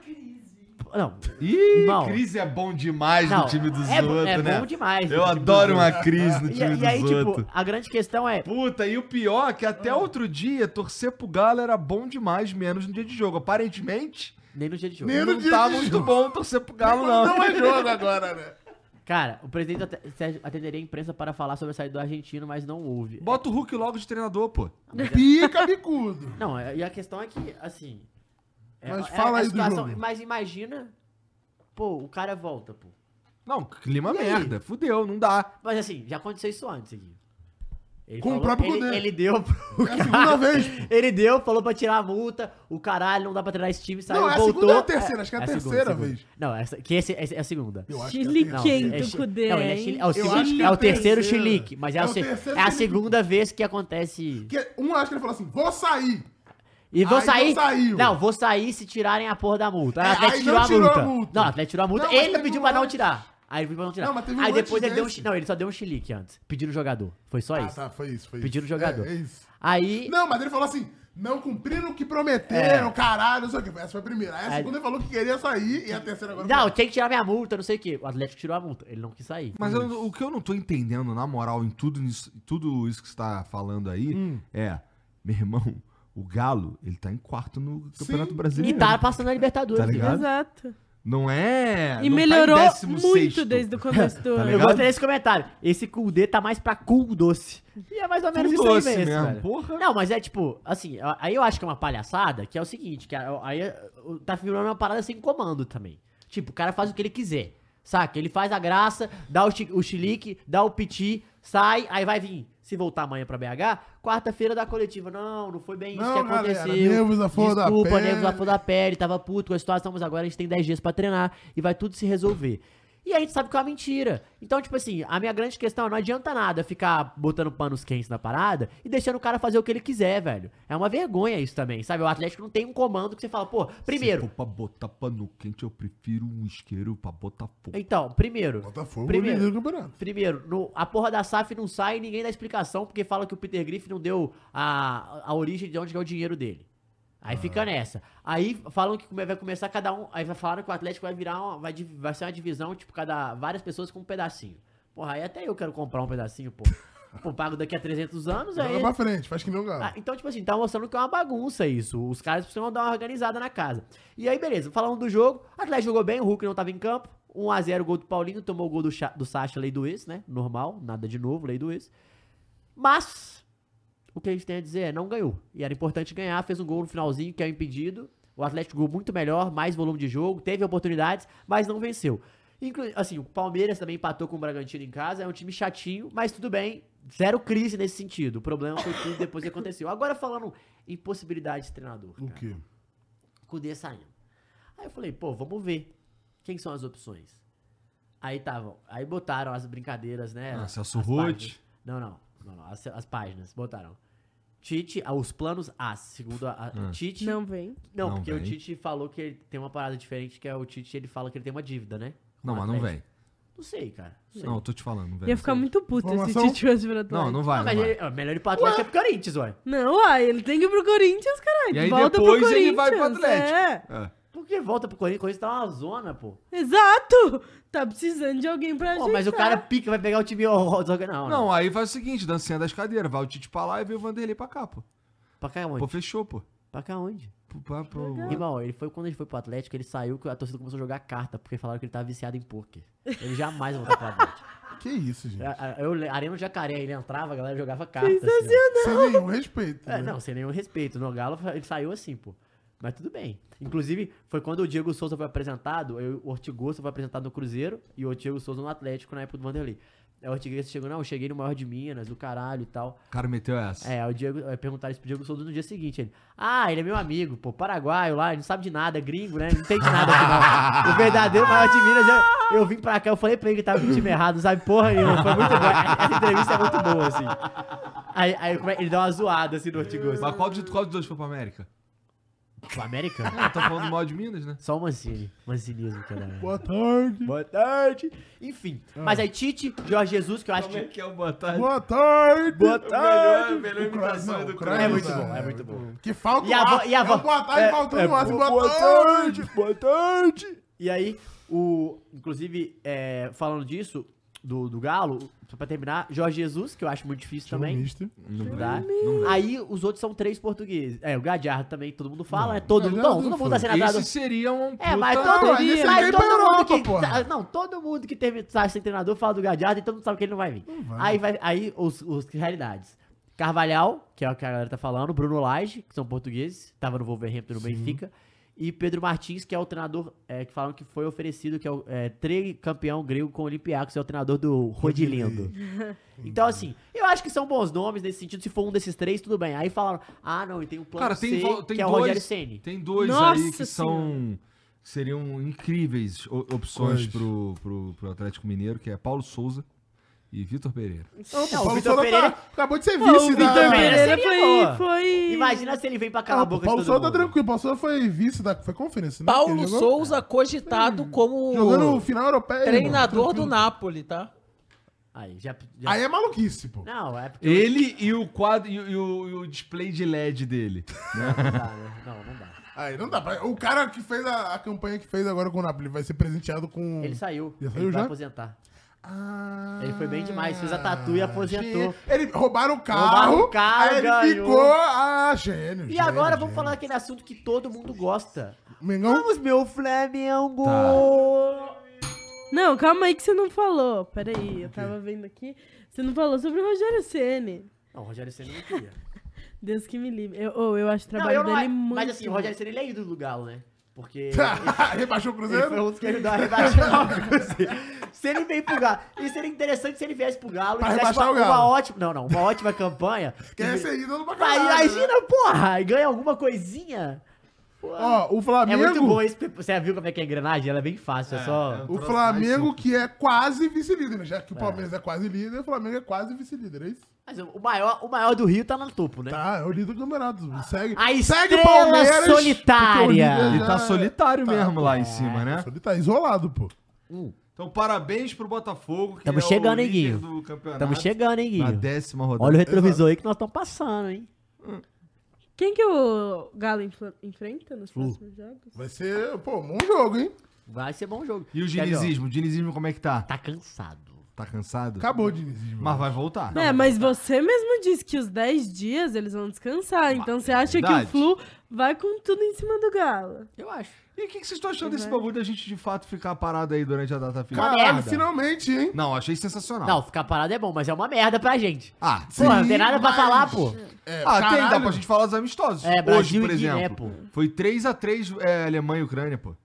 Speaker 1: Não,
Speaker 4: Ih,
Speaker 1: Irmão.
Speaker 4: crise é bom demais
Speaker 1: não.
Speaker 4: no time dos
Speaker 1: é, bo-
Speaker 4: outros,
Speaker 1: é
Speaker 4: né?
Speaker 1: bom demais.
Speaker 4: Eu
Speaker 1: o time
Speaker 4: adoro
Speaker 1: dos
Speaker 4: uma
Speaker 1: outros.
Speaker 4: crise no
Speaker 1: E,
Speaker 4: time
Speaker 1: e
Speaker 4: dos
Speaker 1: aí,
Speaker 4: outros.
Speaker 1: tipo, a grande questão é...
Speaker 4: Puta, e o pior é que até outro dia, torcer pro Galo era bom demais, menos no dia de jogo. Aparentemente,
Speaker 1: Nem no dia de jogo.
Speaker 3: Nem no
Speaker 4: não
Speaker 3: dia
Speaker 4: tá
Speaker 3: de
Speaker 4: muito
Speaker 3: jogo.
Speaker 4: bom torcer pro Galo, não.
Speaker 3: Não é jogo agora, né?
Speaker 1: [LAUGHS] Cara, o presidente at- Sérgio atenderia a imprensa para falar sobre a saída do argentino, mas não houve.
Speaker 4: Bota o Hulk logo de treinador, pô.
Speaker 3: Pica bicudo.
Speaker 1: Não, é- e a questão é que, assim... é-
Speaker 3: Mas
Speaker 1: é-
Speaker 3: fala
Speaker 1: é a
Speaker 3: aí do
Speaker 1: situação-
Speaker 3: jogo.
Speaker 1: Mas imagina... Pô, o cara volta, pô.
Speaker 4: Não, clima
Speaker 1: E aí?
Speaker 4: merda. Fudeu, não dá.
Speaker 1: Mas assim, já aconteceu isso antes aqui. Ele
Speaker 3: Com o próprio
Speaker 1: ele,
Speaker 3: Cudê.
Speaker 1: ele deu pro
Speaker 3: É a
Speaker 1: cara-
Speaker 3: segunda vez.
Speaker 1: [LAUGHS] Ele deu, falou pra tirar a multa, o caralho, não dá pra treinar esse time, saiu,
Speaker 3: Não, é a
Speaker 1: voltou.
Speaker 3: segunda ou a terceira? Acho que é a
Speaker 1: segunda,
Speaker 3: terceira
Speaker 1: segunda.
Speaker 3: vez.
Speaker 1: Não, essa, que esse, essa é a segunda.
Speaker 3: Eu acho que é a
Speaker 4: assim,
Speaker 3: terceira.
Speaker 1: Não, é
Speaker 2: Chiliquento,
Speaker 1: chi-
Speaker 2: Cudê.
Speaker 1: não, ele é chile- é o,
Speaker 2: hein?
Speaker 3: Eu acho
Speaker 1: segundo,
Speaker 3: que
Speaker 1: é o terceiro
Speaker 3: terceiro.
Speaker 1: chilique, mas é,
Speaker 3: É
Speaker 1: o
Speaker 3: o
Speaker 1: se-
Speaker 3: terceiro
Speaker 1: é a
Speaker 3: chilique.
Speaker 1: segunda vez que acontece.
Speaker 3: Porque um acha que ele falou assim, vou sair.
Speaker 1: E vou
Speaker 3: Aí não
Speaker 1: sair.
Speaker 3: saiu.
Speaker 1: Não, vou sair se tirarem a porra da multa. Aí
Speaker 3: É,
Speaker 1: o Atlético
Speaker 3: aí
Speaker 1: tirou,
Speaker 3: não
Speaker 1: a,
Speaker 3: tirou
Speaker 1: multa.
Speaker 3: a multa.
Speaker 1: Não, o Atlético tirou a multa.
Speaker 3: Não, mas
Speaker 1: ele
Speaker 3: teve
Speaker 1: pediu
Speaker 3: um
Speaker 1: pra não
Speaker 3: antes.
Speaker 1: tirar. Aí ele pediu pra não tirar.
Speaker 3: Não, mas teve um
Speaker 1: aí
Speaker 3: antes
Speaker 1: depois ele deu um.
Speaker 3: desse.
Speaker 1: chi- Não, ele só deu um chilique antes. Pedindo o jogador. Foi só
Speaker 3: Ah,
Speaker 1: isso.
Speaker 3: tá, foi isso, foi isso.
Speaker 1: Pedindo o jogador.
Speaker 3: É, é isso.
Speaker 1: Aí.
Speaker 3: Não, mas ele falou assim, não cumpriram o que prometeram, caralho, não sei o que. Essa foi a primeira. Aí
Speaker 1: É.
Speaker 3: a
Speaker 1: Aí-
Speaker 3: segunda ele falou que queria sair e a terceira agora...
Speaker 1: Não, tem que tirar minha multa, não sei o quê. O Atlético tirou a multa. Ele não quis sair.
Speaker 4: Mas eu- o que eu não tô entendendo, na moral, em tudo isso, em tudo isso que você tá falando aí, é, meu irmão, o Galo, ele tá em quarto no Campeonato
Speaker 1: E
Speaker 4: Brasileiro.
Speaker 1: tá passando na Libertadores.
Speaker 4: Tá ligado?
Speaker 2: Exato.
Speaker 4: Não é.
Speaker 2: E
Speaker 4: não tá em
Speaker 2: melhorou
Speaker 4: 16º.
Speaker 2: muito desde o começo do
Speaker 4: [LAUGHS] Tá
Speaker 1: Eu
Speaker 2: ano.
Speaker 4: ligado?
Speaker 1: gostei desse comentário. Esse Kudê tá mais pra cool doce. E é mais ou menos
Speaker 4: Cool
Speaker 1: isso aí
Speaker 4: doce
Speaker 1: mesmo,
Speaker 4: mesmo,
Speaker 1: cara.
Speaker 4: porra.
Speaker 1: Não, mas é tipo, assim, a- aí eu acho que é uma palhaçada, que é o seguinte, cara, aí uh, tá virando uma parada sem comando também. Tipo, o cara faz o que ele quiser, saca? Ele faz a graça, dá o, chi- o chilique, dá o piti, sai, aí vai vir. Se voltar amanhã pra BH, quarta-feira da coletiva. Não, não foi bem isso
Speaker 3: Não,
Speaker 1: que
Speaker 3: galera,
Speaker 1: aconteceu.
Speaker 3: nervos à flor da
Speaker 1: Desculpa,
Speaker 3: pele.
Speaker 1: nervos à flor da pele, tava puto com a situação, mas agora a gente tem 10 dias pra treinar e vai tudo se resolver. E a gente sabe que é uma mentira. Então, tipo assim, a minha grande questão é, não adianta nada ficar botando panos quentes na parada e deixando o cara fazer o que ele quiser, velho. É uma vergonha isso também, sabe? O Atlético não tem um comando que você fala, pô,
Speaker 4: Se
Speaker 1: primeiro.
Speaker 4: for pra botar pano quente, eu prefiro um isqueiro pra botar fogo.
Speaker 1: Então, primeiro.
Speaker 3: Botafogo,
Speaker 1: Primeiro.
Speaker 3: líder do campeonato.
Speaker 1: Primeiro, no- a porra da SAF não sai e ninguém dá explicação, porque fala que o Peter Griffin não deu a, a origem de onde que é o dinheiro dele. Aí
Speaker 3: Ah.
Speaker 1: fica nessa. Aí falam que come- vai começar cada um. Aí vai- falaram que o Atlético vai virar uma, vai, di- vai ser uma divisão, tipo, cada. várias pessoas com um pedacinho. Porra, aí até eu quero comprar um pedacinho,
Speaker 3: [LAUGHS]
Speaker 1: pô. pô, pago daqui a 300 anos,
Speaker 3: Joga
Speaker 1: aí.
Speaker 3: pra frente, faz que nem o Galo.
Speaker 1: Ah, então, tipo assim, tá mostrando que é uma bagunça isso. Os caras precisam dar uma organizada na casa. E aí, beleza, falando do jogo, o Atlético jogou bem, o Hulk não tava em campo. 1x0 gol do Paulinho, tomou o gol do, Cha- do Sacha, lei do ex, né? Normal, nada de novo, lei do ex. Mas, o que a gente tem a dizer é, não ganhou. E era importante ganhar, fez um gol no finalzinho, que é o impedido. O Atlético jogou muito melhor, mais volume de jogo, teve oportunidades, mas não venceu. Inclu assim, o Palmeiras também empatou com o Bragantino em casa, é um time chatinho, mas tudo bem, zero crise nesse sentido. O problema foi tudo depois que aconteceu. Agora falando em possibilidade de treinador,
Speaker 3: O
Speaker 1: cara.
Speaker 3: quê?
Speaker 1: Cudê saindo. Aí eu falei, pô, vamos ver quem são as opções. Aí tavam, aí botaram as brincadeiras, né?
Speaker 4: Ah,
Speaker 1: as-
Speaker 4: Celso
Speaker 1: as
Speaker 4: Roth.
Speaker 1: páginas. Não, não, não, não, as, as páginas, botaram. Tite, ah, os planos A, segundo a, a- Tite.
Speaker 2: Não vem.
Speaker 1: Não,
Speaker 4: Hum. Não
Speaker 1: porque o
Speaker 4: vem.
Speaker 1: Tite falou que ele tem uma parada diferente, que é o Tite, ele fala que ele tem uma dívida, né? Com
Speaker 4: Não,
Speaker 1: o
Speaker 4: mas não
Speaker 1: Atlético.
Speaker 4: vem.
Speaker 1: Não sei, cara. Não, sei.
Speaker 4: Não, eu tô te falando, velho.
Speaker 2: Ia ficar muito puto se
Speaker 3: Informação?
Speaker 2: se Tite fosse pra
Speaker 4: Não, não
Speaker 2: Atlético.
Speaker 4: vai,
Speaker 1: Ah,
Speaker 4: não
Speaker 1: mas
Speaker 4: vai.
Speaker 1: ele, ó, melhor ir pro Atlético é pro Corinthians, ué.
Speaker 2: Não, ai, ele tem que ir pro Corinthians, caralho.
Speaker 4: E aí
Speaker 2: Volta pro
Speaker 4: depois
Speaker 2: Corinthians.
Speaker 4: ele vai pro Atlético.
Speaker 2: É.
Speaker 4: É.
Speaker 1: Por que volta pro Corinthians? O Corinthians tá uma zona, pô.
Speaker 2: Exato! Tá precisando de alguém pra
Speaker 1: Pô,
Speaker 2: gente.
Speaker 1: mas o cara pica, vai pegar o time... ó, ó, Não, não.
Speaker 4: Não, aí faz o seguinte, dancinha das cadeiras, vai o Tite pra lá e vem o Vanderlei pra cá, pô.
Speaker 1: Pra cá onde?
Speaker 4: Pô, fechou, pô.
Speaker 1: Pra cá onde?
Speaker 4: Pro- pra- pro-
Speaker 1: Irmão, ele foi quando ele foi pro Atlético, ele saiu que a torcida começou a jogar carta, porque falaram que ele tava viciado em pôquer. Ele jamais vai voltar pro
Speaker 4: [LAUGHS]
Speaker 1: Atlético.
Speaker 3: Que isso, gente?
Speaker 1: A- a- Eu, le- Arena do Jacaré, ele entrava, a galera jogava carta. assim, ó.
Speaker 3: Sem nenhum respeito.
Speaker 1: É,
Speaker 3: né?
Speaker 1: não, sem nenhum respeito. No Galo ele saiu assim, pô. Mas tudo bem. Inclusive, foi quando o Diego Souza foi apresentado, eu- o Ortigosa foi apresentado no Cruzeiro e o Diego Souza no Atlético na época do Vanderlei. Aí o Ortigosa chegou, não, eu cheguei no maior de Minas, do caralho e tal.
Speaker 4: O cara meteu essa.
Speaker 1: É, o Diego, é, perguntaram isso pro Diego Souza no dia seguinte. Ele, ah, ele é meu amigo, pô, paraguaio lá, ele não sabe de nada, é gringo, né? Não entende nada aqui, não. O verdadeiro maior de Minas, eu, eu vim pra cá, eu falei pra ele que tava no time errado, não sabe porra nenhuma. Foi muito boa. Essa entrevista é muito boa, assim. Aí, aí como é- ele dá uma zoada, assim, no Ortigosa.
Speaker 4: Mas qual, de, qual dos dois foi pra América?
Speaker 1: O América?
Speaker 4: Ah, tá falando mal de Minas, né?
Speaker 1: Só o Mancini. Mancinismo, cara.
Speaker 3: Boa tarde.
Speaker 1: Boa tarde. Enfim. Mas aí, Tite, Jorge Jesus, que eu acho que.
Speaker 4: que é o boa tarde? É
Speaker 3: Boa tarde.
Speaker 1: Boa tarde.
Speaker 4: melhor
Speaker 3: imitação do Cross.
Speaker 1: É muito bom, é muito bom.
Speaker 3: Que falta
Speaker 1: E a
Speaker 3: um
Speaker 1: vo-
Speaker 3: ar.
Speaker 1: e a é
Speaker 3: É
Speaker 1: vo-
Speaker 3: um boa tarde, faltando um ar. assim, Boa, tarde.
Speaker 4: boa tarde.
Speaker 1: E aí, o. Inclusive, é, falando disso, do, do Galo, só pra terminar, Jorge Jesus, que eu acho muito difícil também.
Speaker 3: Mister.
Speaker 4: Não
Speaker 1: Não
Speaker 4: vai,
Speaker 1: dá.
Speaker 4: não vai.
Speaker 1: Aí os outros são três portugueses. É, o Gadiardo também, todo mundo fala, né? Todo,
Speaker 3: Gadiardo
Speaker 1: não, todo mundo tá
Speaker 3: foi.
Speaker 1: sendo atrás do-
Speaker 4: Esse seria um
Speaker 1: É,
Speaker 4: puta-
Speaker 1: mas
Speaker 3: Não,
Speaker 1: todo,
Speaker 3: mas esse
Speaker 1: mas
Speaker 3: veio
Speaker 1: todo
Speaker 3: pra
Speaker 1: mundo
Speaker 3: Europa,
Speaker 1: que.
Speaker 3: porra.
Speaker 1: Não, todo mundo que teve, sai sem treinador fala do Gadiardo e todo mundo sabe que ele não vai vir.
Speaker 3: vai.
Speaker 1: Aí vai. Aí os, os realidades. Carvalhal, que é o que a galera tá falando, Bruno Lage, que são portugueses, tava no Wolverhampton e no Benfica, e Pedro Martins, que é o treinador é, que falam que foi oferecido, que é o é, tricampeão grego com o Olympiacos, é o treinador do Rodilindo. [LAUGHS] então, assim, eu acho que são bons nomes nesse sentido. Se for um desses três, tudo bem. Aí falaram, ah, não, e tem o plano
Speaker 4: Cara, tem,
Speaker 1: C,
Speaker 4: vo- tem
Speaker 1: que é o Rogério
Speaker 4: dois.
Speaker 1: Ceni.
Speaker 4: Tem dois
Speaker 2: Nossa
Speaker 4: aí que são. que seriam incríveis o- opções
Speaker 3: Quais?
Speaker 4: pro, pro, pro Atlético Mineiro, que é Paulo Souza e Vitor Pereira.
Speaker 1: Não,
Speaker 3: Paulo
Speaker 1: o Vitor
Speaker 3: Souza
Speaker 1: Pereira.
Speaker 3: tá- acabou de ser
Speaker 2: Não,
Speaker 3: vice
Speaker 2: o
Speaker 3: da...
Speaker 2: Vitor Pereira
Speaker 1: Seria boa.
Speaker 2: foi, foi.
Speaker 1: Imagina se ele vem pra calar
Speaker 3: Ah,
Speaker 1: a boca
Speaker 3: o Paulo
Speaker 1: de todo
Speaker 3: Souza tá
Speaker 1: mundo.
Speaker 3: tranquilo. O Paulo Souza foi vice da... Foi conferência, né?
Speaker 5: Paulo
Speaker 3: Ele jogou-
Speaker 5: Souza cogitado como
Speaker 3: Jogou no final europeia.
Speaker 5: treinador
Speaker 3: irmão.
Speaker 5: do Napoli, tá?
Speaker 1: Aí, já, já-
Speaker 3: Aí é maluquice, pô.
Speaker 1: Não, é porque...
Speaker 4: Ele e o quadro e o, e o- e o display de LED dele.
Speaker 1: Não dá, né? Não, não dá.
Speaker 3: Aí não dá pra... O cara que fez a, a campanha que fez agora com o Napoli vai ser presenteado com...
Speaker 1: Ele saiu.
Speaker 3: Já saiu
Speaker 1: ele vai
Speaker 3: já?
Speaker 1: aposentar.
Speaker 3: Ah,
Speaker 1: Ele foi bem demais, fez a tatu e aposentou.
Speaker 3: gente. Ele roubaram o carro,
Speaker 1: Roubaram o carro,
Speaker 3: aí ele
Speaker 1: ganhou.
Speaker 3: ficou... Ah, gênio,
Speaker 1: E
Speaker 3: gênio,
Speaker 1: agora vamos
Speaker 3: gênio.
Speaker 1: falar daquele assunto que todo mundo gosta.
Speaker 3: Mengão,
Speaker 1: Vamos, meu Flamengo!
Speaker 3: Tá.
Speaker 2: Não, calma aí que você não falou. Peraí, eu tava vendo aqui. Você não falou sobre o Rogério Ceni.
Speaker 1: Não, o Rogério Senna não queria.
Speaker 2: Deus que me livre. Eu, oh, eu acho o
Speaker 1: não,
Speaker 2: trabalho dele muito.
Speaker 1: Mas assim, o
Speaker 2: bom.
Speaker 1: Rogério Senna ele é ídolo do Galo, né? Porque
Speaker 3: [LAUGHS] Tá rebaixou o
Speaker 1: ele foi
Speaker 3: Cruzeiro?
Speaker 1: um dos que ajudou a rebaixar o Cruzeiro. assim. Se ele vem pro Galo, e seria interessante se ele viesse pro Galo
Speaker 3: Pra
Speaker 1: e fizesse uma,
Speaker 3: rebaixar o Galo. é
Speaker 1: uma ótima. Não, não, uma ótima campanha.
Speaker 3: Quer ser ídolo pra
Speaker 1: Aí,
Speaker 3: caralho, né?
Speaker 1: imagina, porra, e ganha alguma coisinha. Pô,
Speaker 3: Ó, o
Speaker 1: é
Speaker 3: Flamengo...
Speaker 1: muito bom esse. Você viu como é que é a engrenagem? Ela é bem fácil, é, só.
Speaker 4: é um
Speaker 3: O
Speaker 4: troço
Speaker 3: Flamengo
Speaker 4: mais
Speaker 3: que é quase vice-líder, né? Já que o Palmeiras é quase líder, o Flamengo é quase vice-líder, é isso?
Speaker 1: Mas o maior, o maior do Rio tá no topo, né?
Speaker 3: Tá, é o líder do campeonato. Segue,
Speaker 4: Ah,
Speaker 1: A
Speaker 3: segue
Speaker 1: estrela solitária.
Speaker 3: porque o líder
Speaker 4: Ele
Speaker 3: já-
Speaker 4: tá solitário
Speaker 3: tá,
Speaker 4: mesmo lá em cima, né?
Speaker 3: Solitário, tá isolado, pô.
Speaker 4: Então, parabéns pro Botafogo, que
Speaker 1: Tamo
Speaker 4: é
Speaker 1: chegando,
Speaker 4: o
Speaker 1: hein,
Speaker 4: líder
Speaker 1: Guinho?
Speaker 4: do campeonato.
Speaker 1: Estamos chegando, hein,
Speaker 4: Na
Speaker 1: Guinho?
Speaker 4: décima rodada.
Speaker 1: Olha o retrovisor aí que nós estamos passando, hein?
Speaker 2: Quem que o Galo enfla- enfrenta
Speaker 1: Uh.
Speaker 2: nos próximos jogos?
Speaker 3: Vai ser, pô, um bom jogo, hein?
Speaker 1: Vai ser bom jogo.
Speaker 4: E o
Speaker 1: Quer ver, ó?
Speaker 4: dinizismo? O dinizismo como é que tá?
Speaker 1: Tá cansado.
Speaker 4: Tá cansado?
Speaker 3: Acabou de início.
Speaker 4: Mas vai voltar.
Speaker 2: é, mas
Speaker 1: tá.
Speaker 2: você mesmo disse que os 10 dias eles vão descansar. Então você acha que
Speaker 4: verdade.
Speaker 2: o Flu vai com tudo em cima do Galo.
Speaker 1: Eu acho.
Speaker 4: E o que, que vocês estão achando desse bagulho da gente de fato ficar parado aí durante a data final?
Speaker 3: Caralho,
Speaker 1: merda.
Speaker 3: finalmente, hein?
Speaker 4: Não, achei sensacional.
Speaker 1: é, Não, ficar parado é bom, mas é uma merda pra gente.
Speaker 4: Ah,
Speaker 1: Pô, não tem nada pra
Speaker 3: mas-
Speaker 1: falar, pô.
Speaker 3: É,
Speaker 4: ah tem,
Speaker 3: caralho.
Speaker 4: dá pra gente falar dos amistosos.
Speaker 1: É,
Speaker 4: Hoje,
Speaker 1: Brasil
Speaker 4: por
Speaker 1: e Guiné,
Speaker 4: exemplo. Foi 3x3 é, Alemanha e Ucrânia, pô.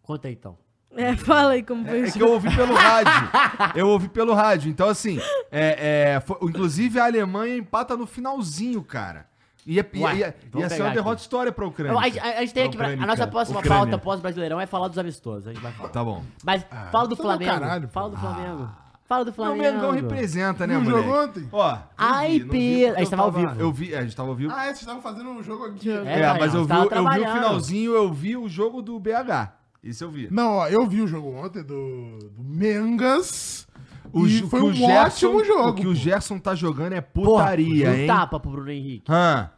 Speaker 1: Conta aí, então.
Speaker 2: É, fala aí como foi o
Speaker 4: É, é que
Speaker 2: jogo.
Speaker 4: eu ouvi pelo rádio. Eu ouvi pelo rádio. Então, assim, é, é, foi- inclusive a Alemanha empata no finalzinho, cara. é, Ia, ia,
Speaker 1: Ué,
Speaker 4: ia,
Speaker 1: vamos
Speaker 4: ia ser
Speaker 1: pegar
Speaker 4: uma
Speaker 1: aqui.
Speaker 4: derrota história pra Ucrânia.
Speaker 1: Então, a, a- a gente tem aqui. pra- A nossa
Speaker 4: Ucrânica.
Speaker 1: próxima
Speaker 4: Ucrânia.
Speaker 1: pauta pós-brasileirão é falar dos amistosos. A gente vai falar.
Speaker 4: Tá bom.
Speaker 1: Mas fala do
Speaker 3: tá do
Speaker 1: Flamengo.
Speaker 3: caralho, pô.
Speaker 1: fala do Flamengo. Fala do
Speaker 4: O
Speaker 3: é
Speaker 1: Flamengo.
Speaker 3: um
Speaker 4: Mengão representa, né,
Speaker 3: Viu o
Speaker 4: moleque?
Speaker 3: jogo ontem?
Speaker 4: Ó,
Speaker 1: Ai,
Speaker 4: eu vi,
Speaker 1: Pedro.
Speaker 4: não vi porque
Speaker 1: A gente
Speaker 4: eu
Speaker 1: tava ao vivo.
Speaker 4: Eu vi, é, a gente tava ao vivo.
Speaker 3: Ah, é, vocês estavam fazendo o jogo aqui.
Speaker 1: É,
Speaker 4: é,
Speaker 1: Daiane,
Speaker 4: mas eu
Speaker 1: você
Speaker 4: vi,
Speaker 1: tava
Speaker 4: eu vi o
Speaker 1: trabalhando.
Speaker 4: finalzinho, eu vi o jogo do BH. Isso eu vi.
Speaker 3: Não, ó, eu vi o jogo ontem do, do Mengas.
Speaker 4: O,
Speaker 3: e
Speaker 4: ju-
Speaker 3: foi
Speaker 4: que
Speaker 3: um
Speaker 4: o Gerson-
Speaker 3: ótimo jogo.
Speaker 4: O que o
Speaker 3: pô.
Speaker 4: Gerson tá jogando é
Speaker 1: Porra, tá-
Speaker 4: putaria,
Speaker 1: deu
Speaker 4: hein?
Speaker 1: tapa pro Bruno Henrique.
Speaker 4: Hã?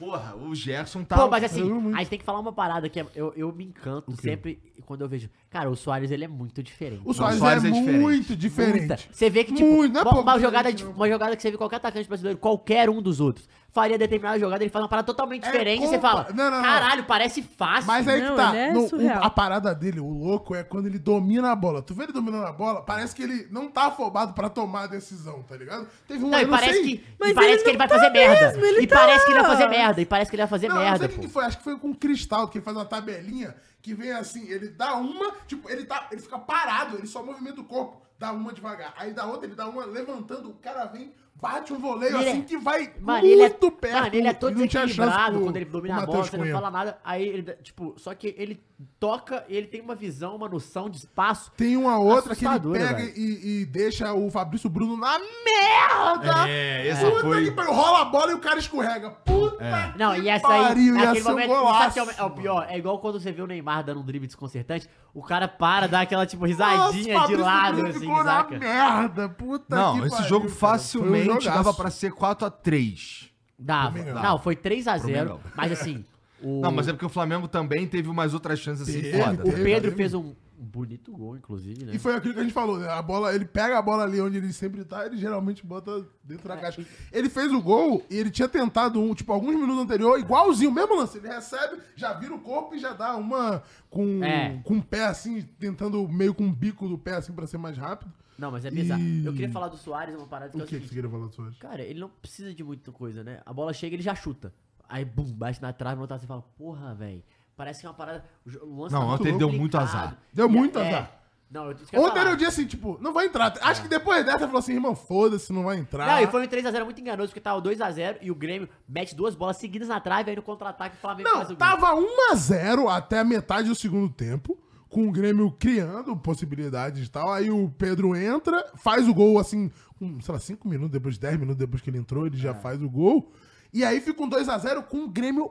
Speaker 4: Porra, o Gerson tá.
Speaker 1: Pô, mas assim,
Speaker 3: eu muito.
Speaker 1: a gente tem que falar uma parada que é- eu, eu me encanto sempre quando eu vejo. Cara, o Soares, ele é muito diferente.
Speaker 3: O Soares,
Speaker 4: Soares
Speaker 3: é,
Speaker 4: é diferente.
Speaker 3: muito diferente.
Speaker 1: Muita. Você vê que, tipo,
Speaker 3: Muito, não é
Speaker 1: uma,
Speaker 3: pouco
Speaker 1: uma jogada,
Speaker 3: diferente,
Speaker 1: de-
Speaker 3: não.
Speaker 1: uma jogada que você vê qualquer atacante brasileiro, qualquer um dos outros, faria determinada jogada, ele faz uma parada totalmente
Speaker 3: É
Speaker 1: diferente e você
Speaker 3: compa-
Speaker 1: fala,
Speaker 3: Não, não, não.
Speaker 1: caralho, parece fácil.
Speaker 3: Mas aí que
Speaker 2: Não,
Speaker 3: tá.
Speaker 2: ele é
Speaker 3: no- o-
Speaker 2: surreal.
Speaker 3: a parada dele, o louco, é quando ele domina a bola. Tu vê ele dominando a bola, parece que ele não tá afobado pra tomar a decisão, tá ligado? Teve um
Speaker 1: não, e
Speaker 3: eu não
Speaker 1: parece
Speaker 3: sei-
Speaker 1: que, e
Speaker 2: Mas ele
Speaker 1: parece que
Speaker 2: não
Speaker 1: ele vai
Speaker 2: tá
Speaker 1: fazer merda.
Speaker 2: mesmo, ele
Speaker 1: E parece
Speaker 2: tá.
Speaker 1: que ele vai fazer merda. E parece que ele vai fazer
Speaker 3: Não, não
Speaker 1: merda,
Speaker 3: sei o que
Speaker 1: pô.
Speaker 3: que foi. Acho que foi com o Cristal, que ele faz uma tabelinha que vem assim, ele dá uma, tipo, ele, tá, ele fica parado, ele só movimenta o corpo, dá uma devagar. Aí dá outra, ele dá uma levantando, o cara vem, bate um voleio
Speaker 1: Ele é-
Speaker 3: assim que vai
Speaker 1: Mano, ele é,
Speaker 3: muito perto.
Speaker 1: mano, ele é todo
Speaker 3: Não tinha chance
Speaker 1: desequilibrado
Speaker 3: pro-
Speaker 1: quando ele domina
Speaker 3: pro
Speaker 1: a bola,
Speaker 3: Matheus
Speaker 1: você não
Speaker 3: Cunha.
Speaker 1: fala nada. Aí ele, dá- tipo, só que ele toca, ele tem uma visão, uma noção de espaço.
Speaker 3: Tem uma outra que ele
Speaker 1: Assustadora,
Speaker 3: pega
Speaker 1: velho.
Speaker 3: e, e deixa o Fabrício Bruno na merda!
Speaker 4: É, essa
Speaker 3: Puta
Speaker 4: foi- É.
Speaker 3: que pariu, rola a bola e o cara escorrega. Puta que
Speaker 1: Não, e essa aí,
Speaker 3: pariu, ia
Speaker 1: naquele
Speaker 3: ser um
Speaker 1: momento, sabe
Speaker 3: golaço,
Speaker 1: que é o, é o pior? É igual quando você vê o Neymar dando um drible desconcertante, o cara para, dá aquela, tipo, risadinha
Speaker 3: Nossa,
Speaker 1: de
Speaker 3: Fabrício
Speaker 1: lado,
Speaker 3: Bruno
Speaker 1: assim,
Speaker 3: ficou na
Speaker 1: saca?
Speaker 3: merda, puta
Speaker 4: Não,
Speaker 3: que
Speaker 4: esse
Speaker 3: pariu,
Speaker 4: jogo
Speaker 3: cara.
Speaker 4: facilmente
Speaker 3: Foi um jogaço.
Speaker 4: dava pra ser 4x3.
Speaker 1: Dava.
Speaker 3: Pro Mengão.
Speaker 1: Não, foi 3x0,
Speaker 4: Mengão.
Speaker 1: mas
Speaker 4: [LAUGHS]
Speaker 1: assim, o,
Speaker 4: Não, mas é porque o Flamengo também teve umas outras chances assim
Speaker 3: Teve,
Speaker 4: foda.
Speaker 1: o
Speaker 3: teve.
Speaker 1: Pedro fez um bonito gol, inclusive, né?
Speaker 3: E foi aquilo que a gente falou, né? A bola, ele pega a bola ali onde ele sempre tá, ele geralmente bota dentro
Speaker 1: É.
Speaker 3: da caixa. Ele fez o gol e ele tinha tentado um, tipo, alguns minutos anterior, igualzinho, mesmo lance. Ele recebe, já vira o corpo e já dá uma com,
Speaker 1: É.
Speaker 3: com o pé assim, tentando meio com o bico do pé assim pra ser mais rápido.
Speaker 1: Não, mas é bizarro.
Speaker 3: E-
Speaker 1: Eu queria falar do Soares, uma parada que é
Speaker 3: O
Speaker 1: o
Speaker 3: que, que você
Speaker 1: seguinte,
Speaker 3: queria falar do Soares?
Speaker 1: cara, ele não precisa de muita coisa, né? A bola chega, ele já chuta. Aí, bum, bate na trave, no outro lado, você fala, porra, velho. Parece que é uma parada. o jo- O lance
Speaker 4: Não,
Speaker 1: tá
Speaker 4: ontem deu
Speaker 1: complicado.
Speaker 4: muito azar.
Speaker 3: Deu muito
Speaker 1: É.
Speaker 3: azar.
Speaker 1: Não, eu isso que eu ia
Speaker 3: Ontem
Speaker 1: falar. É.
Speaker 3: era o dia assim, tipo, não vai entrar. Acho que depois dessa ele falou assim, irmão, foda-se, não vai entrar.
Speaker 1: Não, e foi um 3x0 muito enganoso, porque tava 2x0 e o Grêmio mete duas bolas seguidas na trave, aí no contra-ataque o Flamengo
Speaker 3: Não,
Speaker 1: faz o gol.
Speaker 3: tava 1x0 até a metade do segundo tempo, com o Grêmio criando possibilidades e tal. Aí o Pedro entra, faz o gol assim, com, sei lá, 5 minutos depois, 10 minutos depois que ele entrou, ele
Speaker 1: É.
Speaker 3: já faz o gol. E aí fica um 2x0 com o Grêmio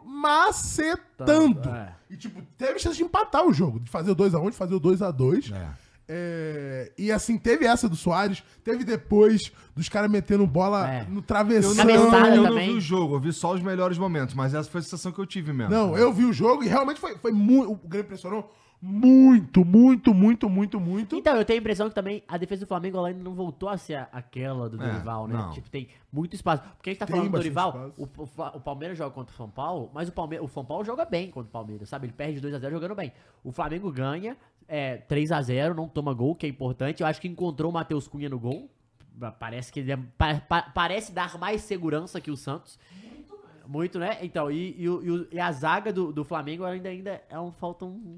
Speaker 3: macetando.
Speaker 1: Tanto, é.
Speaker 3: E tipo, teve chance de empatar o jogo, de fazer o 2x1, de fazer o 2x2.
Speaker 4: É.
Speaker 3: É, e assim, teve essa do Soares, teve depois dos caras metendo bola
Speaker 1: É.
Speaker 3: no
Speaker 4: Eu
Speaker 3: travessão.
Speaker 4: não,
Speaker 1: Cabeçada
Speaker 4: eu não
Speaker 1: também.
Speaker 4: vi o jogo, eu vi só os melhores momentos, mas essa foi a sensação que eu tive mesmo.
Speaker 3: Não, eu vi o jogo e realmente foi, foi muito. O Grêmio pressionou muito, muito, muito, muito, muito.
Speaker 1: Então, eu tenho a impressão que também a defesa do Flamengo ela ainda não voltou a ser a- aquela do
Speaker 4: É,
Speaker 1: Dorival, né?
Speaker 4: não.
Speaker 1: Tipo, tem muito espaço. Porque a gente tá
Speaker 3: Tem
Speaker 1: falando do
Speaker 3: bastante
Speaker 1: Dorival, o,
Speaker 3: espaço.
Speaker 1: o Fla- o Palmeiras joga contra o São Paulo, mas o, Palme o São Paulo joga bem contra o Palmeiras, sabe? Ele perde 2x0 jogando bem. O Flamengo ganha é, 3x0, não toma gol, que é importante. Eu acho que encontrou o Matheus Cunha no gol. Pa- Parece que ele é- pa- pa- parece dar mais segurança que o Santos. Muito, né? Então, e, e o- e o- e a zaga do, do Flamengo ainda, ainda é um, falta um-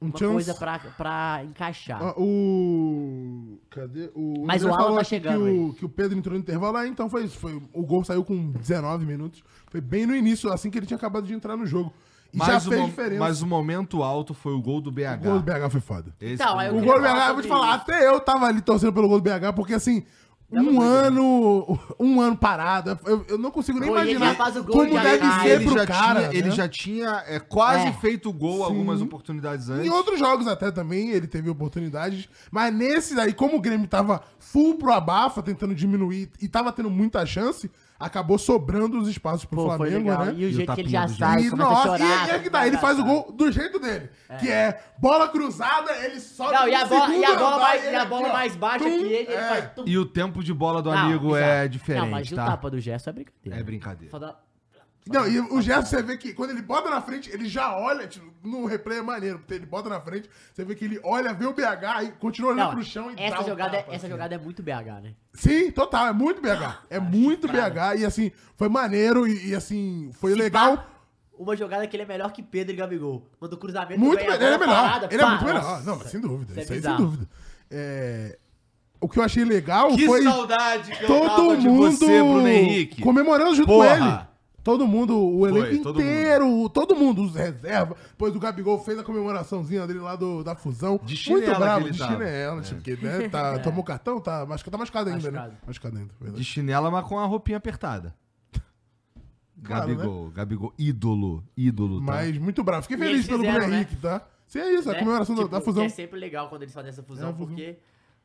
Speaker 3: Um
Speaker 1: uma
Speaker 3: chance.
Speaker 1: coisa pra, pra encaixar.
Speaker 3: Ah, o. Cadê? O
Speaker 1: Mas
Speaker 3: André
Speaker 1: o Alan
Speaker 3: falou
Speaker 1: tá
Speaker 3: aqui
Speaker 1: chegando
Speaker 3: Que o, que o Pedro entrou no intervalo, ah, então foi isso. Foi, o gol saiu com 19 minutos. Foi bem no início, assim que ele tinha acabado de entrar no jogo. E já
Speaker 4: mas, o
Speaker 3: fez
Speaker 4: mo-
Speaker 3: diferença.
Speaker 4: mas o momento alto foi o gol do BH.
Speaker 3: O gol do BH foi foda.
Speaker 4: Esse
Speaker 1: Então,
Speaker 4: foi
Speaker 1: aí
Speaker 4: o
Speaker 1: eu
Speaker 3: é O
Speaker 4: gol.
Speaker 3: gol do
Speaker 1: queria
Speaker 3: BH,
Speaker 1: falar
Speaker 3: eu vou te
Speaker 1: sobre
Speaker 3: falar, até eu tava ali torcendo pelo gol do BH, porque assim, um ano, um ano parado, eu, eu não consigo nem
Speaker 1: Pô, e ele
Speaker 3: imaginar
Speaker 1: já faz o gol,
Speaker 3: como
Speaker 1: já
Speaker 3: deve
Speaker 1: cai.
Speaker 3: ser
Speaker 4: ele,
Speaker 3: pro
Speaker 4: já
Speaker 3: cara.
Speaker 4: tinha, ele
Speaker 3: né?
Speaker 4: já tinha é, quase
Speaker 1: É.
Speaker 4: feito gol algumas oportunidades antes.
Speaker 3: Em outros jogos até também ele teve oportunidades, mas nesse daí, como o Grêmio tava full pro abafa, tentando diminuir e tava tendo muita chance, acabou sobrando os espaços pro
Speaker 1: Pô, foi
Speaker 3: Flamengo,
Speaker 1: legal.
Speaker 3: né?
Speaker 1: E o
Speaker 4: E o
Speaker 1: jeito que ele já
Speaker 4: tapinha do
Speaker 1: sai,
Speaker 3: E,
Speaker 1: começa a chorar.
Speaker 3: nossa,
Speaker 1: né,
Speaker 3: e, e é que tá, ele faz o gol do jeito dele, que é bola cruzada, ele sobe
Speaker 1: Não, e a
Speaker 3: no
Speaker 1: bola, e a
Speaker 3: segundo
Speaker 1: bola,
Speaker 3: andar,
Speaker 1: mais,
Speaker 3: ele
Speaker 1: e a
Speaker 3: aqui,
Speaker 1: bola
Speaker 3: ó,
Speaker 1: mais baixa
Speaker 3: tum,
Speaker 1: que ele, ele
Speaker 3: é.
Speaker 1: faz tudo.
Speaker 4: E o tempo de bola do amigo é diferente,
Speaker 1: Não, mas o
Speaker 4: tá?
Speaker 1: tapa do Gerson é brincadeira.
Speaker 4: É brincadeira.
Speaker 1: Foda-
Speaker 3: Não, e o Gerson, você vê que quando ele bota na frente, ele já olha, tipo, no replay é maneiro, porque ele bota na frente, você vê que ele olha, vê o BH e continua olhando
Speaker 1: Não,
Speaker 3: pro chão e
Speaker 1: essa,
Speaker 3: um
Speaker 1: jogada,
Speaker 3: tapa,
Speaker 1: é, essa
Speaker 3: assim.
Speaker 1: jogada é muito BH, né?
Speaker 3: Sim, total, é muito
Speaker 4: Ah,
Speaker 3: BH. É
Speaker 4: tá
Speaker 3: muito BH e assim, foi maneiro e, e, assim, foi
Speaker 1: Se
Speaker 3: legal.
Speaker 1: pá, Uma jogada que ele é melhor que Pedro e Gabigol. Manda o cruzamento.
Speaker 3: Muito
Speaker 1: ganha a
Speaker 3: melhor.
Speaker 1: bola
Speaker 3: Ele é melhor.
Speaker 1: parada,
Speaker 3: ele é
Speaker 1: pá,
Speaker 3: muito melhor.
Speaker 1: nossa.
Speaker 3: Não, mas sem dúvida.
Speaker 1: Isso é
Speaker 3: Isso, aí, sem
Speaker 1: bizarro.
Speaker 3: dúvida. É, O que eu achei legal
Speaker 4: Que
Speaker 3: foi
Speaker 4: saudade que eu
Speaker 3: todo
Speaker 4: tava de
Speaker 3: mundo
Speaker 4: você, Bruno Henrique.
Speaker 3: comemorando junto
Speaker 4: Porra.
Speaker 3: com ele. Todo mundo, o elenco
Speaker 4: todo
Speaker 3: inteiro, todo mundo, os reserva. Pois o Gabigol fez a comemoraçãozinha dele lá do, da fusão.
Speaker 4: De chinela
Speaker 3: Muito
Speaker 4: que
Speaker 3: bravo,
Speaker 4: ele
Speaker 3: de
Speaker 4: tava. É.
Speaker 3: chinelo, tipo, que,
Speaker 4: [LAUGHS]
Speaker 3: né? Tá, Tomou cartão, tá machucado, tá machucado ainda, né?
Speaker 1: Machucado.
Speaker 3: Machucado ainda, verdade.
Speaker 4: De chinela, mas com a roupinha apertada.
Speaker 3: Claro, né?
Speaker 4: Gabigol, Gabigol, ídolo, ídolo, tá?
Speaker 3: Mas muito bravo. Fiquei
Speaker 1: E
Speaker 3: feliz
Speaker 1: eles
Speaker 3: pelo
Speaker 1: fizeram,
Speaker 3: Bruno
Speaker 1: né?
Speaker 3: Henrique, tá? Sim, é isso, a
Speaker 1: Né?
Speaker 3: comemoração da-
Speaker 1: Tipo,
Speaker 3: da fusão.
Speaker 1: que É sempre legal quando eles fazem essa fusão,
Speaker 3: É, fusão.
Speaker 1: porque...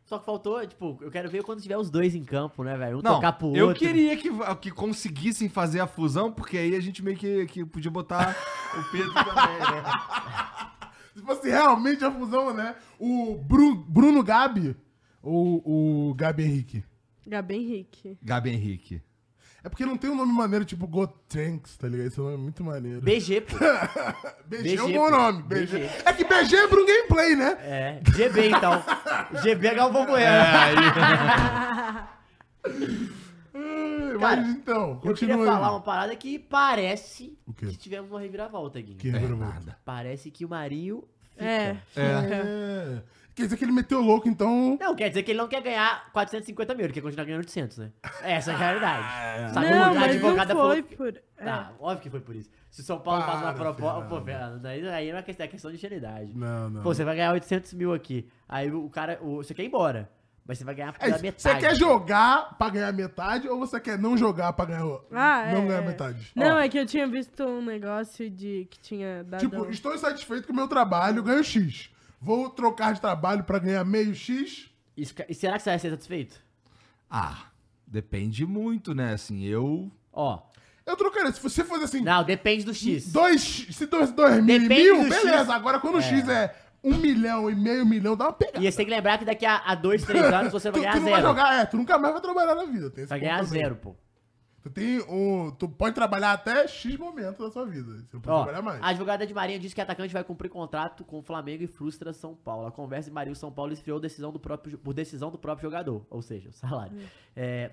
Speaker 1: Só que faltou, tipo, eu quero ver quando tiver os dois em campo, né, velho? Um
Speaker 4: Não,
Speaker 1: tocar pro outro.
Speaker 4: eu queria que, que conseguissem fazer a fusão, porque aí a gente meio que, que podia
Speaker 3: [LAUGHS]
Speaker 4: botar o Pedro também, né?
Speaker 3: Se fosse Tipo assim, realmente a fusão, né? O Bru- Bruno Gabi ou o Gabi Henrique?
Speaker 2: Gabi Henrique.
Speaker 4: Gabi Henrique.
Speaker 3: É porque não tem um nome maneiro tipo Gotranks, tá ligado? Esse nome é muito maneiro.
Speaker 1: BG, pô.
Speaker 3: BG, é um
Speaker 1: BG,
Speaker 3: bom
Speaker 1: pô.
Speaker 3: nome. BG.
Speaker 1: BG.
Speaker 3: É que BG é pro gameplay, né?
Speaker 1: É, GB
Speaker 3: [LAUGHS]
Speaker 1: então. GB é Galvão Bueno.
Speaker 3: Ai,
Speaker 1: Hum, Cara,
Speaker 3: Mas então,
Speaker 1: Eu queria
Speaker 3: continua
Speaker 1: falar um
Speaker 3: aí.
Speaker 1: uma parada que parece
Speaker 3: O quê?
Speaker 1: que tivemos uma reviravolta, Guinho.
Speaker 3: Que revolta.
Speaker 1: Parece que o Marinho.
Speaker 2: É. fica.
Speaker 3: É. Quer dizer que ele meteu louco, então.
Speaker 1: Não, quer dizer que ele não quer ganhar 450 mil, ele quer continuar ganhando 800, né?
Speaker 3: Ah,
Speaker 1: Essa é a realidade. Sabe,
Speaker 2: Não,
Speaker 1: o- Tá a
Speaker 2: mas não
Speaker 1: advogada
Speaker 2: foi
Speaker 1: falou.
Speaker 2: por... é.
Speaker 1: Tá, óbvio que foi por isso. Se o São Paulo
Speaker 3: Para,
Speaker 1: faz uma proposta.
Speaker 3: Fernando.
Speaker 1: Pô, Fernando, daí, aí não é questão, é questão de ingenuidade.
Speaker 3: Não, não.
Speaker 1: Pô, você vai ganhar 800 mil aqui. Aí o cara. o- você quer ir embora, mas você vai ganhar
Speaker 3: É
Speaker 1: pela
Speaker 3: isso.
Speaker 1: metade.
Speaker 3: Você quer jogar pra ganhar metade ou você quer não jogar pra ganhar,
Speaker 2: Ah,
Speaker 3: não
Speaker 2: é,
Speaker 3: ganhar
Speaker 2: é.
Speaker 3: metade?
Speaker 2: Não, é que eu tinha visto um negócio de que tinha dado... um-
Speaker 3: Tipo, estou insatisfeito com o meu trabalho, ganho X. Vou trocar de trabalho pra ganhar meio X.
Speaker 1: Isso- e será que você vai ser satisfeito?
Speaker 4: Ah, depende muito, né? Assim, eu.
Speaker 1: Ó.
Speaker 3: Eu trocaria. Se você fosse assim,
Speaker 1: Não, depende do X.
Speaker 3: dois, X- se dois, dois mil, e
Speaker 1: Depende
Speaker 3: mil,
Speaker 1: do X.
Speaker 3: beleza. Agora, quando o X é um milhão e meio milhão, dá uma pegada.
Speaker 1: E você tem que lembrar que daqui a, a dois,
Speaker 3: [LAUGHS]
Speaker 1: três anos você vai
Speaker 3: tu, tu
Speaker 1: ganhar
Speaker 3: não
Speaker 1: zero.
Speaker 3: vai jogar, é, tu nunca mais vai trabalhar na vida. Tem esse
Speaker 1: Vai
Speaker 3: ponto
Speaker 1: ganhar
Speaker 3: também.
Speaker 1: zero, pô.
Speaker 3: Tu, tem um, tu pode trabalhar até X momento da sua vida. Você não pode
Speaker 1: Ó,
Speaker 3: trabalhar mais.
Speaker 1: a advogada de Marinho diz que atacante vai cumprir contrato com o Flamengo e frustra São Paulo. A conversa em Marinho São Paulo esfriou decisão do próprio, jo- por decisão do próprio jogador, ou seja, o salário. É,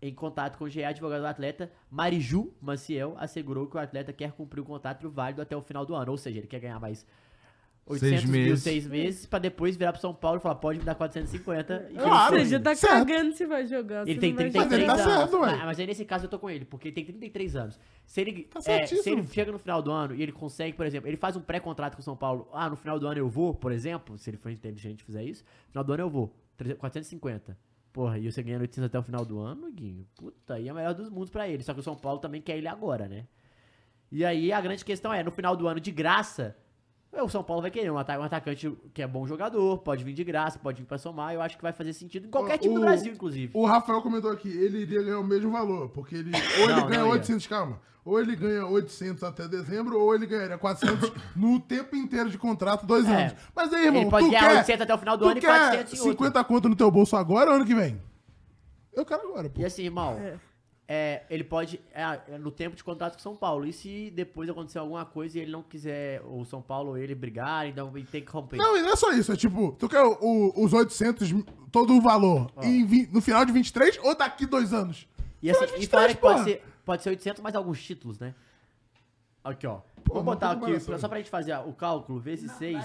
Speaker 1: Em contato com o GE, advogado do atleta, Mariju Maciel assegurou que o atleta quer cumprir o contrato válido até o final do ano. Ou seja, ele quer ganhar mais 800
Speaker 4: Seis
Speaker 1: mil,
Speaker 4: meses.
Speaker 1: seis meses, pra depois virar pro São Paulo e falar, pode me dar 450. E
Speaker 3: Claro.
Speaker 2: Ou seja, tá
Speaker 3: certo.
Speaker 2: cagando se vai jogar. se
Speaker 1: ele tem
Speaker 2: não vai
Speaker 1: 33
Speaker 3: Mas ele tá
Speaker 1: anos.
Speaker 3: certo, ué.
Speaker 1: Ah, mas aí nesse caso eu tô com ele, porque ele tem 33 anos. Se ele,
Speaker 3: Tá
Speaker 1: é,
Speaker 3: certíssimo.
Speaker 1: se ele chega no final do ano e ele consegue, por exemplo, ele faz um pré-contrato com o São Paulo. Ah, no final do ano eu vou, por exemplo, se ele for inteligente e fizer isso, no final do ano eu vou. 300, 450. Porra, e você ganhando 800 até o final do ano, Guinho? Puta, aí é o melhor dos mundos pra ele. Só que o São Paulo também quer ele agora, né? E aí a grande questão é, no final do ano de graça, o São Paulo vai querer um, ata- um atacante que é bom jogador, pode vir de graça, pode vir pra somar. Eu acho que vai fazer sentido em qualquer time do
Speaker 3: O-
Speaker 1: Brasil, inclusive.
Speaker 3: O Rafael comentou aqui, ele iria ganhar o mesmo valor, porque ele ou ele
Speaker 1: Não,
Speaker 3: ganha
Speaker 1: não ia.
Speaker 3: 800, calma, ou ele ganha 800 até dezembro, ou ele
Speaker 1: [LAUGHS]
Speaker 3: ganharia 400 no tempo inteiro de contrato, dois
Speaker 1: É.
Speaker 3: anos. Mas aí, irmão,
Speaker 1: Ele pode
Speaker 3: tu
Speaker 1: ganhar
Speaker 3: quer,
Speaker 1: 800 até o final do
Speaker 3: tu
Speaker 1: ano e
Speaker 3: quer
Speaker 1: 400 em outro.
Speaker 3: 50 conto no teu bolso agora ou ano que vem? Eu quero agora, pô.
Speaker 1: E assim, irmão, é, ele pode. É, é no tempo de contrato com São Paulo. E se depois acontecer alguma coisa e ele não quiser, ou São Paulo ou ele brigarem, então ele tem que romper.
Speaker 3: Não, e não é só isso, é tipo, tu quer o- o- os 800, todo o valor, em vi- no final de 23 ou daqui
Speaker 1: [LAUGHS]
Speaker 3: dois anos?
Speaker 1: e
Speaker 3: Final
Speaker 1: assim,
Speaker 3: de
Speaker 1: e fora
Speaker 3: 23,
Speaker 1: que pode
Speaker 3: porra.
Speaker 1: ser, pode ser 800 mais alguns títulos, né? Aqui, ó.
Speaker 3: Pô,
Speaker 1: Vou
Speaker 3: não
Speaker 1: botar
Speaker 3: tem
Speaker 1: aqui,
Speaker 3: comparação.
Speaker 1: pra- só pra gente fazer o cálculo, vezes 6.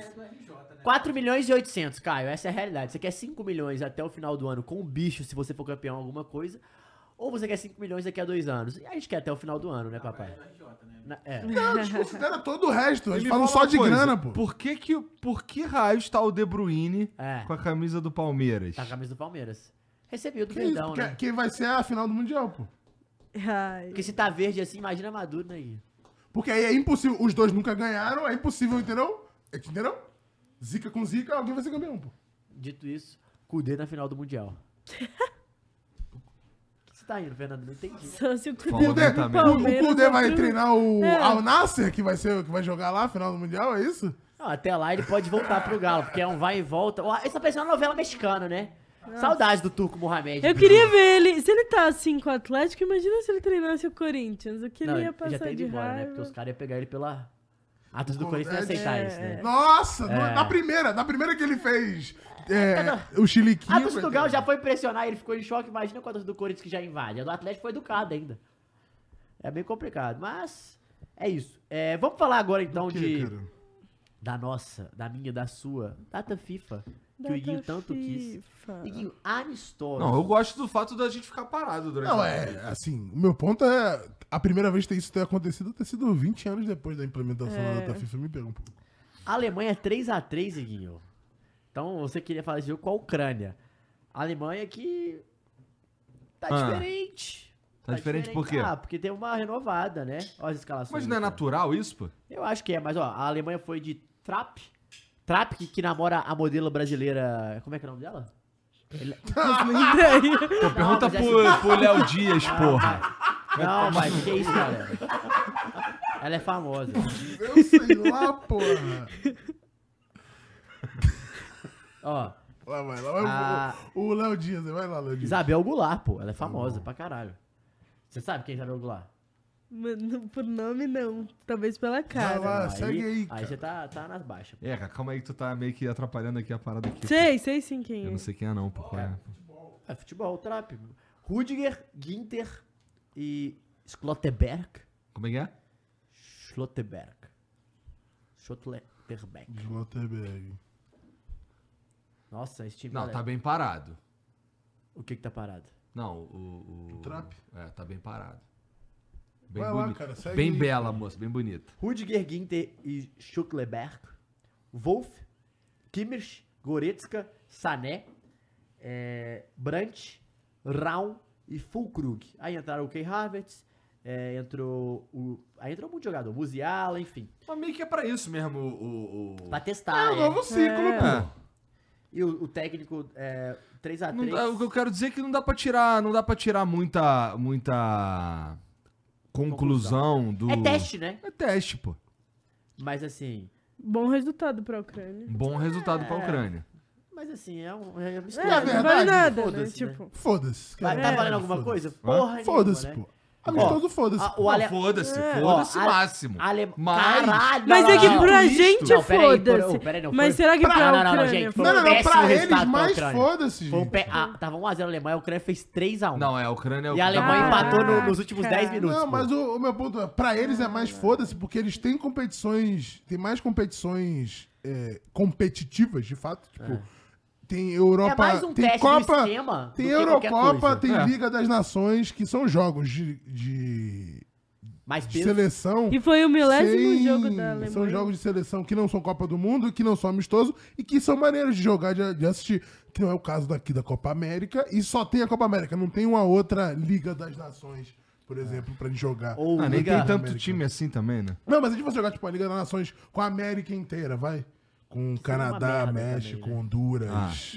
Speaker 1: 4 milhões e 800, Caio. Essa é a realidade. Você quer 5 milhões até o final do ano com o bicho, se você for campeão em alguma coisa. Ou você quer 5 milhões daqui a dois anos? E a gente quer até o final do ano, né, papai? Na- É.
Speaker 2: [LAUGHS]
Speaker 3: Não, desconsidera todo o resto, eles
Speaker 4: Me
Speaker 3: falam
Speaker 4: fala
Speaker 3: só
Speaker 4: uma
Speaker 3: de
Speaker 4: coisa,
Speaker 3: grana, pô.
Speaker 4: Por que que, por que raios tá o De Bruyne
Speaker 1: É.
Speaker 4: com a camisa do Palmeiras?
Speaker 1: Tá a camisa do Palmeiras. Recebeu do
Speaker 3: Que isso,
Speaker 1: Verdão,
Speaker 3: porque-
Speaker 1: né?
Speaker 3: que vai ser a final do Mundial, pô.
Speaker 2: Ai,
Speaker 1: Porque se tá verde assim, imagina maduro, né? Gui?
Speaker 3: Porque aí é impossível. Os dois nunca ganharam, é impossível, entendeu? É que- Entendeu? Zica com zica, alguém vai ser campeão, pô.
Speaker 1: Dito isso, Cudê na final do
Speaker 2: [LAUGHS]
Speaker 1: Mundial. O que você tá indo, Fernando? Não entendi.
Speaker 2: só se o
Speaker 4: Fala
Speaker 2: Cudê
Speaker 3: Kudê-
Speaker 4: do
Speaker 3: o
Speaker 4: Palmeiras.
Speaker 3: o Kudê vai
Speaker 2: pro-
Speaker 3: treinar o
Speaker 2: É.
Speaker 3: Al Nasser, que vai, ser, que vai jogar lá, final do Mundial, é isso?
Speaker 1: Não, até lá ele pode voltar pro Galo, porque é um vai e volta. Ó, Isso tá parecendo uma novela mexicana, né? Saudades do Turco Mohamed.
Speaker 2: Eu queria ver ele. Se ele tá assim com o Atlético, imagina se ele treinasse o Corinthians. O que
Speaker 1: Não,
Speaker 2: ele
Speaker 1: ele
Speaker 2: ia
Speaker 1: já
Speaker 2: passar
Speaker 1: tem ido
Speaker 2: de
Speaker 1: embora, né?
Speaker 2: raiva.
Speaker 1: Porque os caras iam pegar ele pela. A torcida do Corinthians não ia
Speaker 3: É,
Speaker 1: aceitar
Speaker 2: é,
Speaker 1: isso, né?
Speaker 3: Nossa, no-
Speaker 1: É.
Speaker 3: na primeira, na primeira que ele fez é, o Chiliquinho.
Speaker 1: A torcida Ah, do Galo
Speaker 3: coitado.
Speaker 1: já foi pressionar, ele ficou em choque. Imagina com a torcida do Corinthians que já invade. A do Atlético foi educada ainda. É bem complicado, mas é isso. É, vamos falar agora então
Speaker 3: Que,
Speaker 1: de
Speaker 3: cara?
Speaker 1: da nossa, da minha, da sua, data FIFA que o
Speaker 2: Data
Speaker 1: Guinho tanto quis.
Speaker 2: FIFA.
Speaker 1: E Guinho, amistosos.
Speaker 4: Não, eu gosto do fato da gente ficar parado durante
Speaker 3: Não,
Speaker 4: a-
Speaker 3: é, assim, o meu ponto é. A primeira vez que isso ter acontecido ter sido 20 anos depois da implementação da, da FIFA, me pega um pouco.
Speaker 1: A Alemanha 3x3, Guinho. Então você queria falar esse jogo com a Ucrânia. A Alemanha que tá
Speaker 4: Ah.
Speaker 1: diferente.
Speaker 4: Tá diferente por quê?
Speaker 1: Ah, porque tem uma renovada, né? Olha as escalações.
Speaker 4: Mas não é
Speaker 1: aqui, ó.
Speaker 4: natural isso, pô?
Speaker 1: Eu acho que é, mas ó, a Alemanha foi de Trap. Trap, que, que namora a modelo brasileira. Como é que é o nome dela? Ele-
Speaker 4: Pô, pergunta
Speaker 1: mas é
Speaker 4: pro, pro Léo Dias, porra.
Speaker 1: [LAUGHS]
Speaker 4: É
Speaker 1: Não, mas que isso, cara? Ela é famosa.
Speaker 3: Eu sei lá, porra.
Speaker 1: Ó,
Speaker 3: Lá vai, lá vai o-
Speaker 1: Ah.
Speaker 3: o o Léo Dias, vai lá, Léo Dias.
Speaker 1: Isabel Goulart, pô. Ela é famosa pra caralho. Você sabe quem é Isabel Goulart?
Speaker 2: Mano, por nome não. Talvez pela
Speaker 3: Vai
Speaker 2: cara.
Speaker 3: lá. Ah, segue aí,
Speaker 1: Aí
Speaker 3: cara.
Speaker 1: você tá, tá nas baixas.
Speaker 4: É, cara, calma aí que tu tá meio que atrapalhando aqui a parada aqui.
Speaker 2: Sei, sei sim quem
Speaker 4: Eu
Speaker 2: é.
Speaker 4: não sei quem é não, pô. qual é?
Speaker 1: É futebol, Trap. Rudiger, Ginter e Schlotterberg.
Speaker 4: Como é que é?
Speaker 1: Schlotterberg. Schlotterberg.
Speaker 3: Schlotterberg.
Speaker 1: Nossa, esse time...
Speaker 4: Não,
Speaker 1: olha,
Speaker 4: tá bem parado.
Speaker 1: O que que tá parado?
Speaker 4: Não, o... O,
Speaker 3: O Trap?
Speaker 4: É, tá bem parado. Bem
Speaker 3: Vai lá,
Speaker 4: bonito.
Speaker 3: cara, segue
Speaker 4: Bem
Speaker 3: aí.
Speaker 4: bela, moça, bem bonita.
Speaker 1: Rudiger, Ginter e Schuckleberg. Wolf, Kimmich, Goretzka, Sané, eh, Brandt, Raum e Fulkrug. Aí entraram o Key Havertz, eh, entrou o... Aí entrou muito jogador. Musiala, enfim.
Speaker 4: Mas meio que é pra isso mesmo o... o, o...
Speaker 1: Pra
Speaker 3: É
Speaker 1: testar,
Speaker 3: um
Speaker 1: né?
Speaker 3: novo ciclo,
Speaker 4: É.
Speaker 3: pô.
Speaker 1: E o, o técnico é, 3x3.
Speaker 4: Não dá- o que eu quero dizer é que não dá pra tirar, não dá para tirar muita muita conclusão, do
Speaker 1: É teste, né?
Speaker 4: É teste, pô.
Speaker 1: Mas assim...
Speaker 2: Bom resultado pra Ucrânia.
Speaker 4: Um bom resultado
Speaker 1: É.
Speaker 4: pra Ucrânia.
Speaker 1: Mas assim, é um... É, um
Speaker 2: É,
Speaker 1: mistério,
Speaker 2: não
Speaker 1: né?
Speaker 3: verdade,
Speaker 2: vale nada, né?
Speaker 1: Foda-se, né?
Speaker 2: Tipo,
Speaker 3: Foda-se.
Speaker 1: Vai,
Speaker 3: cara.
Speaker 1: tá valendo alguma
Speaker 3: Foda-se.
Speaker 1: coisa? Porra nenhuma,
Speaker 3: é. Foda-se,
Speaker 1: né?
Speaker 3: pô. Amistoso, foda-se.
Speaker 1: Ah, o Ale...
Speaker 4: Foda-se,
Speaker 2: É.
Speaker 4: foda-se
Speaker 1: Ó, Ale-
Speaker 4: máximo.
Speaker 1: Ale...
Speaker 4: Mas-
Speaker 1: Caralho,
Speaker 2: Mas
Speaker 1: olha
Speaker 2: é que
Speaker 1: lá, ó.
Speaker 2: pra
Speaker 4: Cristo.
Speaker 2: gente
Speaker 1: Não, peraí, foi-
Speaker 2: foda-se.
Speaker 1: peraí, não,
Speaker 2: Mas
Speaker 1: foi-
Speaker 2: será que
Speaker 1: Pra-
Speaker 2: pra
Speaker 1: não, não, não,
Speaker 2: Ucrânia
Speaker 1: gente,
Speaker 2: foi-
Speaker 1: foi- um
Speaker 3: não, não, não,
Speaker 1: péssimo
Speaker 3: um pra
Speaker 1: resultado
Speaker 3: eles,
Speaker 1: pra
Speaker 3: mais
Speaker 1: Ucrânia.
Speaker 3: foda-se,
Speaker 1: Foi um
Speaker 3: gente.
Speaker 1: pé... ah, tava 1x0 a Alemanha, a Ucrânia fez 3x1.
Speaker 4: Não, é, a Ucrânia é
Speaker 1: E a
Speaker 3: Ah.
Speaker 1: Alemanha
Speaker 2: Caraca.
Speaker 1: empatou no- nos últimos 10 minutos.
Speaker 3: Não,
Speaker 1: pô. Ah,
Speaker 3: mas o, o meu ponto é, pra eles é mais foda-se, porque eles têm competições, tem mais competições é, competitivas, de fato, tipo, tem Europa,
Speaker 1: É mais um
Speaker 3: tem
Speaker 1: teste
Speaker 3: Copa,
Speaker 1: do esquema
Speaker 3: tem
Speaker 1: do que qualquer
Speaker 3: Eurocopa,
Speaker 1: coisa.
Speaker 3: tem
Speaker 4: É.
Speaker 3: Liga das Nações, que são jogos de, de-
Speaker 1: Mas
Speaker 3: de
Speaker 1: pelo-
Speaker 3: seleção.
Speaker 2: E foi o milésimo
Speaker 3: sem-
Speaker 2: jogo da Alemanha.
Speaker 3: São jogos de seleção que não são Copa do Mundo, que não são amistoso e que são maneiras de jogar, de, de assistir. Que não é o caso daqui da Copa América. E só tem a Copa América, não tem uma outra Liga das Nações, por exemplo, pra gente jogar.
Speaker 1: ou
Speaker 4: Ah, nem
Speaker 1: Liga-
Speaker 4: tem tanto
Speaker 3: América.
Speaker 4: time assim também, né?
Speaker 3: Não, mas a gente vai jogar, tipo, a Liga das Nações com a América inteira, vai? Com Canadá,
Speaker 1: é merda
Speaker 3: México,
Speaker 1: também, né?
Speaker 3: Honduras.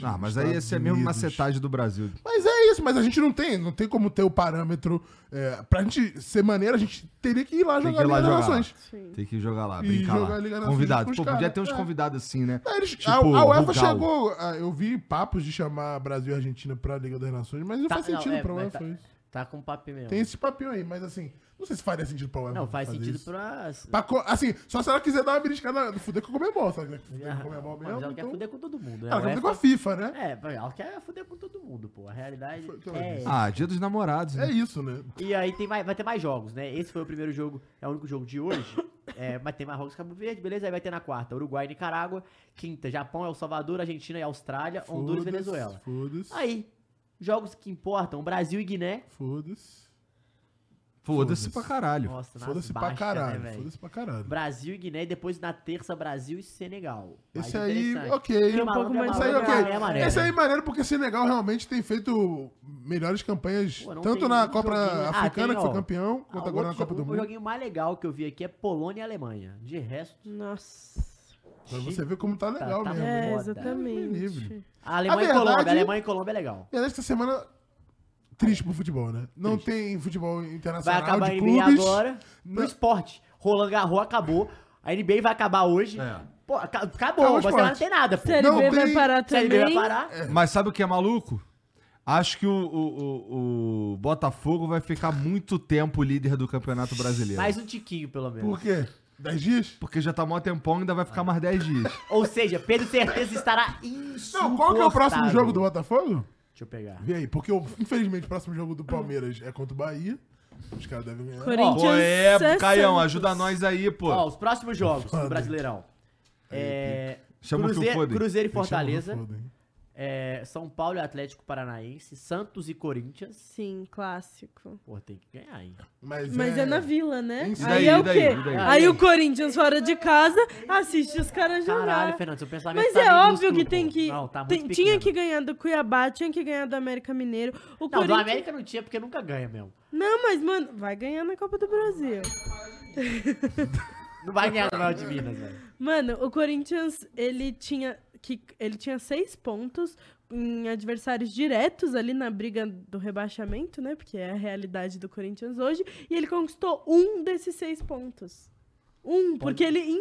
Speaker 4: Ah, ah, mas aí ia ser a mesma
Speaker 3: mesmo
Speaker 4: macetagem do Brasil.
Speaker 3: Mas é isso, mas a gente não tem, não tem como ter o parâmetro. É, pra gente ser maneira, a gente teria que ir lá
Speaker 4: Tem
Speaker 3: jogar
Speaker 4: que
Speaker 3: a
Speaker 4: ir
Speaker 3: Liga
Speaker 4: lá
Speaker 3: das
Speaker 4: jogar.
Speaker 3: Nações.
Speaker 2: Sim.
Speaker 4: Tem que jogar lá,
Speaker 3: E
Speaker 4: brincar
Speaker 3: jogar a Liga
Speaker 4: lá.
Speaker 3: Nacional
Speaker 4: Convidado.
Speaker 3: com os
Speaker 4: Pô,
Speaker 3: caras,
Speaker 4: podia ter uns
Speaker 3: é.
Speaker 4: convidados assim, né?
Speaker 3: Não, É, eles-
Speaker 4: Tipo,
Speaker 3: a, a UEFA
Speaker 4: Rugal.
Speaker 3: chegou. a- eu vi papos de chamar Brasil e Argentina pra Liga das Nações, mas não
Speaker 1: Tá,
Speaker 3: faz
Speaker 1: não,
Speaker 3: sentido
Speaker 1: é,
Speaker 3: pra
Speaker 1: mas
Speaker 3: UEFA.
Speaker 1: tá-
Speaker 3: isso.
Speaker 1: Tá com papo mesmo.
Speaker 3: Tem esse papinho aí, mas assim, não sei se faria sentido pra UEFA.
Speaker 1: Não, faz
Speaker 3: fazer
Speaker 1: sentido
Speaker 3: isso.
Speaker 1: pra.
Speaker 3: Pra co- assim, só se ela quiser dar uma beliscada no fuder com o Comebol, sabe? Ela quer Fuder com o
Speaker 1: Ah,
Speaker 3: Comebol
Speaker 1: mas
Speaker 3: mesmo.
Speaker 1: ela quer
Speaker 3: então-
Speaker 1: fuder com todo mundo. né?
Speaker 3: Ela quer
Speaker 1: A
Speaker 3: fuder com a
Speaker 1: UEFA-
Speaker 3: FIFA, né?
Speaker 1: É, pra- ela quer fuder com todo mundo, pô. A realidade
Speaker 3: Foi o que ela
Speaker 1: é.
Speaker 3: disse.
Speaker 4: Ah, dia dos namorados,
Speaker 3: É
Speaker 4: né?
Speaker 3: isso, né?
Speaker 1: E aí tem mais, vai ter mais jogos, né? Esse foi o primeiro jogo, é o único jogo de hoje. [LAUGHS] É, mas tem Marrocos e Cabo Verde, beleza? Aí vai ter na quarta Uruguai e Nicarágua. Quinta, Japão, El Salvador, Argentina e Austrália. É Honduras e
Speaker 3: Foda-se,
Speaker 1: Venezuela.
Speaker 3: Foda-se.
Speaker 1: Aí, jogos que importam: Brasil e Guiné.
Speaker 3: Foda-se.
Speaker 4: Foda-se
Speaker 3: Foda-se.
Speaker 4: pra caralho.
Speaker 1: Nossa, nas
Speaker 3: Foda-se pra
Speaker 1: baixas, né,
Speaker 3: caralho.
Speaker 1: velho?
Speaker 3: Foda-se pra caralho.
Speaker 1: Brasil e Guiné, e depois na terça, Brasil e Senegal. Mais
Speaker 3: Esse aí,
Speaker 1: é interessante.
Speaker 3: ok.
Speaker 1: E
Speaker 2: um pouco
Speaker 1: malandro é
Speaker 2: mais
Speaker 3: Esse
Speaker 1: malandro,
Speaker 3: aí,
Speaker 2: legal.
Speaker 1: malandro é
Speaker 3: ok.
Speaker 1: maneiro.
Speaker 3: Esse aí é maneiro porque Senegal realmente tem feito melhores campanhas,
Speaker 1: Pô, não
Speaker 3: tanto
Speaker 1: tem
Speaker 3: na
Speaker 1: um
Speaker 3: Copa
Speaker 1: joguinho. Ah,
Speaker 3: Africana,
Speaker 1: tem,
Speaker 3: que foi
Speaker 1: ó.
Speaker 3: campeão,
Speaker 1: Ah,
Speaker 3: quanto
Speaker 1: o
Speaker 3: um agora na
Speaker 1: outro
Speaker 3: Copa do
Speaker 1: jogo- O
Speaker 3: Mundo.
Speaker 1: joguinho mais legal que eu vi aqui é Polônia e Alemanha. De resto,
Speaker 2: Nossa.
Speaker 3: Pra você ver como tá legal
Speaker 1: tá
Speaker 3: mesmo.
Speaker 2: É,
Speaker 1: Foda.
Speaker 3: Deus me livre.
Speaker 2: exatamente.
Speaker 1: a Alemanha
Speaker 3: A
Speaker 1: e Colômbia.
Speaker 3: verdade-
Speaker 1: A Alemanha e Colômbia é legal.
Speaker 3: E aliás, essa semana, triste pro futebol, né? Não tem futebol
Speaker 1: Vai
Speaker 3: internacional
Speaker 1: acabar a
Speaker 3: de
Speaker 1: NBA
Speaker 3: clubes.
Speaker 1: agora pro
Speaker 3: Não.
Speaker 1: esporte. Roland Garros acabou. A NBA vai acabar hoje.
Speaker 4: É.
Speaker 1: Pô, aca-
Speaker 3: Acabou o
Speaker 1: acabou, mas agora não
Speaker 3: esporte.
Speaker 1: tem nada, pô.
Speaker 2: Série
Speaker 3: Não
Speaker 2: B vai
Speaker 3: tem-
Speaker 2: parar
Speaker 1: Série
Speaker 2: também.
Speaker 1: B vai parar.
Speaker 4: Mas sabe o que é maluco? Acho que o, o- o- o Botafogo vai ficar muito tempo líder do Campeonato Brasileiro.
Speaker 1: Mais um tiquinho, pelo menos.
Speaker 3: Por quê? Dez dias?
Speaker 4: Porque já tá mó tempão e ainda vai ficar mais 10 dias.
Speaker 1: Ou seja, Pedro Certeza estará insuportável.
Speaker 3: Não, qual que é o próximo jogo do Botafogo?
Speaker 1: Deixa eu pegar.
Speaker 3: Vê aí, porque o- infelizmente o próximo jogo do Palmeiras é contra o Bahia. Os caras devem ganhar.
Speaker 2: Corinthians.
Speaker 4: Pô, é,
Speaker 2: é
Speaker 4: Caião,
Speaker 2: Santos.
Speaker 4: ajuda nós aí, pô.
Speaker 1: Ó, os próximos jogos do
Speaker 3: Foda.
Speaker 1: Brasileirão. É,
Speaker 4: Chama o que eu
Speaker 1: Cruzeiro,
Speaker 4: fodem.
Speaker 1: Cruzeiro e
Speaker 3: Eles chamam de
Speaker 1: Fortaleza.
Speaker 3: foda, hein?
Speaker 1: é, São Paulo e Atlético Paranaense. Santos e Corinthians.
Speaker 2: Sim, clássico.
Speaker 1: Pô, tem que ganhar, hein?
Speaker 3: Mas,
Speaker 2: Mas é, na vila, né?
Speaker 3: Isso
Speaker 2: aí
Speaker 4: daí,
Speaker 2: é o
Speaker 4: daí,
Speaker 2: quê?
Speaker 4: daí.
Speaker 2: Aí o Corinthians fora de casa assiste os caras
Speaker 1: Caralho,
Speaker 2: jogar.
Speaker 1: Fernando, seu pensamento
Speaker 2: Mas
Speaker 1: tá
Speaker 2: é óbvio
Speaker 1: minúsculo,
Speaker 2: que
Speaker 1: pô.
Speaker 2: tem que.
Speaker 1: Não, tá muito
Speaker 2: tem- tinha
Speaker 1: pequeno.
Speaker 2: que ganhar do Cuiabá, tinha que ganhar do América Mineiro. O
Speaker 1: Não, do
Speaker 2: Corinthians.
Speaker 1: América não tinha, porque nunca ganha mesmo.
Speaker 2: Não, mas, mano, vai ganhar na Copa do Brasil.
Speaker 1: Não vai ganhar do Maior de Minas,
Speaker 2: [LAUGHS]
Speaker 1: velho.
Speaker 2: Mano, o Corinthians, ele tinha, que, ele tinha seis pontos em adversários diretos ali na briga do rebaixamento, né? Porque é a realidade do Corinthians hoje. E ele conquistou um desses seis pontos. Um, porque ele
Speaker 1: Mas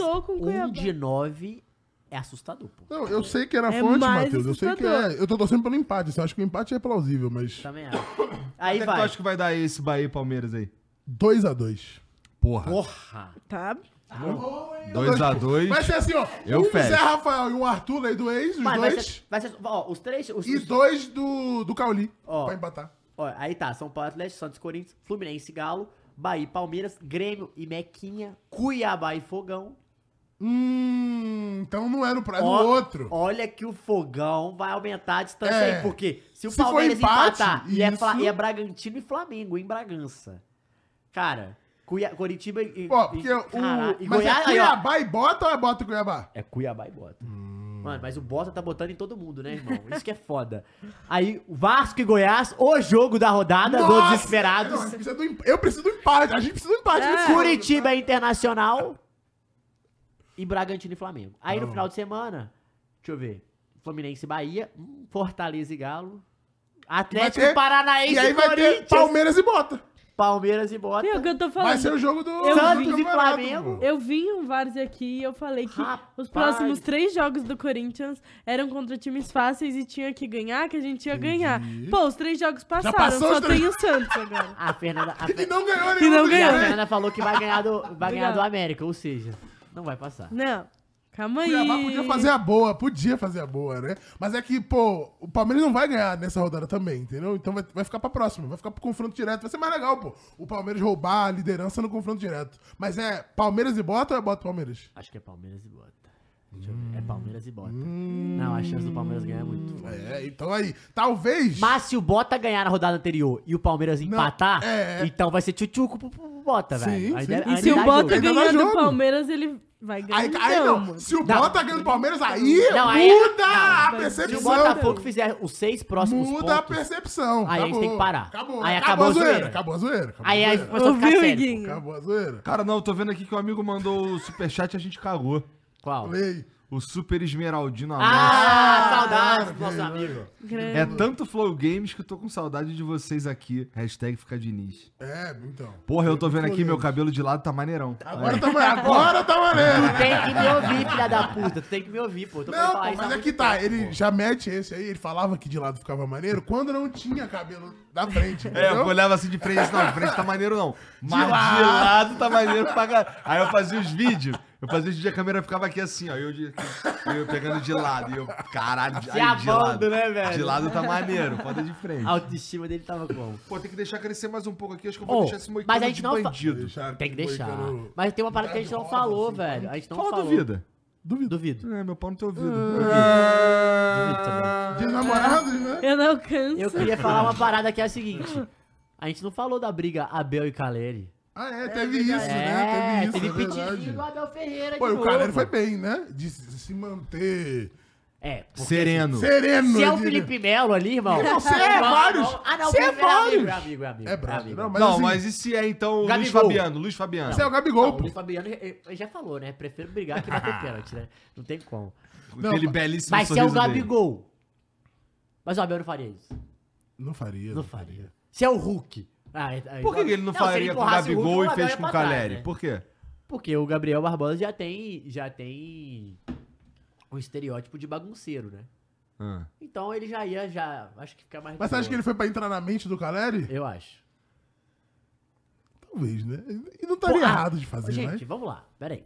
Speaker 2: empatou com o Cuiabá.
Speaker 1: um de nove é assustador, pô.
Speaker 3: Não, eu sei que era
Speaker 2: É
Speaker 3: fonte,
Speaker 2: mais
Speaker 3: Matheus. Eu sei que
Speaker 2: assustador.
Speaker 3: é. Eu tô torcendo pelo empate. Assim, eu acho que o empate é plausível, mas
Speaker 1: Também acho. Aí
Speaker 4: Onde é que tu
Speaker 1: vai.
Speaker 4: acha que vai dar esse Bahia e Palmeiras aí?
Speaker 3: 2x2.
Speaker 4: Porra.
Speaker 1: Porra.
Speaker 2: Tá?
Speaker 4: 2x2.
Speaker 3: Vai ser assim, ó.
Speaker 4: Eu,
Speaker 3: um
Speaker 4: Félix.
Speaker 3: Zé Rafael e um Arthur aí do ex, os
Speaker 1: Mas vai
Speaker 3: dois.
Speaker 1: ser, vai ser- Ó, os três... Os,
Speaker 3: E
Speaker 1: os-
Speaker 3: dois do, do Cauli.
Speaker 1: Ó.
Speaker 3: Pra empatar.
Speaker 1: Ó, aí tá, São Paulo, Atlético, Santos, Corinthians, Fluminense, Galo, Bahia, e Palmeiras, Grêmio e Mequinha, Cuiabá e Fogão.
Speaker 3: Hum. Então não era o pra... é no
Speaker 1: Ó,
Speaker 3: outro.
Speaker 1: Olha que o Fogão vai aumentar a distância
Speaker 3: É.
Speaker 1: aí, porque se o
Speaker 3: Se for
Speaker 1: Palmeiras
Speaker 3: empate,
Speaker 1: empatar e é, Fla-
Speaker 3: isso.
Speaker 1: e é Bragantino e Flamengo em Bragança. Cara, Cuia, Coritiba e,
Speaker 3: Ó,
Speaker 1: e-
Speaker 3: porque o.
Speaker 1: Caralho, e
Speaker 3: mas
Speaker 1: Goiás,
Speaker 3: é
Speaker 1: aí, ó.
Speaker 3: Cuiabá Hum. e bota ou é bota e Cuiabá?
Speaker 1: É Cuiabá e Bota. Mano, mas o Bota tá botando em todo mundo, né, irmão? Isso que é foda. Aí, Vasco e Goiás, o jogo da rodada, dos
Speaker 3: Nossa! Não, a
Speaker 1: desesperados. É.
Speaker 3: gente precisa do em- eu preciso do empate. A gente precisa do empate. nesse jogo.
Speaker 1: Curitiba e Internacional e Bragantino e Flamengo. Aí
Speaker 3: Ah.
Speaker 1: no final de semana, deixa eu ver, Fluminense e Bahia, hum, Fortaleza e Galo, Atlético
Speaker 3: ter-
Speaker 1: Paranaense
Speaker 3: E aí
Speaker 1: e
Speaker 3: vai ter
Speaker 1: Corinthians.
Speaker 3: Palmeiras e bota.
Speaker 1: Palmeiras e Bota.
Speaker 2: É o que eu tô falando.
Speaker 3: Vai ser o jogo do
Speaker 2: Eu
Speaker 1: Santos
Speaker 3: do
Speaker 1: e
Speaker 3: campeonato,
Speaker 1: Flamengo.
Speaker 3: pô.
Speaker 2: Eu vi um Várzea aqui e eu falei que
Speaker 1: Rapaz.
Speaker 2: os próximos três jogos do Corinthians eram contra times fáceis e tinha que ganhar, que a gente ia ganhar. Pô, os três jogos passaram,
Speaker 3: passou
Speaker 2: só
Speaker 3: os três?
Speaker 2: tem o Santos agora.
Speaker 1: A Fernanda,
Speaker 3: [LAUGHS]
Speaker 1: a, Fe-
Speaker 3: E não ganhou
Speaker 2: E
Speaker 3: nenhum.
Speaker 2: não
Speaker 3: dos
Speaker 1: a
Speaker 2: ganhou.
Speaker 3: dois.
Speaker 1: Fernanda falou que vai ganhar, do, vai ganhar do
Speaker 2: Obrigado.
Speaker 1: América, ou seja, não vai passar.
Speaker 2: Não, calma aí.
Speaker 3: Cuiabá podia fazer a boa, podia fazer a boa, né? Mas é que, pô, o Palmeiras não vai ganhar nessa rodada também, entendeu? Então vai, vai ficar pra próxima, vai ficar pro confronto direto. Vai ser mais legal, pô. O Palmeiras roubar a liderança no confronto direto. Mas é Palmeiras e bota ou é bota e Palmeiras?
Speaker 1: Acho que é Palmeiras e Bota. Deixa eu ver. É Palmeiras e Bota.
Speaker 3: Hum.
Speaker 1: Não, a chance do Palmeiras ganhar é muito forte.
Speaker 3: É, então aí, talvez.
Speaker 1: Mas se o Bota ganhar na rodada anterior e o Palmeiras empatar,
Speaker 3: é, é.
Speaker 1: então vai ser tchutchuco pro, pro Bota, velho.
Speaker 3: Sim,
Speaker 1: A
Speaker 3: sim.
Speaker 1: ideia- a
Speaker 2: E se o
Speaker 1: realidade
Speaker 2: Bota
Speaker 1: hoje-
Speaker 3: Ainda dá
Speaker 2: ganhar do
Speaker 3: jogo.
Speaker 2: Palmeiras, ele vai ganhar.
Speaker 3: Aí, aí
Speaker 2: então,
Speaker 3: não,
Speaker 2: mano.
Speaker 3: se o
Speaker 1: Não.
Speaker 3: Bota ganha do Palmeiras, aí
Speaker 1: Não, aí- é-
Speaker 3: muda a
Speaker 2: não.
Speaker 1: Se
Speaker 3: percepção.
Speaker 1: o Botafogo fizer os seis próximos
Speaker 3: Muda a
Speaker 1: pontos,
Speaker 3: percepção.
Speaker 1: Aí a gente
Speaker 3: acabou.
Speaker 1: tem que parar.
Speaker 3: Acabou,
Speaker 1: Aí
Speaker 3: acabou,
Speaker 1: acabou
Speaker 3: a
Speaker 1: a
Speaker 3: zoeira.
Speaker 1: zoeira.
Speaker 3: Acabou a zoeira. Acabou
Speaker 1: aí,
Speaker 3: a
Speaker 1: aí
Speaker 3: zoeira.
Speaker 1: começou a ficar
Speaker 2: Ouviu,
Speaker 1: sério.
Speaker 2: Iguinho?
Speaker 3: Acabou a zoeira.
Speaker 4: Cara, não, eu tô vendo aqui que o amigo mandou o superchat e a gente cagou.
Speaker 1: Qual?
Speaker 3: Falei.
Speaker 4: O Super Esmeraldino Amor.
Speaker 1: Ah, saudades do nosso amigo.
Speaker 2: Grande.
Speaker 4: É tanto Flow Games que eu tô com saudade de vocês aqui. Hashtag fica Diniz.
Speaker 3: É, então.
Speaker 4: Porra, eu tô vendo aqui,
Speaker 3: Flow
Speaker 4: meu
Speaker 3: Games.
Speaker 4: cabelo de lado tá maneirão.
Speaker 1: É.
Speaker 3: Agora tá, ma- agora tá maneiro.
Speaker 1: Tem que me ouvir, filha da puta. Tu tem que me ouvir, pô. Tô pra
Speaker 3: Não,
Speaker 1: falar
Speaker 3: pô,
Speaker 1: isso há
Speaker 3: mas é
Speaker 1: muito
Speaker 3: que tá.
Speaker 1: tempo,
Speaker 3: Ele
Speaker 1: pô.
Speaker 3: já mete esse aí. Ele falava que de lado ficava maneiro quando não tinha cabelo da frente.
Speaker 4: É, eu
Speaker 3: Entendeu?
Speaker 4: olhava assim de frente, não, de frente tá maneiro não. Mas de lado,
Speaker 3: lado.
Speaker 4: tá maneiro pra caralho. Aí eu fazia os vídeos, eu fazia os vídeos e a câmera ficava aqui assim, ó, eu, de- eu pegando de lado, e eu, caralho, de,
Speaker 1: Se
Speaker 4: aí, de lado.
Speaker 1: abando, né, velho?
Speaker 4: De lado tá maneiro, foda de frente.
Speaker 1: A autoestima dele tava como?
Speaker 4: Pô, tem que deixar crescer mais um pouco aqui, acho que eu vou
Speaker 1: Ô,
Speaker 4: deixar esse
Speaker 1: mas
Speaker 4: moicano
Speaker 1: a gente
Speaker 4: de
Speaker 1: não fa-
Speaker 4: bandido.
Speaker 3: Deixar
Speaker 1: Tem que
Speaker 3: aquele
Speaker 1: deixar.
Speaker 3: moicano-
Speaker 1: Mas tem uma parada que a gente não falou, velho. A gente não
Speaker 4: Fala
Speaker 1: falou. Ah.
Speaker 4: duvida.
Speaker 1: Duvido. Duvido.
Speaker 4: É, meu pau no teu ouvido.
Speaker 1: Duvido também.
Speaker 3: De namorados, né?
Speaker 2: Eu não canso.
Speaker 1: Eu queria falar uma parada que é a seguinte. A gente não falou da briga Abel e Caleri.
Speaker 3: Ah, é, teve isso,
Speaker 1: É,
Speaker 3: né? Teve
Speaker 1: teve
Speaker 3: isso, é
Speaker 1: pedido do
Speaker 3: verdade.
Speaker 1: Abel Ferreira
Speaker 3: Pô,
Speaker 1: de
Speaker 3: e o cara
Speaker 1: novo.
Speaker 3: foi bem, né? De se se manter
Speaker 1: É, porque
Speaker 4: Sereno.
Speaker 3: sereno.
Speaker 1: Se é
Speaker 3: eu
Speaker 1: o
Speaker 3: diria.
Speaker 1: Felipe Melo ali, irmão.
Speaker 3: Não, você é
Speaker 1: Igual-
Speaker 3: vários.
Speaker 1: Ah, não, o
Speaker 3: Você é
Speaker 1: Felipe Melo
Speaker 3: vários.
Speaker 1: É amigo, é amigo.
Speaker 3: É brabo. Não, mas
Speaker 4: não,
Speaker 3: assim,
Speaker 4: mas e se é então o Luiz
Speaker 1: Gabigol.
Speaker 4: Fabiano? Luiz Fabiano.
Speaker 3: Você é o Gabigol,
Speaker 1: Não, o
Speaker 3: pô. Ah.
Speaker 1: Luiz Fabiano eh, eh, já falou, né? Prefiro brigar que bater pênalti, né? Não tem como.
Speaker 3: Não,
Speaker 4: Aquele
Speaker 3: mas-
Speaker 4: belíssimo
Speaker 1: Mas se é o
Speaker 4: sorriso dele.
Speaker 1: Gabigol. Mas o Abel não faria isso.
Speaker 3: Não faria.
Speaker 1: Não faria. Se é o Hulk. ah, é- é
Speaker 4: Por que,
Speaker 1: igual-
Speaker 4: que ele não,
Speaker 1: se
Speaker 4: faria com o
Speaker 1: empurrasse
Speaker 4: Gabigol
Speaker 1: Hulk,
Speaker 4: e
Speaker 1: o Abel
Speaker 4: fez
Speaker 1: ia
Speaker 4: com
Speaker 1: pra
Speaker 4: o
Speaker 1: trás,
Speaker 4: Caleri?
Speaker 1: né?
Speaker 4: Por quê?
Speaker 1: Porque o Gabriel Barbosa já tem. Já tem. Um estereótipo de bagunceiro, né?
Speaker 4: Ah.
Speaker 1: Então ele já ia, já. Acho que fica mais. de
Speaker 3: Mas você acha que
Speaker 1: boa.
Speaker 3: ele foi pra entrar na mente do Caleri?
Speaker 1: Eu acho.
Speaker 3: Talvez, né? E não estaria
Speaker 1: Pô, ah,
Speaker 3: errado de fazer,
Speaker 1: Gente,
Speaker 3: né?
Speaker 1: vamos lá. Pera aí.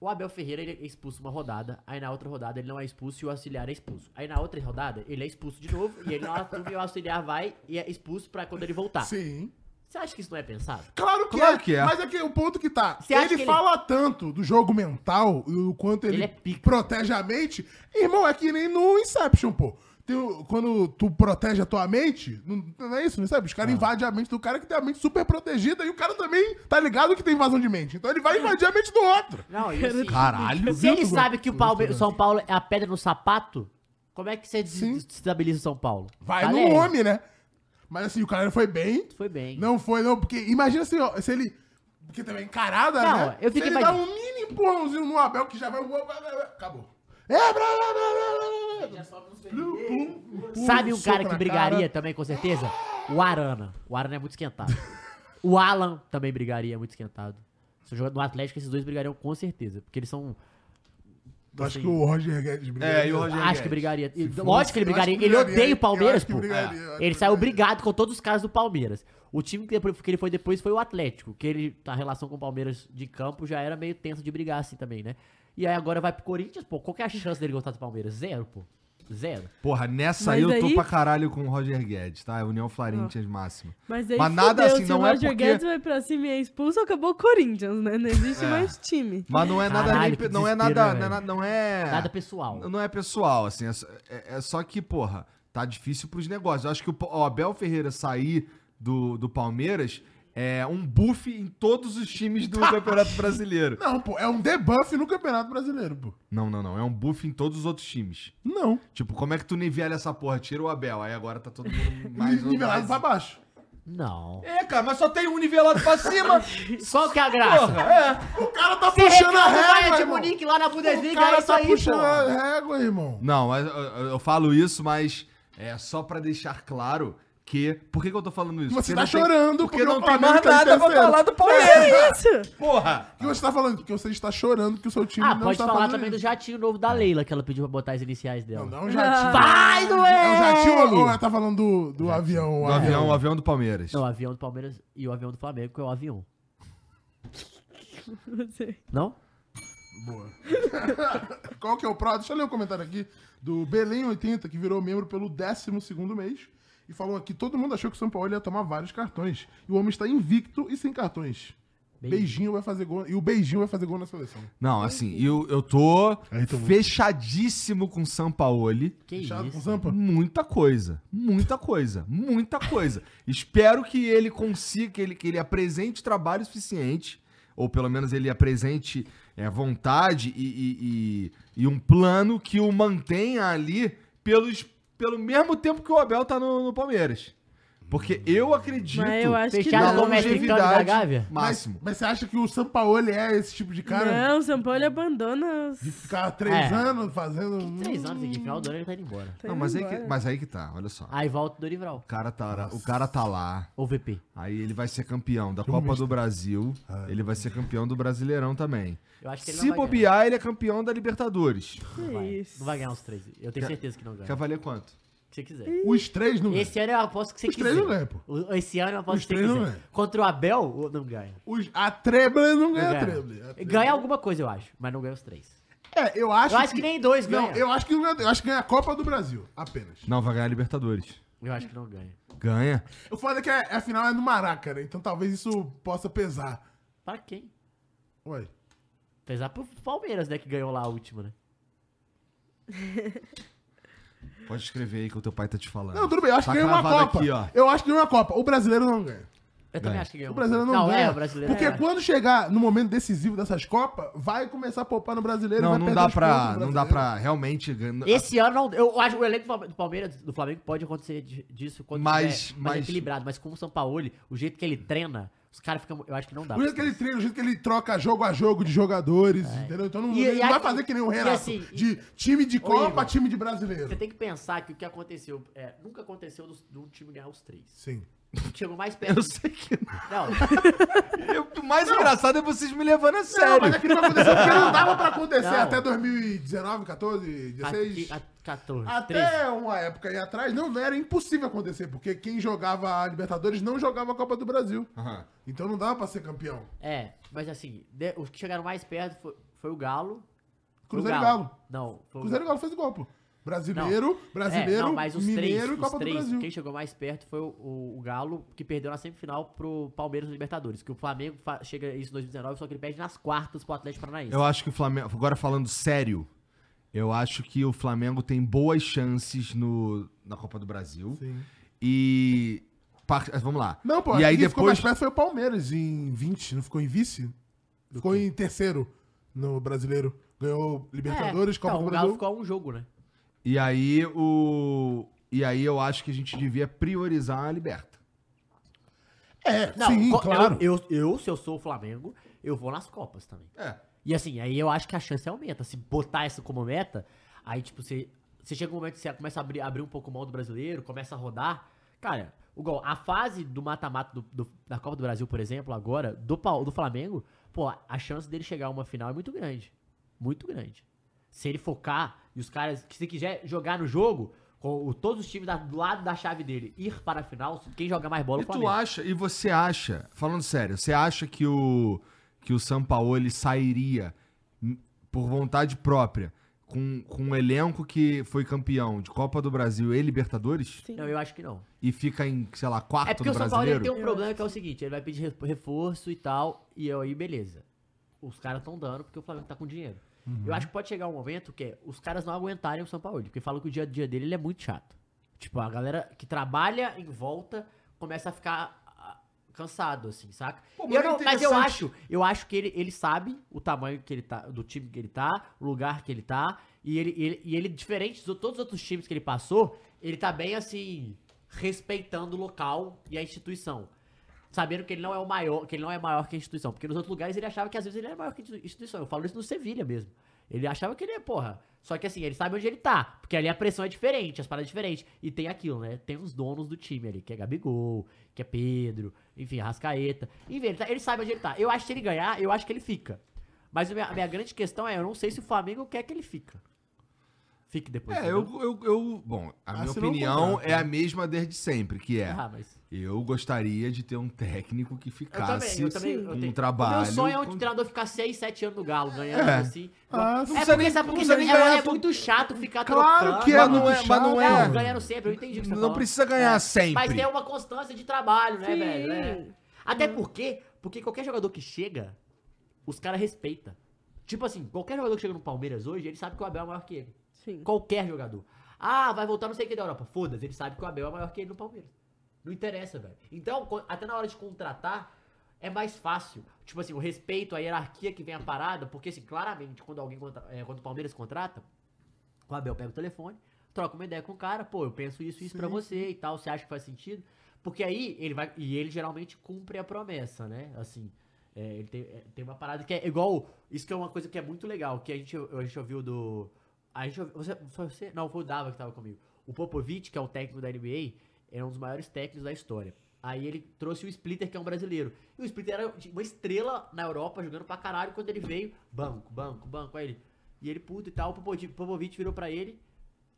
Speaker 1: O Abel Ferreira ele é expulso uma rodada, aí na outra rodada ele não é expulso e o auxiliar é expulso. Aí na outra rodada ele é expulso de novo e ele não atua e o auxiliar vai e é expulso pra quando ele voltar.
Speaker 3: Sim.
Speaker 1: Você acha que isso não é pensado?
Speaker 3: Claro que,
Speaker 4: Claro
Speaker 3: é,
Speaker 4: que é.
Speaker 3: Mas é que o ponto que tá.
Speaker 1: Você acha
Speaker 3: Ele
Speaker 1: que ele-
Speaker 3: fala tanto do jogo mental e o quanto ele,
Speaker 1: Ele é pica.
Speaker 3: protege a mente. Irmão, é que nem no Inception, pô. Tem o- quando tu protege a tua mente, não, não é isso, não sabe? Os
Speaker 4: Ah.
Speaker 3: caras invadem a mente do cara que tem a mente super protegida e o cara também tá ligado que tem invasão de mente. Então ele vai invadir a mente do outro.
Speaker 1: Não, e assim,
Speaker 3: tá
Speaker 4: Caralho.
Speaker 1: Se ele sabe que o, Palme- o São Paulo é a pedra no sapato, como é que você
Speaker 3: Sim.
Speaker 1: des- desestabiliza o São Paulo?
Speaker 3: Vai
Speaker 1: Galera,
Speaker 3: no homem, né? Mas assim, o cara foi bem.
Speaker 1: Foi bem.
Speaker 3: Não foi, não, porque imagina assim, ó, se ele. Porque também é encarada,
Speaker 1: Não,
Speaker 3: né?
Speaker 1: eu fico
Speaker 3: se ele dá
Speaker 1: imaginando.
Speaker 3: um mini empurrãozinho no Abel que já vai. Acabou. É, blá, blá, blá, blá, blá, blá. Plum, plum, plum,
Speaker 1: Sabe um
Speaker 3: soco
Speaker 1: cara que
Speaker 3: na
Speaker 1: brigaria
Speaker 3: cara.
Speaker 1: também, com certeza? O Arana. O Arana é muito
Speaker 3: [LAUGHS]
Speaker 1: esquentado. O Alan também brigaria, é muito esquentado. Se eu jogar no Atlético, esses dois brigariam com certeza. Porque eles são.
Speaker 3: Eu Acho que o Roger Guedes brigaria.
Speaker 4: É, e o Roger-
Speaker 1: Acho que
Speaker 4: Guedes.
Speaker 1: brigaria. E, Lógico que
Speaker 3: fosse,
Speaker 1: ele
Speaker 3: eu acho que
Speaker 1: brigaria. Ele
Speaker 3: brigaria.
Speaker 1: odeia
Speaker 3: Eu
Speaker 1: o Palmeiras,
Speaker 3: acho que
Speaker 1: pô.
Speaker 3: brigaria, eu acho
Speaker 1: Ele
Speaker 3: que
Speaker 1: saiu
Speaker 3: brigaria.
Speaker 1: brigado com todos os caras do Palmeiras. O time que, depois, que ele foi depois foi o Atlético, que ele, a relação com o Palmeiras de campo já era meio tensa de brigar assim também, né? E aí agora vai pro Corinthians, pô. Qual que é a chance dele gostar do Palmeiras? Zero, pô. Zero.
Speaker 4: Porra, nessa
Speaker 2: Mas
Speaker 4: aí eu tô
Speaker 2: aí-
Speaker 4: pra caralho com o Roger Guedes, tá? União Florentias
Speaker 1: Ah.
Speaker 4: máxima.
Speaker 2: Mas aí
Speaker 4: Mas nada
Speaker 2: fudeu,
Speaker 4: assim,
Speaker 2: se
Speaker 4: não
Speaker 2: o
Speaker 4: é
Speaker 2: Roger
Speaker 4: porque-
Speaker 2: Guedes vai pra cima e é expulso, acabou o Corinthians, né? Não existe
Speaker 4: É.
Speaker 2: mais
Speaker 4: [LAUGHS]
Speaker 2: time.
Speaker 4: Mas não é nada.
Speaker 1: Caralho,
Speaker 4: nem-
Speaker 1: que
Speaker 4: não é
Speaker 1: desespero,
Speaker 4: nada.
Speaker 1: né,
Speaker 4: Não é,
Speaker 1: velho?
Speaker 4: nada- não é.
Speaker 1: Nada pessoal.
Speaker 4: Não é pessoal, assim. É, só- é- é só que, porra, tá difícil pros negócios. Eu acho que o, Pa- o Abel Ferreira sair do, do Palmeiras é um buff em todos os
Speaker 1: [LAUGHS]
Speaker 4: times do Campeonato Brasileiro.
Speaker 3: Não, pô, é um debuff no Campeonato Brasileiro, pô.
Speaker 4: Não, não, não. É um buff em todos os outros times.
Speaker 3: Não.
Speaker 4: Tipo, como é que tu nivelha essa porra? Tira o Abel, aí agora tá todo mundo
Speaker 1: [LAUGHS]
Speaker 4: mais...
Speaker 3: Mas, nivelado pra baixo.
Speaker 1: Não.
Speaker 4: É, cara, mas só tem um nivelado pra cima.
Speaker 1: Qual que é a graça?
Speaker 3: O cara tá
Speaker 1: Você
Speaker 3: puxando a
Speaker 1: reclama do Bayern
Speaker 3: régua,
Speaker 1: de
Speaker 3: irmão.
Speaker 1: Munique lá na
Speaker 3: O
Speaker 1: Bundesliga, é
Speaker 3: cara
Speaker 1: isso
Speaker 3: tá
Speaker 1: aí,
Speaker 3: puxando a
Speaker 1: pô.
Speaker 3: régua, irmão.
Speaker 4: Não, mas eu, eu- eu falo isso, mas é só pra deixar claro que. Por que, que eu tô falando isso?
Speaker 3: Você
Speaker 4: Porque
Speaker 3: tá
Speaker 4: não tem-
Speaker 3: chorando
Speaker 4: porque
Speaker 3: porque,
Speaker 4: não
Speaker 3: o
Speaker 4: tem
Speaker 5: Tem
Speaker 3: Flamengo
Speaker 5: mais
Speaker 3: tá em
Speaker 5: nada pra
Speaker 3: terceiro.
Speaker 5: falar do Palmeiras.
Speaker 2: É isso!
Speaker 4: Porra!
Speaker 3: O que você tá falando? Que você está chorando que o seu time
Speaker 1: Ah,
Speaker 3: não
Speaker 1: pode
Speaker 3: está
Speaker 1: falar
Speaker 3: fazendo
Speaker 1: também do
Speaker 3: isso.
Speaker 1: jatinho novo da Leila, que ela pediu pra botar as iniciais dela.
Speaker 3: Não, dá um
Speaker 1: [LAUGHS]
Speaker 3: jatinho.
Speaker 1: Vai,
Speaker 3: É um jatinho ou
Speaker 1: Noel!
Speaker 3: ela tá falando do, do avião?
Speaker 4: O avião, o avião do Palmeiras.
Speaker 1: Não, o avião do Palmeiras e o avião do Flamengo, que é o avião.
Speaker 2: Você.
Speaker 1: Não?
Speaker 3: Boa. [LAUGHS] Qual que é o próximo? Deixa eu ler um comentário aqui do Belém80, que virou membro pelo 12º mês. E falou aqui, todo mundo achou que o São Paulo ia tomar vários cartões. E o homem está invicto e sem cartões.
Speaker 1: Beijinho.
Speaker 3: Beijinho, vai fazer gol. E o beijinho vai fazer gol na seleção.
Speaker 4: Não, assim, eu, eu tô
Speaker 3: Aí tô muito-
Speaker 4: fechadíssimo com o Sampaoli.
Speaker 1: Que
Speaker 3: Fechado com o
Speaker 1: isso?
Speaker 3: Sampa?
Speaker 4: Muita coisa, muita coisa, muita coisa. Espero que ele consiga, que ele, que ele apresente trabalho suficiente, ou pelo menos ele apresente é, vontade e, e- e- e um plano que o mantenha ali pelos, pelo mesmo tempo que o Abel tá no, no Palmeiras. Porque eu acredito
Speaker 2: Mas eu acho que é
Speaker 4: na
Speaker 1: Fechado
Speaker 2: não.
Speaker 1: com o mexicano da Gávea?
Speaker 3: Mas,
Speaker 4: máximo.
Speaker 3: mas você acha que o Sampaoli é esse tipo de cara?
Speaker 2: Não, o São Paulo abandona os...
Speaker 3: De ficar três
Speaker 1: É.
Speaker 3: anos fazendo...
Speaker 1: Três anos aqui, final do ano ele tá indo embora.
Speaker 2: Tá
Speaker 4: Não,
Speaker 2: indo
Speaker 4: mas, aí que,
Speaker 2: embora.
Speaker 4: mas aí que tá, olha só.
Speaker 1: Aí volta o Dorival.
Speaker 4: O cara tá, o cara tá lá.
Speaker 1: Ou VP.
Speaker 4: Aí ele vai ser campeão
Speaker 3: um
Speaker 4: da Copa do Brasil.
Speaker 3: É.
Speaker 4: Ele vai ser campeão do Brasileirão também.
Speaker 1: Eu acho que ele
Speaker 4: Se
Speaker 1: não vai
Speaker 4: bobear, ele é campeão da Libertadores.
Speaker 1: ganhar. Não
Speaker 2: Que
Speaker 1: vai.
Speaker 2: É isso.
Speaker 1: Não vai ganhar os três. Eu tenho certeza que não ganha.
Speaker 4: Quer valer quanto?
Speaker 1: Se você quiser.
Speaker 3: Os três não ganham.
Speaker 1: Esse ano eu aposto que você
Speaker 3: Os três não
Speaker 1: quiser.
Speaker 3: ganham, pô.
Speaker 1: O- Esse ano eu aposto
Speaker 3: Os
Speaker 1: que você
Speaker 3: três não
Speaker 1: quiser.
Speaker 3: ganham.
Speaker 1: Contra o Abel, o- não ganha.
Speaker 3: Os, a treble não
Speaker 1: Não
Speaker 3: ganha, a
Speaker 1: ganha.
Speaker 3: treble. A treble.
Speaker 1: Ganha alguma coisa, eu acho, mas não ganha os três.
Speaker 3: É, eu acho
Speaker 1: Eu acho que nem dois
Speaker 3: Não,
Speaker 1: ganha.
Speaker 3: eu acho que não ganha. Eu acho que ganha a Copa do Brasil, apenas.
Speaker 4: Não, vai ganhar a Libertadores.
Speaker 1: Eu acho que não ganha.
Speaker 4: Ganha.
Speaker 3: O foda é que a, a final é no Maraca, né? Então talvez isso possa pesar.
Speaker 1: Pra quem?
Speaker 3: Ué.
Speaker 1: Apesar pro Palmeiras, né, que ganhou lá a última, né?
Speaker 4: Pode escrever aí que o teu pai tá te falando.
Speaker 3: Não, tudo bem, eu acho
Speaker 4: Tá
Speaker 3: que ganha uma
Speaker 4: cravado
Speaker 3: Copa.
Speaker 4: aqui, ó.
Speaker 3: Eu acho que ganha uma Copa. O brasileiro não ganha.
Speaker 1: Eu também
Speaker 4: Ganha.
Speaker 1: acho que ganhou.
Speaker 3: O brasileiro não,
Speaker 1: não
Speaker 3: ganha.
Speaker 1: é, o brasileiro
Speaker 3: Porque
Speaker 1: é.
Speaker 3: quando chegar no momento decisivo dessas Copas, vai começar a poupar no brasileiro e
Speaker 4: Não,
Speaker 3: vai
Speaker 4: não
Speaker 3: perder
Speaker 4: dá
Speaker 3: os
Speaker 4: pra.
Speaker 3: pontos do
Speaker 4: Não dá
Speaker 3: brasileiro.
Speaker 4: pra realmente ganhar.
Speaker 1: Esse ano não. Eu acho que o elenco do Palme- do Palmeiras, do Flamengo, pode acontecer di- disso quando
Speaker 4: Mas-
Speaker 1: tiver mais
Speaker 4: mas-
Speaker 1: equilibrado. Mas com o São Paulo, o jeito que ele treina, os caras ficam. Eu acho que não dá.
Speaker 3: O jeito que ele treina, o jeito que ele troca jogo a jogo de jogadores, entendeu? Então não,
Speaker 1: É. E-
Speaker 3: ele
Speaker 1: e
Speaker 3: não vai
Speaker 1: aqui-
Speaker 3: fazer que nem o
Speaker 1: e
Speaker 3: Renato.
Speaker 1: assim, e-
Speaker 3: de time de Copa,
Speaker 1: Igor.
Speaker 3: time de brasileiro.
Speaker 1: Você tem que pensar que o que aconteceu. é, nunca aconteceu do, do time ganhar os três.
Speaker 3: Sim.
Speaker 1: O que Chegou mais perto.
Speaker 4: Eu sei que.
Speaker 1: Não,
Speaker 4: Eu- O mais engraçado é vocês me levando a
Speaker 3: Não,
Speaker 4: sério.
Speaker 3: mas é que não aconteceu porque não dava pra acontecer
Speaker 1: Não.
Speaker 3: até 2019, 14, 16.
Speaker 1: a, a, 14.
Speaker 3: Até
Speaker 1: 13.
Speaker 3: uma época aí atrás, não, não era impossível acontecer, porque quem jogava a Libertadores não jogava a Copa do Brasil.
Speaker 4: Aham.
Speaker 3: Então não dava pra ser campeão.
Speaker 1: É, mas assim, de- os que chegaram mais perto foi, foi o Galo. foi
Speaker 3: Cruzeiro e Galo.
Speaker 1: Não, foi o
Speaker 3: Cruzeiro e Galo fez igual, pô. Brasileiro, brasileiro,
Speaker 1: é, não, mas os
Speaker 3: mineiro
Speaker 1: três,
Speaker 3: e Copa
Speaker 1: os três,
Speaker 3: do Brasil.
Speaker 1: quem chegou mais perto foi o, o- o Galo, que perdeu na semifinal pro Palmeiras na Libertadores, que o Flamengo fa- chega isso em 2019, só que ele perde nas quartas pro Atlético Paranaense.
Speaker 4: Eu acho que o Flamengo. Agora falando sério, eu acho que o Flamengo tem boas chances no, na Copa do Brasil.
Speaker 3: Sim.
Speaker 4: E. par- eh, Vamos lá.
Speaker 3: Não, pô,
Speaker 4: e aí
Speaker 3: quem ficou mais
Speaker 4: depois.
Speaker 3: perto foi o Palmeiras em 20, não ficou em vice? Ficou em terceiro no brasileiro. Ganhou Libertadores,
Speaker 1: É,
Speaker 3: Copa
Speaker 1: então,
Speaker 3: do
Speaker 1: o Galo
Speaker 3: Brasil.
Speaker 1: ficou a um jogo, né?
Speaker 4: E aí o. E aí eu acho que a gente devia priorizar a Liberta.
Speaker 3: É,
Speaker 1: Não,
Speaker 3: sim,
Speaker 1: co-
Speaker 3: claro.
Speaker 1: Eu, eu- eu, se eu sou o Flamengo, eu vou nas Copas também.
Speaker 4: É.
Speaker 1: E assim, aí eu acho que a chance aumenta. Se botar essa como meta, aí tipo, você, você chega um momento que você começa a abrir, abrir um pouco mão do brasileiro, começa a rodar. Cara, igual, a fase do mata-mata do- do- da Copa do Brasil, por exemplo, agora, do, Pau- do Flamengo, pô, a chance dele chegar a uma final é muito grande. Muito grande. Se ele focar e os caras, que se quiser jogar no jogo, com o- todos os times da- do lado da chave dele, ir para a final, quem joga mais bola é
Speaker 4: E
Speaker 1: o
Speaker 4: tu
Speaker 1: Flamengo.
Speaker 4: acha, e você acha, falando sério, você acha que o que o Sampaoli sairia hum, por vontade própria com, com um elenco que foi campeão de Copa do Brasil e Libertadores
Speaker 2: Sim.
Speaker 1: Não, eu acho que não.
Speaker 4: e fica em, sei lá,
Speaker 1: É
Speaker 4: quarto
Speaker 1: porque
Speaker 4: do
Speaker 1: o São Paulo ele
Speaker 4: brasileiro?
Speaker 1: tem um problema que é o seguinte, ele vai pedir re- reforço e tal, e aí beleza. Os caras estão dando porque o Flamengo tá com dinheiro.
Speaker 4: Uhum.
Speaker 1: Eu acho que pode chegar um momento que é os caras não aguentarem o São Paulo, porque falam que o dia a dia dele ele é muito chato. Tipo, a galera que trabalha em volta começa a ficar ah, cansado, assim, saca?
Speaker 4: Pô, mas
Speaker 1: Eu
Speaker 4: é
Speaker 1: não- mas eu
Speaker 4: interessante.
Speaker 1: acho, eu acho que ele, ele sabe o tamanho que ele tá, do time que ele tá, o lugar que ele tá, e ele, e ele, e ele, diferente de todos os outros times que ele passou, ele tá bem assim, respeitando o local e a instituição. Sabendo que ele não é o maior, que ele não é maior que a instituição. Porque nos outros lugares ele achava que às vezes ele era maior que a instituição. Eu falo isso no Sevilha mesmo. Ele achava que ele é, porra, Só que assim, ele sabe onde ele tá. Porque ali a pressão é diferente, as paradas é diferentes. E tem aquilo, né? Tem os donos do time ali, que é Gabigol, que é Pedro, enfim, Rascaeta. Enfim, ele, tá- ele sabe onde ele tá. Eu acho que se ele ganhar, eu acho que ele fica. Mas a minha, a minha grande questão é, eu não sei se o Flamengo quer que ele fica. Fique depois.
Speaker 4: É,
Speaker 1: entendeu?
Speaker 4: eu, eu, eu- Bom, a minha
Speaker 3: Assinou o
Speaker 4: opinião
Speaker 3: contrato, né?
Speaker 4: é a mesma desde sempre, que é.
Speaker 1: Ah, mas...
Speaker 4: Eu gostaria de ter um técnico que
Speaker 1: Eu também,
Speaker 4: ficasse
Speaker 1: eu também. Eu
Speaker 4: um
Speaker 1: tenho-
Speaker 4: trabalho.
Speaker 1: O meu sonho é um
Speaker 4: com-
Speaker 1: treinador ficar 6, 7 anos no Galo, ganhando
Speaker 4: É.
Speaker 1: assim.
Speaker 3: Ah, não
Speaker 1: é
Speaker 4: precisa
Speaker 1: porque,
Speaker 4: nem-
Speaker 1: sabe
Speaker 4: não
Speaker 1: porque
Speaker 4: precisa
Speaker 1: é,
Speaker 4: nem ganhar
Speaker 1: é
Speaker 4: tudo.
Speaker 1: muito chato ficar
Speaker 4: Claro
Speaker 1: trocando.
Speaker 4: que é,
Speaker 1: mas
Speaker 4: não
Speaker 1: muito
Speaker 4: é- mas não
Speaker 1: chato.
Speaker 4: é.
Speaker 1: Não, ganhando sempre, eu entendi o que você tá
Speaker 4: Não
Speaker 1: falando.
Speaker 4: precisa ganhar sempre.
Speaker 1: Mas tem um uma constância de trabalho, né,
Speaker 2: Sim.
Speaker 1: velho? É. Até porque, porque qualquer jogador que chega, os caras respeitam. Tipo assim, qualquer jogador que chega no Palmeiras hoje, ele sabe que o Abel é maior que ele.
Speaker 2: Sim.
Speaker 1: Qualquer jogador. Ah, vai voltar não sei o que da Europa. Foda-se, ele sabe que o Abel é maior que ele no Palmeiras. Não interessa, velho. Então, co- até na hora de contratar, é mais fácil. Tipo assim, o respeito, a hierarquia que vem a parada, porque assim, claramente, quando alguém contra- eh, quando o Palmeiras contrata, o Abel pega o telefone, troca uma ideia com o cara, pô, eu penso isso, isso pra você e tal, você acha que faz sentido? Porque aí ele vai. E ele geralmente cumpre a promessa, né? Assim. é, ele tem, é, tem uma parada que é igual. Isso que é uma coisa que é muito legal, que a gente, a gente ouviu do. A gente ouviu. Você, foi você? Não, foi o Dava que tava comigo. O Popovich, que é o técnico da NBA, é um dos maiores técnicos da história. Aí ele trouxe o Splitter, que é um brasileiro. E o Splitter era tipo, uma estrela na Europa, jogando pra caralho. Quando ele veio, banco, banco, banco. Aí ele. E ele puto e tal, o Popovich- Popovich virou pra ele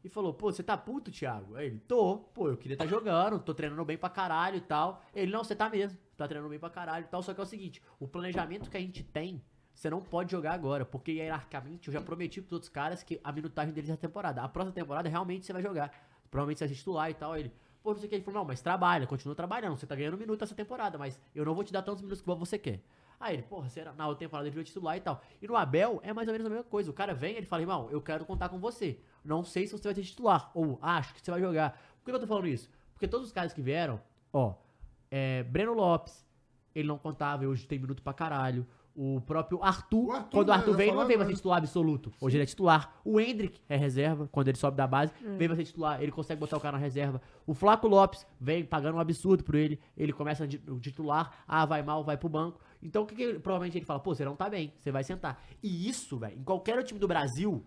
Speaker 1: e falou, pô, você tá puto, Thiago? Aí ele, tô, pô, eu queria estar tá jogando, tô treinando bem pra caralho e tal. Ele, não, você tá mesmo, tá treinando bem pra caralho e tal. Só que é o seguinte, o planejamento que a gente tem, você não pode jogar agora, porque hierarquicamente eu já prometi pros outros caras que a minutagem deles é a temporada. A próxima temporada realmente você vai jogar. Provavelmente você vai ser titular e tal. Aí ele, pô, não sei o que. Ele falou, não, mas trabalha, continua trabalhando, você tá ganhando minuto essa temporada, mas eu não vou te dar tantos minutos que você quer. Aí ele, porra, será? Na outra temporada ele virou titular e tal. E no Abel é mais ou menos a mesma coisa. O cara vem ele fala, irmão, eu quero contar com você. Não sei se você vai ser titular. Ou acho que você vai jogar. Por que eu tô falando isso? Porque todos os caras que vieram, ó, é, Breno Lopes, ele não contava, e hoje tem minuto pra caralho. O próprio Arthur,
Speaker 3: O Arthur,
Speaker 1: quando o
Speaker 3: né, eu
Speaker 1: Arthur
Speaker 3: ia
Speaker 1: veio, ele não
Speaker 3: falar
Speaker 1: veio pra ser
Speaker 3: agora.
Speaker 1: titular absoluto. Hoje ele é titular. O Hendrick é reserva, quando ele sobe da base, vem pra ser titular, ele consegue botar o cara na reserva. O Flaco Lopes vem pagando um absurdo por ele, ele começa de- o titular, ah, vai mal, vai pro banco. Então o que, que ele- provavelmente ele fala? Pô, você não tá bem, você vai sentar. E isso, velho, em qualquer outro time do Brasil,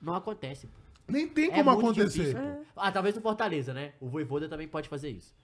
Speaker 1: não acontece. pô.
Speaker 3: Nem tem
Speaker 1: É
Speaker 3: como
Speaker 1: muito
Speaker 3: acontecer.
Speaker 1: difícil, pô. Ah, talvez no Fortaleza, né? O Voivoda também pode fazer isso.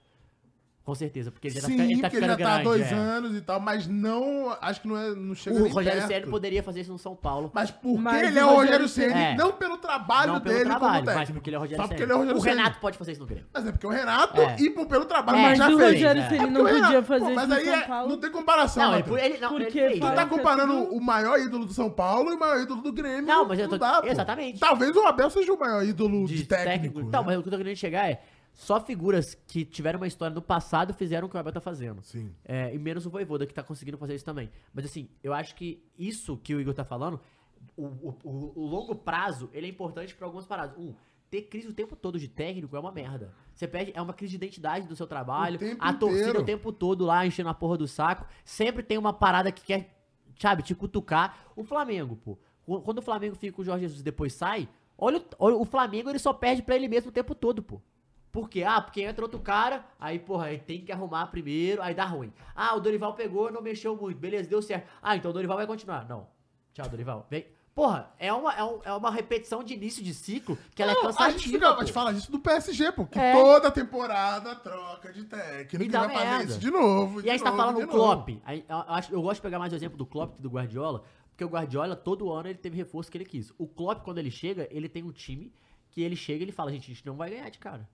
Speaker 1: Com certeza, porque ele já tá,
Speaker 3: Sim,
Speaker 1: fica- ele tá
Speaker 3: porque ele
Speaker 1: ficando
Speaker 3: já tá há
Speaker 1: grande.
Speaker 3: dois
Speaker 1: é.
Speaker 3: anos e tal, mas não. Acho que não, é, não chega
Speaker 1: O
Speaker 3: nem
Speaker 1: Rogério
Speaker 3: perto.
Speaker 1: Ceni poderia fazer isso no São Paulo.
Speaker 3: Mas porque
Speaker 2: Mas
Speaker 3: ele é
Speaker 2: o
Speaker 3: o
Speaker 2: Rogério
Speaker 3: Rogério Ceni,
Speaker 1: Ceni- É.
Speaker 3: não pelo trabalho
Speaker 1: não
Speaker 3: dele
Speaker 1: pelo trabalho,
Speaker 3: como técnico.
Speaker 1: mas porque ele é o Rogério
Speaker 3: Só porque
Speaker 1: Ceni.
Speaker 3: ele é o Rogério Ceni.
Speaker 1: Renato pode fazer isso no Grêmio.
Speaker 3: Mas é porque é o Renato
Speaker 1: É.
Speaker 3: e por- pelo trabalho,
Speaker 1: É,
Speaker 3: mas já
Speaker 2: Mas o
Speaker 3: fez.
Speaker 2: Rogério
Speaker 1: É
Speaker 2: Ceni
Speaker 3: É
Speaker 2: não
Speaker 3: porque o
Speaker 2: podia
Speaker 3: Renato-
Speaker 2: fazer
Speaker 3: Pô,
Speaker 2: isso
Speaker 3: Mas
Speaker 2: no
Speaker 3: aí
Speaker 2: São
Speaker 3: é-
Speaker 2: Paulo.
Speaker 3: não tem comparação.
Speaker 1: Não, é
Speaker 3: Matheus.
Speaker 1: por ele. Não,
Speaker 2: Porque
Speaker 1: ele fez.
Speaker 3: Tu
Speaker 2: fala-
Speaker 3: tá
Speaker 2: Ah,
Speaker 3: comparando
Speaker 2: não.
Speaker 3: o maior ídolo do São Paulo e o maior ídolo do Grêmio.
Speaker 1: Não, mas eu tô-
Speaker 3: dá, pô.
Speaker 1: exatamente.
Speaker 3: Talvez o Abel seja o maior ídolo de, técnico. né?
Speaker 1: Então, mas o que eu tô querendo chegar é. Só figuras que tiveram uma história no passado fizeram o que o Abel tá fazendo.
Speaker 3: Sim.
Speaker 1: É, e menos o Voivoda, que tá conseguindo fazer isso também. Mas assim, eu acho que isso que o Igor tá falando, o, o- o- o longo prazo, ele é importante pra algumas paradas. Um, ter crise o tempo todo de técnico é uma merda. Você perde, é uma crise de identidade do seu trabalho,
Speaker 3: O tempo
Speaker 1: a torcida
Speaker 3: inteiro.
Speaker 1: o tempo todo lá enchendo a porra do saco. Sempre tem uma parada que quer, sabe, te cutucar. O Flamengo, pô. Qu- Quando o Flamengo fica com o Jorge Jesus e depois sai, olha, o- olha o Flamengo, ele só perde pra ele mesmo o tempo todo, pô. Por quê? Ah, porque entra outro cara, aí, porra, aí tem que arrumar primeiro, aí dá ruim. Ah, o Dorival pegou, não mexeu muito, beleza, deu certo. Ah, então o Dorival vai continuar. Não. Tchau, Dorival. Vem. Porra, é uma, é, um- é uma repetição de início de ciclo que ela é
Speaker 3: Não, a gente
Speaker 1: cansativa.
Speaker 3: fica, a
Speaker 1: pô.
Speaker 3: gente fala disso do PSG, pô, que
Speaker 1: É.
Speaker 3: toda temporada troca de técnico
Speaker 1: E
Speaker 3: e
Speaker 1: dá
Speaker 3: vai fazer
Speaker 1: merda.
Speaker 3: isso de novo.
Speaker 1: E aí você
Speaker 3: de
Speaker 1: tá
Speaker 3: novo,
Speaker 1: falando
Speaker 3: de
Speaker 1: o
Speaker 3: novo.
Speaker 1: Klopp. Aí, eu, eu acho- eu gosto de pegar mais o exemplo do Klopp que do Guardiola, porque o Guardiola, todo ano, ele teve reforço que ele quis. O Klopp, quando ele chega, ele tem um time que ele chega e ele fala, gente, a gente não vai ganhar de cara.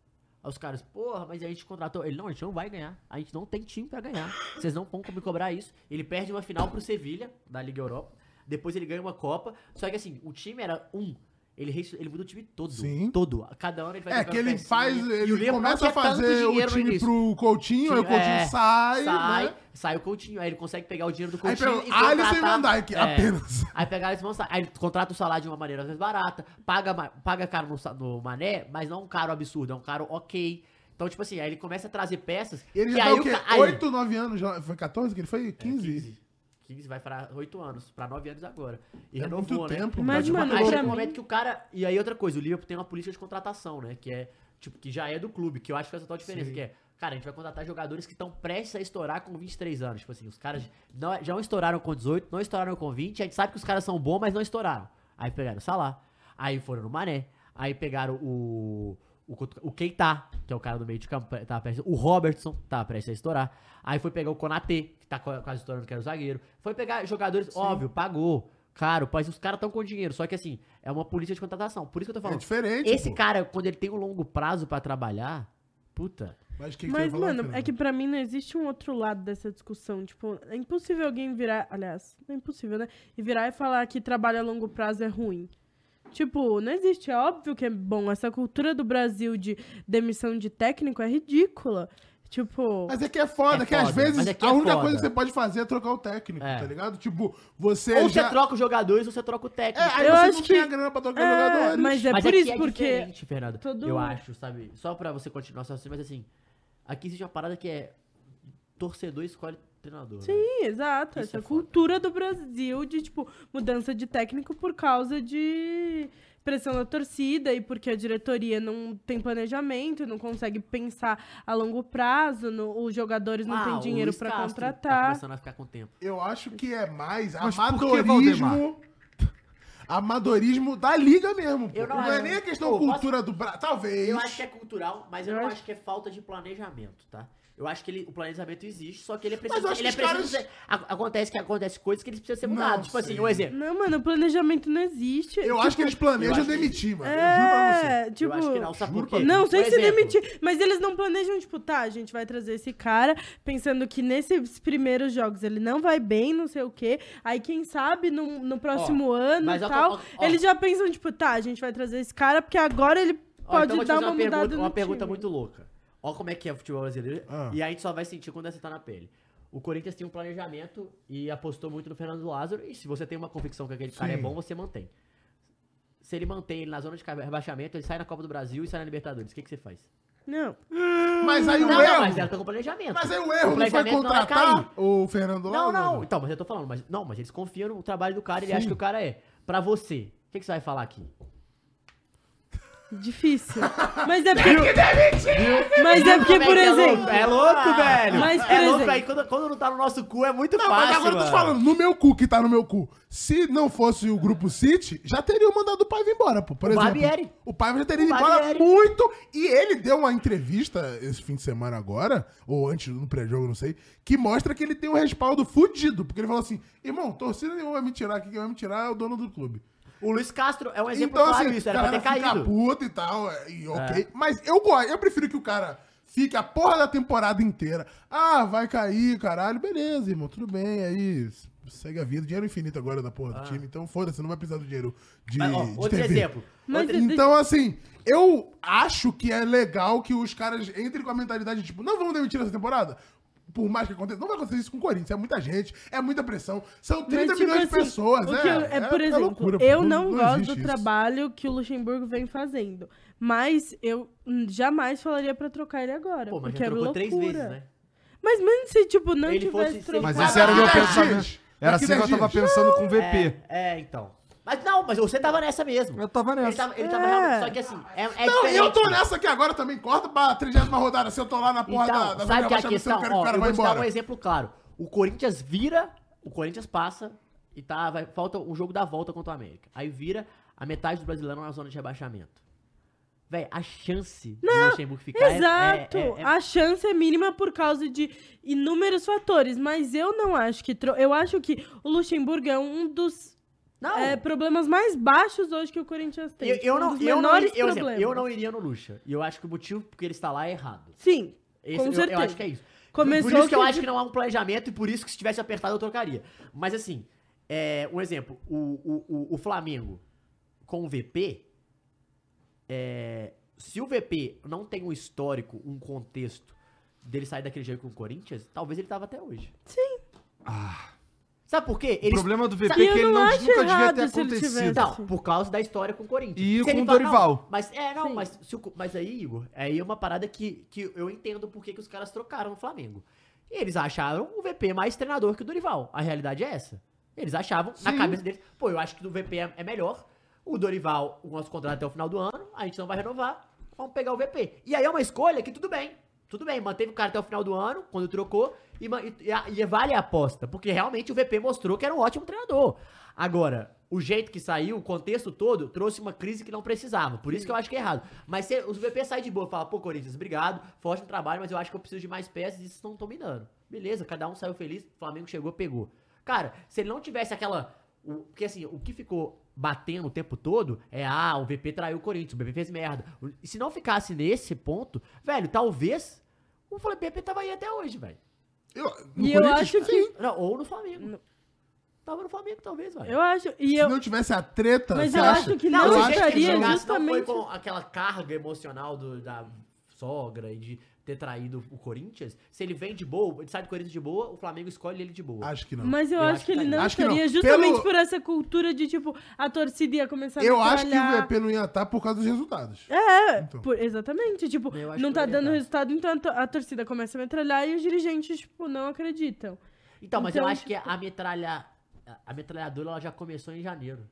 Speaker 1: Aí os caras, porra, mas a gente contratou. Ele, não, a gente não vai ganhar. A gente não tem time pra ganhar. Vocês não vão me cobrar isso. Ele perde uma final pro Sevilha, da Liga Europa. Depois ele ganha uma Copa. Só que assim, o time era um. Ele, reis- ele muda o time todo.
Speaker 3: Sim.
Speaker 1: Todo. Cada ano ele vai
Speaker 3: É
Speaker 1: trocando
Speaker 3: que ele
Speaker 1: pecinha.
Speaker 3: faz,
Speaker 1: E o
Speaker 3: ele
Speaker 1: Liverpool não
Speaker 3: começa a
Speaker 1: tinha tanto
Speaker 3: fazer o
Speaker 1: dinheiro no
Speaker 3: time
Speaker 1: início.
Speaker 3: pro Coutinho, aí o Coutinho
Speaker 1: É,
Speaker 3: sai,
Speaker 1: sai,
Speaker 3: né?
Speaker 1: sai o Coutinho, aí ele consegue pegar o dinheiro do
Speaker 3: Aí
Speaker 1: Coutinho
Speaker 3: pega
Speaker 1: e
Speaker 3: o Alisson e Van
Speaker 1: contratar-
Speaker 3: Dijk,
Speaker 1: é,
Speaker 3: apenas.
Speaker 1: Aí pega Alisson e Van Dijk, aí ele contrata o salário de uma maneira às vezes barata, paga, ma- paga caro no, sa- no Mané, mas não um caro absurdo, é um caro ok. Então, tipo assim, aí ele começa a trazer peças
Speaker 3: Ele
Speaker 1: e
Speaker 3: já
Speaker 1: aí
Speaker 3: tá o quê?
Speaker 1: ca- aí-
Speaker 3: 8, 9 anos, já- foi 14 que ele foi? 15?
Speaker 1: 15. 15 vai pra 8 anos, pra 9 anos agora. E
Speaker 3: É
Speaker 1: renovou,
Speaker 3: muito
Speaker 1: né?
Speaker 3: tempo,
Speaker 2: Mas,
Speaker 1: tipo,
Speaker 2: mano,
Speaker 1: aí
Speaker 2: pra
Speaker 1: chega um
Speaker 2: mim-
Speaker 1: momento que o cara. E aí outra coisa, o Liverpool tem uma política de contratação, né? Que é, tipo, que já é do clube, que eu acho que faz a total diferença, que é. Cara, a gente vai contratar jogadores que estão prestes a estourar com 23 anos. Tipo assim, os caras não, já não estouraram com 18, não estouraram com 20. A gente sabe que os caras são bons, mas não estouraram. Aí pegaram o Salah. Aí foram no Mané. Aí pegaram o. O, Cotu- o Keita, que é o cara do meio de campo, tá prestes, o Robertson, tá prestes a estourar. Aí foi pegar o Konatê, que tá qua- quase estourando, que era o zagueiro. Foi pegar jogadores, óbvio, pagou. Caro, mas os caras estão com dinheiro. Só que assim, é uma política de contratação. Por isso que eu tô
Speaker 3: É
Speaker 1: falando.
Speaker 3: diferente.
Speaker 1: Esse
Speaker 3: pô.
Speaker 1: cara, quando ele tem um longo prazo pra trabalhar, puta.
Speaker 3: Mas, o que que você
Speaker 2: Mas,
Speaker 3: ia falar,
Speaker 2: mano, é
Speaker 3: Fernando?
Speaker 2: que pra mim não existe um outro lado dessa discussão. Tipo, é impossível alguém virar. Aliás, não é impossível, né? E virar e falar que trabalho a longo prazo é ruim. Tipo, não existe. É óbvio que é bom. Essa cultura do Brasil de demissão de técnico é ridícula. Tipo.
Speaker 3: Mas é que é foda,
Speaker 1: É
Speaker 3: que às
Speaker 1: foda,
Speaker 3: vezes
Speaker 1: mas é que
Speaker 3: a
Speaker 1: é
Speaker 3: única
Speaker 1: foda.
Speaker 3: coisa que você pode fazer é trocar o técnico,
Speaker 1: É.
Speaker 3: tá ligado? Tipo, você
Speaker 1: ou
Speaker 3: já...
Speaker 1: você troca os jogadores ou você troca o
Speaker 3: É,
Speaker 1: técnico.
Speaker 3: aí
Speaker 2: Eu
Speaker 3: você
Speaker 2: acho
Speaker 3: não tem
Speaker 2: que-
Speaker 3: a grana pra trocar
Speaker 2: É,
Speaker 3: jogadores.
Speaker 2: mas é
Speaker 1: mas
Speaker 2: por
Speaker 1: aqui
Speaker 2: isso,
Speaker 1: é
Speaker 2: porque.
Speaker 1: diferente, Fernando.
Speaker 2: todo-
Speaker 1: Eu acho, sabe? Só pra você continuar só assim, mas assim, aqui existe uma parada que é torcedor escolhe treinador. né?
Speaker 2: Sim, exato.
Speaker 1: Isso
Speaker 2: essa
Speaker 1: é foda.
Speaker 2: cultura do Brasil de, tipo, mudança de técnico por causa de pressão da torcida e porque a diretoria não tem planejamento, não consegue pensar a longo prazo, no- os jogadores não
Speaker 1: Ah,
Speaker 2: têm
Speaker 1: o
Speaker 2: dinheiro
Speaker 1: Luiz
Speaker 2: pra
Speaker 1: Castro Tá
Speaker 2: contratar.
Speaker 1: começando a ficar com o tempo.
Speaker 3: Eu acho que é mais
Speaker 4: Mas por que,
Speaker 3: amadorismo... Amadorismo da liga mesmo, pô.
Speaker 1: Eu não
Speaker 3: Não é
Speaker 1: acho.
Speaker 3: nem a questão
Speaker 1: Pô,
Speaker 3: cultura do Brasil. Talvez.
Speaker 1: Eu acho que é cultural, mas eu,
Speaker 2: Eu
Speaker 1: não
Speaker 2: acho-
Speaker 1: acho... que é falta de planejamento, tá? Eu acho que ele, o planejamento existe, só que ele é
Speaker 3: eu
Speaker 1: preciso.
Speaker 3: acho
Speaker 1: ele
Speaker 3: que
Speaker 1: é
Speaker 3: os
Speaker 1: preciso
Speaker 3: caras-
Speaker 1: ser- a- acontece que acontece coisas que eles precisam ser
Speaker 3: Não
Speaker 1: mudados. Tipo
Speaker 3: sei.
Speaker 1: assim, um exemplo.
Speaker 2: Não, mano, o planejamento não existe.
Speaker 3: Eu acho que eles
Speaker 1: eu
Speaker 3: planejam
Speaker 1: acho que-
Speaker 3: demitir, mano. Eu juro pra você.
Speaker 2: É, tipo.
Speaker 1: eu acho que não, sabe por
Speaker 3: juro pra
Speaker 1: quê?
Speaker 2: Não,
Speaker 1: Por
Speaker 2: sem se é
Speaker 1: exemplo,
Speaker 2: demitir. Mas eles não planejam, tipo, tá, a gente vai trazer esse cara, pensando que nesses primeiros jogos ele não vai bem, não sei o quê. Aí, quem sabe, no, no próximo ano e
Speaker 1: mas ó,
Speaker 2: tal,
Speaker 1: ó, ó.
Speaker 2: eles já pensam, tipo, tá, a gente vai trazer esse cara, porque agora ele
Speaker 1: Ó,
Speaker 2: pode
Speaker 1: então eu vou te
Speaker 2: dar
Speaker 1: fazer
Speaker 2: uma,
Speaker 1: pergunta-
Speaker 2: mudada no
Speaker 1: Uma pergunta
Speaker 2: time.
Speaker 1: muito louca. Ó como é que é o futebol brasileiro.
Speaker 3: Ah.
Speaker 1: E aí a gente só vai sentir quando você tá na pele. O Corinthians tem um planejamento e apostou muito no Fernando Lázaro. E se você tem uma convicção que aquele cara é
Speaker 3: Sim.
Speaker 1: bom, você mantém. Se ele mantém ele na zona de ca- rebaixamento, ele sai na Copa do Brasil e sai na Libertadores. O que, que você faz?
Speaker 2: Não.
Speaker 3: Mas aí
Speaker 1: Não,
Speaker 3: o
Speaker 1: não,
Speaker 3: um erro.
Speaker 1: mas
Speaker 3: Mas,
Speaker 1: ela tá com planejamento.
Speaker 3: aí o erro não foi
Speaker 1: planejamento não é
Speaker 3: contratar
Speaker 1: cair.
Speaker 3: o Fernando
Speaker 1: Não,
Speaker 3: Lázaro?
Speaker 1: não. Então, mas eu tô falando, mas não, mas eles confiam no trabalho do cara, ele acha que o cara é. Pra você, o que, que você vai falar aqui?
Speaker 2: Difícil. Mas é porque. Mas é porque, por
Speaker 1: Como é que é louco?
Speaker 2: exemplo.
Speaker 1: É louco, velho.
Speaker 2: Mas, por
Speaker 1: é louco
Speaker 2: exemplo-
Speaker 1: aí quando, quando não tá no nosso cu é muito
Speaker 3: Ah. Não,
Speaker 1: fácil.
Speaker 3: mas agora eu tô te
Speaker 1: mano.
Speaker 3: falando, no meu cu, que tá no meu cu. Se não fosse o grupo City, já teriam mandado o Paiva embora, pô. Por
Speaker 1: O
Speaker 3: exemplo,
Speaker 1: Barbieri.
Speaker 3: O Paiva já teria ido
Speaker 1: O
Speaker 3: embora
Speaker 1: Barbieri.
Speaker 3: muito. E ele deu uma entrevista esse fim de semana agora, ou antes do pré-jogo, não sei, que mostra que ele tem um respaldo fudido. Porque ele falou assim: irmão, torcida nenhuma vai me tirar aqui, quem vai me tirar é o dono do clube.
Speaker 1: O Luiz Castro é um exemplo
Speaker 3: Então,
Speaker 1: claro
Speaker 3: assim,
Speaker 1: isso, era pra ter
Speaker 3: galera fica
Speaker 1: caído.
Speaker 3: puta e tal, é, e ok. Mas eu gosto, eu prefiro que o cara fique a porra da temporada inteira. Ah, vai cair, caralho, beleza, irmão, tudo bem, aí s- segue a vida. Dinheiro infinito agora da
Speaker 2: Ah.
Speaker 3: porra do time, então foda-se, não vai precisar do dinheiro de,
Speaker 1: Mas, ó,
Speaker 3: de
Speaker 1: outro
Speaker 3: TV.
Speaker 1: exemplo.
Speaker 2: Mas
Speaker 1: Outro-
Speaker 2: ele-
Speaker 3: Então, assim, eu acho que é legal que os caras entrem com a mentalidade, tipo, não vamos demitir essa temporada. Por mais que aconteça, não vai acontecer isso com o Corinthians. É muita gente, é muita pressão. São 30
Speaker 2: Mas, tipo
Speaker 3: milhões de
Speaker 2: assim,
Speaker 3: pessoas,
Speaker 2: o
Speaker 3: né?
Speaker 2: que eu- é, por exemplo,
Speaker 3: loucura, pô.
Speaker 2: eu não, gosto
Speaker 3: existe
Speaker 2: do
Speaker 3: isso.
Speaker 2: trabalho que o Luxemburgo vem fazendo. Mas eu hum, jamais falaria pra trocar ele agora.
Speaker 1: Pô, mas
Speaker 2: porque
Speaker 1: já
Speaker 2: é
Speaker 1: trocou
Speaker 2: loucura.
Speaker 1: três vezes, né?
Speaker 2: Mas mesmo se, tipo, não
Speaker 1: Ele
Speaker 2: tivesse
Speaker 1: fosse- se ele
Speaker 2: trocado...
Speaker 4: Mas
Speaker 1: Caralho,
Speaker 4: esse era o meu
Speaker 3: daqui
Speaker 4: pensamento.
Speaker 3: dez
Speaker 4: Era
Speaker 3: dias.
Speaker 4: assim que eu tava pensando com o VP.
Speaker 1: É, é, então. Mas não, mas você tava nessa mesmo.
Speaker 4: Eu tava
Speaker 1: Ele
Speaker 4: nessa.
Speaker 1: tava, ele
Speaker 2: É.
Speaker 1: tava realmente- Só que assim, é, é
Speaker 3: Não, e eu tô
Speaker 1: diferente.
Speaker 3: nessa aqui agora também. Corta pra 30 rodada. Se eu tô lá na porra da,
Speaker 1: Então,
Speaker 3: da
Speaker 1: sabe que a
Speaker 3: rebaixamento,
Speaker 1: questão,
Speaker 3: eu quero que o
Speaker 1: ó,
Speaker 3: cara
Speaker 1: eu
Speaker 3: vá
Speaker 1: vou te dar
Speaker 3: embora.
Speaker 1: um exemplo claro. O Corinthians vira, o Corinthians passa e tá, vai, falta um jogo da volta contra o América. Aí vira a metade do Brasileirão na zona de rebaixamento. Véi, a chance do Luxemburgo ficar é- é-
Speaker 2: Exato!
Speaker 1: é- é-
Speaker 2: A chance é mínima por causa de inúmeros fatores. Mas eu não acho que... tro- Eu acho que o Luxemburgo é um dos
Speaker 1: Não.
Speaker 2: é, problemas mais baixos hoje que o Corinthians tem.
Speaker 1: Eu, eu
Speaker 2: Um
Speaker 1: não,
Speaker 2: dos
Speaker 1: eu, não,
Speaker 2: menores
Speaker 1: eu, exemplo,
Speaker 2: problemas.
Speaker 1: eu não iria no Lucha. E eu acho que o motivo porque ele está lá é errado.
Speaker 2: Sim,
Speaker 1: Esse,
Speaker 2: com
Speaker 1: eu,
Speaker 2: certeza.
Speaker 1: eu acho que é isso.
Speaker 2: Começou
Speaker 1: por isso que eu
Speaker 2: com-
Speaker 1: acho que não há um planejamento e por isso que se tivesse apertado eu trocaria. Mas assim, é, um exemplo, o, o, o, o Flamengo com o VP, é, se o VP não tem um histórico, um contexto dele sair daquele jeito com o Corinthians, talvez ele tava até hoje.
Speaker 2: Sim.
Speaker 1: Sabe por quê?
Speaker 4: O problema do VP é
Speaker 2: Sabe,
Speaker 4: que
Speaker 2: eu
Speaker 4: ele
Speaker 2: não
Speaker 4: não,
Speaker 2: acho
Speaker 4: nunca devia
Speaker 2: errado
Speaker 4: ter
Speaker 2: se ele
Speaker 4: acontecido. Tá.
Speaker 2: tivesse.
Speaker 1: Então,
Speaker 2: Sim.
Speaker 1: por causa da história com o Corinthians.
Speaker 4: E
Speaker 1: Se ele
Speaker 4: com o
Speaker 1: fala-
Speaker 4: Dorival.
Speaker 1: não, mas é, não,
Speaker 2: Sim.
Speaker 1: mas, se o co- mas aí, Igor, aí é uma parada que, que eu entendo por que que os caras trocaram no Flamengo. Eles acharam o VP mais treinador que o Dorival. A realidade é essa. Eles achavam, na cabeça deles, pô, eu acho que o VP é, é melhor. O Dorival, o nosso contrato é até o final do ano, a gente não vai renovar, vamos pegar o VP. E aí é uma escolha que tudo bem. Tudo bem, manteve o cara até o final do ano, quando trocou, e, ma- e- e a- e vale a aposta, porque realmente o VP mostrou que era um ótimo treinador. Agora, o jeito que saiu, o contexto todo, trouxe uma crise que não precisava. Por isso que eu acho que é errado. Mas se o VP sai de boa e fala, pô, Corinthians, obrigado, forte no trabalho, mas eu acho que eu preciso de mais peças e vocês não estão me dando. Beleza, cada um saiu feliz, o Flamengo chegou, pegou. Cara, se ele não tivesse aquela. o- porque assim, o que ficou batendo o tempo todo é, ah, o VP traiu o Corinthians, o VP fez merda. O- E se não ficasse nesse ponto, velho, talvez o VP tava aí até hoje, velho.
Speaker 3: Eu, no
Speaker 2: E eu
Speaker 3: Corinthians,
Speaker 2: acho
Speaker 3: sim.
Speaker 2: que.
Speaker 1: Não, Ou no Flamengo. Tava no Flamengo, talvez, velho.
Speaker 2: Eu acho. E
Speaker 3: Se
Speaker 2: eu,
Speaker 3: não tivesse a treta,
Speaker 2: Mas
Speaker 3: você
Speaker 2: eu
Speaker 3: acha?
Speaker 2: acho que
Speaker 1: Não,
Speaker 2: não
Speaker 1: eu
Speaker 3: eu
Speaker 1: acho que
Speaker 2: estaria
Speaker 1: ele jogasse não foi
Speaker 2: justamente.
Speaker 1: com aquela carga emocional do- da sogra e de ter traído o Corinthians. Se ele vem de boa, ele sai do Corinthians de boa, o Flamengo escolhe ele de boa.
Speaker 3: Acho que não.
Speaker 2: Mas eu, acho, que ele não
Speaker 3: Acho que não.
Speaker 2: estaria justamente
Speaker 3: Pelo-
Speaker 2: por essa cultura de, tipo, a torcida ia começar
Speaker 3: eu
Speaker 2: a
Speaker 3: acho que é o
Speaker 2: metralhar.
Speaker 3: VP não ia estar por causa dos resultados.
Speaker 2: É,
Speaker 3: Então.
Speaker 2: por- exatamente. Tipo,
Speaker 1: Eu acho
Speaker 2: não
Speaker 1: que é poderia
Speaker 2: tá dando
Speaker 1: dar.
Speaker 2: resultado, então a to- a torcida começa a metralhar e os dirigentes, tipo, não acreditam.
Speaker 1: então, mas eu
Speaker 2: então,
Speaker 1: acho que a metralha a metralhadora ela já começou em janeiro.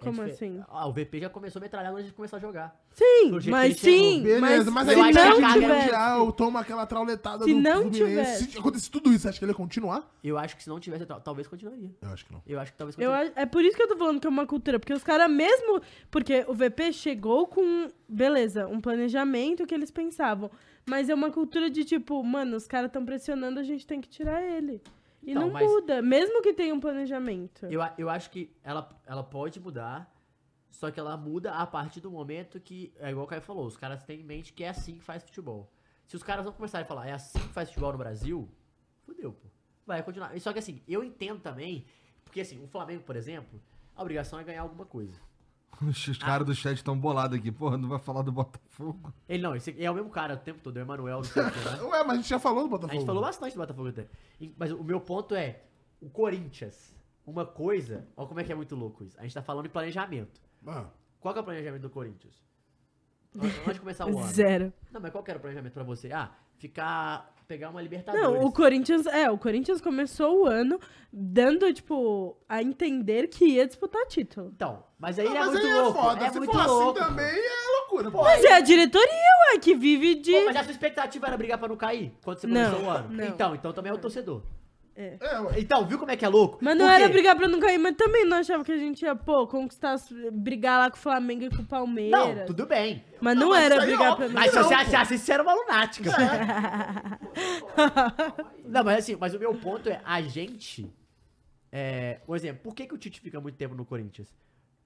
Speaker 1: É
Speaker 2: Como
Speaker 1: dife-
Speaker 2: assim?
Speaker 1: Ah, o VP já começou a metralhar antes de começar a jogar. Do
Speaker 2: Sim,
Speaker 1: jeito
Speaker 2: mas
Speaker 1: que ele chegou.
Speaker 2: sim.
Speaker 3: Beleza, mas,
Speaker 2: mas,
Speaker 3: aí
Speaker 1: eu
Speaker 2: se
Speaker 1: acho que a
Speaker 2: não
Speaker 1: carga
Speaker 2: tiver.
Speaker 3: mundial, toma aquela trauletada
Speaker 2: Se
Speaker 3: do
Speaker 2: não
Speaker 3: Fluminense.
Speaker 2: tivesse-
Speaker 3: Se acontecesse tudo isso, você acha que ele ia continuar?
Speaker 1: Eu acho que se não tivesse, tal- talvez continuaria.
Speaker 3: Eu acho que não.
Speaker 1: Eu acho que talvez
Speaker 2: Eu,
Speaker 1: continuaria.
Speaker 2: a- é por isso que eu tô falando que é uma cultura, porque os caras mesmo. Porque o VP chegou com, beleza, um planejamento que eles pensavam. Mas é uma cultura de tipo, mano, os caras estão pressionando, a gente tem que tirar ele. E
Speaker 1: Então,
Speaker 2: não
Speaker 1: mas-
Speaker 2: muda, mesmo que tenha um planejamento.
Speaker 1: Eu, a- eu acho que ela, ela pode mudar, só que ela muda a partir do momento que, é igual o Caio falou, os caras têm em mente que é assim que faz futebol. Se os caras não começarem a falar, é assim que faz futebol no Brasil, fudeu, pô. Vai continuar. E Só que assim, eu entendo também, porque assim, o Flamengo, por exemplo, a obrigação é ganhar alguma coisa.
Speaker 4: Os caras do chat estão bolados aqui. Porra, não vai falar do Botafogo.
Speaker 1: Ele não, esse é o mesmo cara o tempo todo, é o Emanuel, não sei o que, né?
Speaker 3: [LAUGHS] Ué, mas a gente já falou do Botafogo.
Speaker 1: A gente falou bastante do Botafogo até. E- Mas o meu ponto é, o Corinthians, uma coisa, olha como é que é muito louco isso. A gente tá falando de planejamento.
Speaker 3: Ah,
Speaker 1: Qual que é o planejamento do Corinthians? An- Antes de começar
Speaker 2: [LAUGHS]
Speaker 1: o ano.
Speaker 2: Zero.
Speaker 1: Não, mas qual que era o planejamento pra você? Ah, ficar. pegar uma Libertadores.
Speaker 2: Não, o Corinthians, é, o Corinthians começou o ano dando, tipo, a entender que ia disputar título.
Speaker 1: Então, mas aí
Speaker 3: Ah,
Speaker 1: é
Speaker 3: mas
Speaker 1: muito
Speaker 3: aí
Speaker 1: louco.
Speaker 3: é foda.
Speaker 1: É
Speaker 3: Se
Speaker 1: muito
Speaker 3: for
Speaker 1: louco.
Speaker 3: assim também, é loucura. pô.
Speaker 2: Mas é a diretoria, ué, que vive de.
Speaker 1: Pô, mas a sua expectativa era brigar pra não cair quando você começou
Speaker 2: Não,
Speaker 1: o ano?
Speaker 2: não.
Speaker 1: Então, então também é o torcedor.
Speaker 3: É, ué.
Speaker 1: Então, viu como é que é louco?
Speaker 2: Mas não
Speaker 1: Por quê?
Speaker 2: era brigar pra não cair, mas também não achava que a gente ia, pô, conquistar, as- brigar lá com o Flamengo e com o Palmeiras.
Speaker 1: Não, tudo bem.
Speaker 2: Mas não,
Speaker 3: Não, mas
Speaker 2: era
Speaker 3: isso aí é
Speaker 2: brigar pra
Speaker 3: óbvio.
Speaker 2: não
Speaker 1: Mas se
Speaker 3: Não,
Speaker 1: você
Speaker 3: pô.
Speaker 1: achasse isso, você era uma lunática. Não, mas assim, mas o meu ponto é, a gente. É, por exemplo, por que, que o Tite fica muito tempo no Corinthians?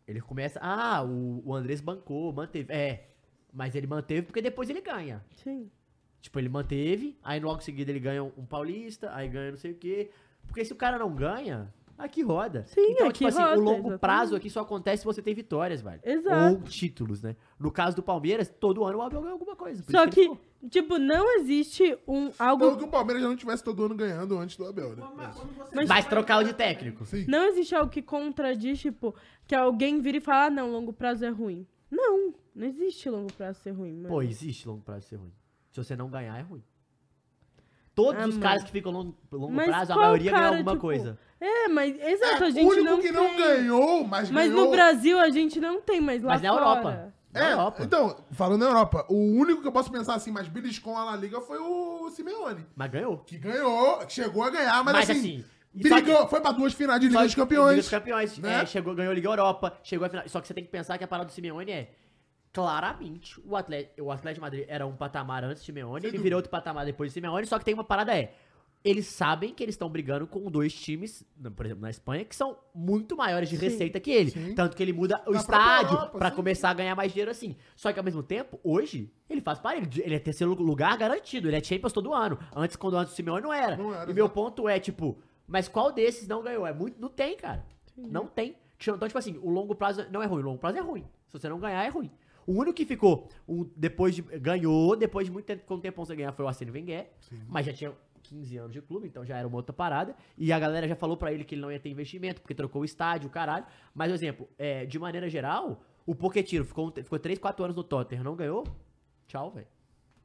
Speaker 1: Ele começa. Ah, o, o Andrés bancou, manteve. É. Mas ele manteve porque depois ele ganha.
Speaker 3: é
Speaker 2: Sim.
Speaker 1: Tipo, ele manteve, aí logo em seguida ele ganha um paulista, aí ganha não sei o quê. Porque se o cara não ganha, aqui roda.
Speaker 2: Sim,
Speaker 1: então,
Speaker 2: aqui
Speaker 1: tipo assim,
Speaker 2: roda,
Speaker 1: o longo
Speaker 2: exatamente.
Speaker 1: prazo aqui só acontece se você tem vitórias, velho.
Speaker 2: Exato.
Speaker 1: Ou títulos, né? No caso do Palmeiras, todo ano o Abel ganha alguma coisa. por
Speaker 2: Só
Speaker 1: isso ele
Speaker 2: que, tipo, não existe um algo.
Speaker 3: Então que o Palmeiras já não tivesse todo ano ganhando antes do Abel, né?
Speaker 1: ficou. Mas trocar o de técnico.
Speaker 3: Sim.
Speaker 2: Não existe algo que contradiz, tipo, que alguém vira e fala, ah, não, longo prazo é ruim. Não, não existe longo prazo ser ruim, mano.
Speaker 1: Pô, existe longo prazo ser ruim. Se você não ganhar, é ruim. Todos
Speaker 2: Ah,
Speaker 1: os
Speaker 2: mano.
Speaker 1: caras que ficam longo, longo
Speaker 2: Mas
Speaker 1: prazo, a
Speaker 2: qual
Speaker 1: maioria ganha
Speaker 2: cara,
Speaker 1: alguma
Speaker 2: tipo,
Speaker 1: coisa.
Speaker 2: É, mas exato,
Speaker 3: É,
Speaker 2: a
Speaker 3: o
Speaker 2: gente
Speaker 3: único
Speaker 2: não
Speaker 3: que
Speaker 2: tem.
Speaker 3: não ganhou, mas,
Speaker 2: Mas
Speaker 3: ganhou.
Speaker 2: no Brasil a gente não tem, mas lá
Speaker 1: Mas na
Speaker 2: fora.
Speaker 1: Europa. Na
Speaker 3: É,
Speaker 1: Europa.
Speaker 3: então, falando na Europa, o único que eu posso pensar assim, mas beliscou a La Liga foi o Simeone.
Speaker 1: Mas ganhou.
Speaker 3: Que ganhou, que chegou a ganhar, mas,
Speaker 1: Mas,
Speaker 3: assim,
Speaker 1: assim,
Speaker 3: brigou,
Speaker 1: só
Speaker 3: foi pra duas finais de Liga
Speaker 1: Só
Speaker 3: dos
Speaker 1: que- Liga
Speaker 3: Campeões.
Speaker 1: dos Campeões.
Speaker 3: né?
Speaker 1: é, chegou, ganhou a Liga Europa, chegou a final. Só que você tem que pensar que a parada do Simeone é. Claramente, o Atlético, o Atlético de Madrid era um patamar antes do Simeone, ele virou outro patamar depois do Simeone, só que tem uma parada é. Eles sabem que eles estão brigando com dois times, na- por exemplo, na Espanha, que são muito maiores de receita que ele. Tanto que ele muda o
Speaker 3: Na própria
Speaker 1: estádio
Speaker 3: Europa,
Speaker 1: pra
Speaker 3: sim.
Speaker 1: começar a ganhar mais dinheiro assim. Só que ao mesmo tempo, hoje, ele faz parede. Ele é terceiro lugar garantido, ele é Champions todo ano. Antes, quando antes do Simeone não era.
Speaker 3: Não era,
Speaker 1: e meu ponto é, tipo, mas qual desses não ganhou? É muito, não tem, cara. Não tem. Então, tipo assim, o longo prazo não é ruim. O longo prazo é ruim. Se você não ganhar, é ruim. O único que ficou, um, depois de, ganhou, depois de muito tempo, quanto tempo você ganhar foi o Arsene Wenger, mas já tinha 15 anos de clube, então já era uma outra parada, e a galera já falou pra ele que ele não ia ter investimento, porque trocou o estádio, caralho, mas, por exemplo, é, de maneira geral, o Pochettino ficou, um te- ficou 3, 4 anos no Tottenham, não ganhou? Tchau, velho.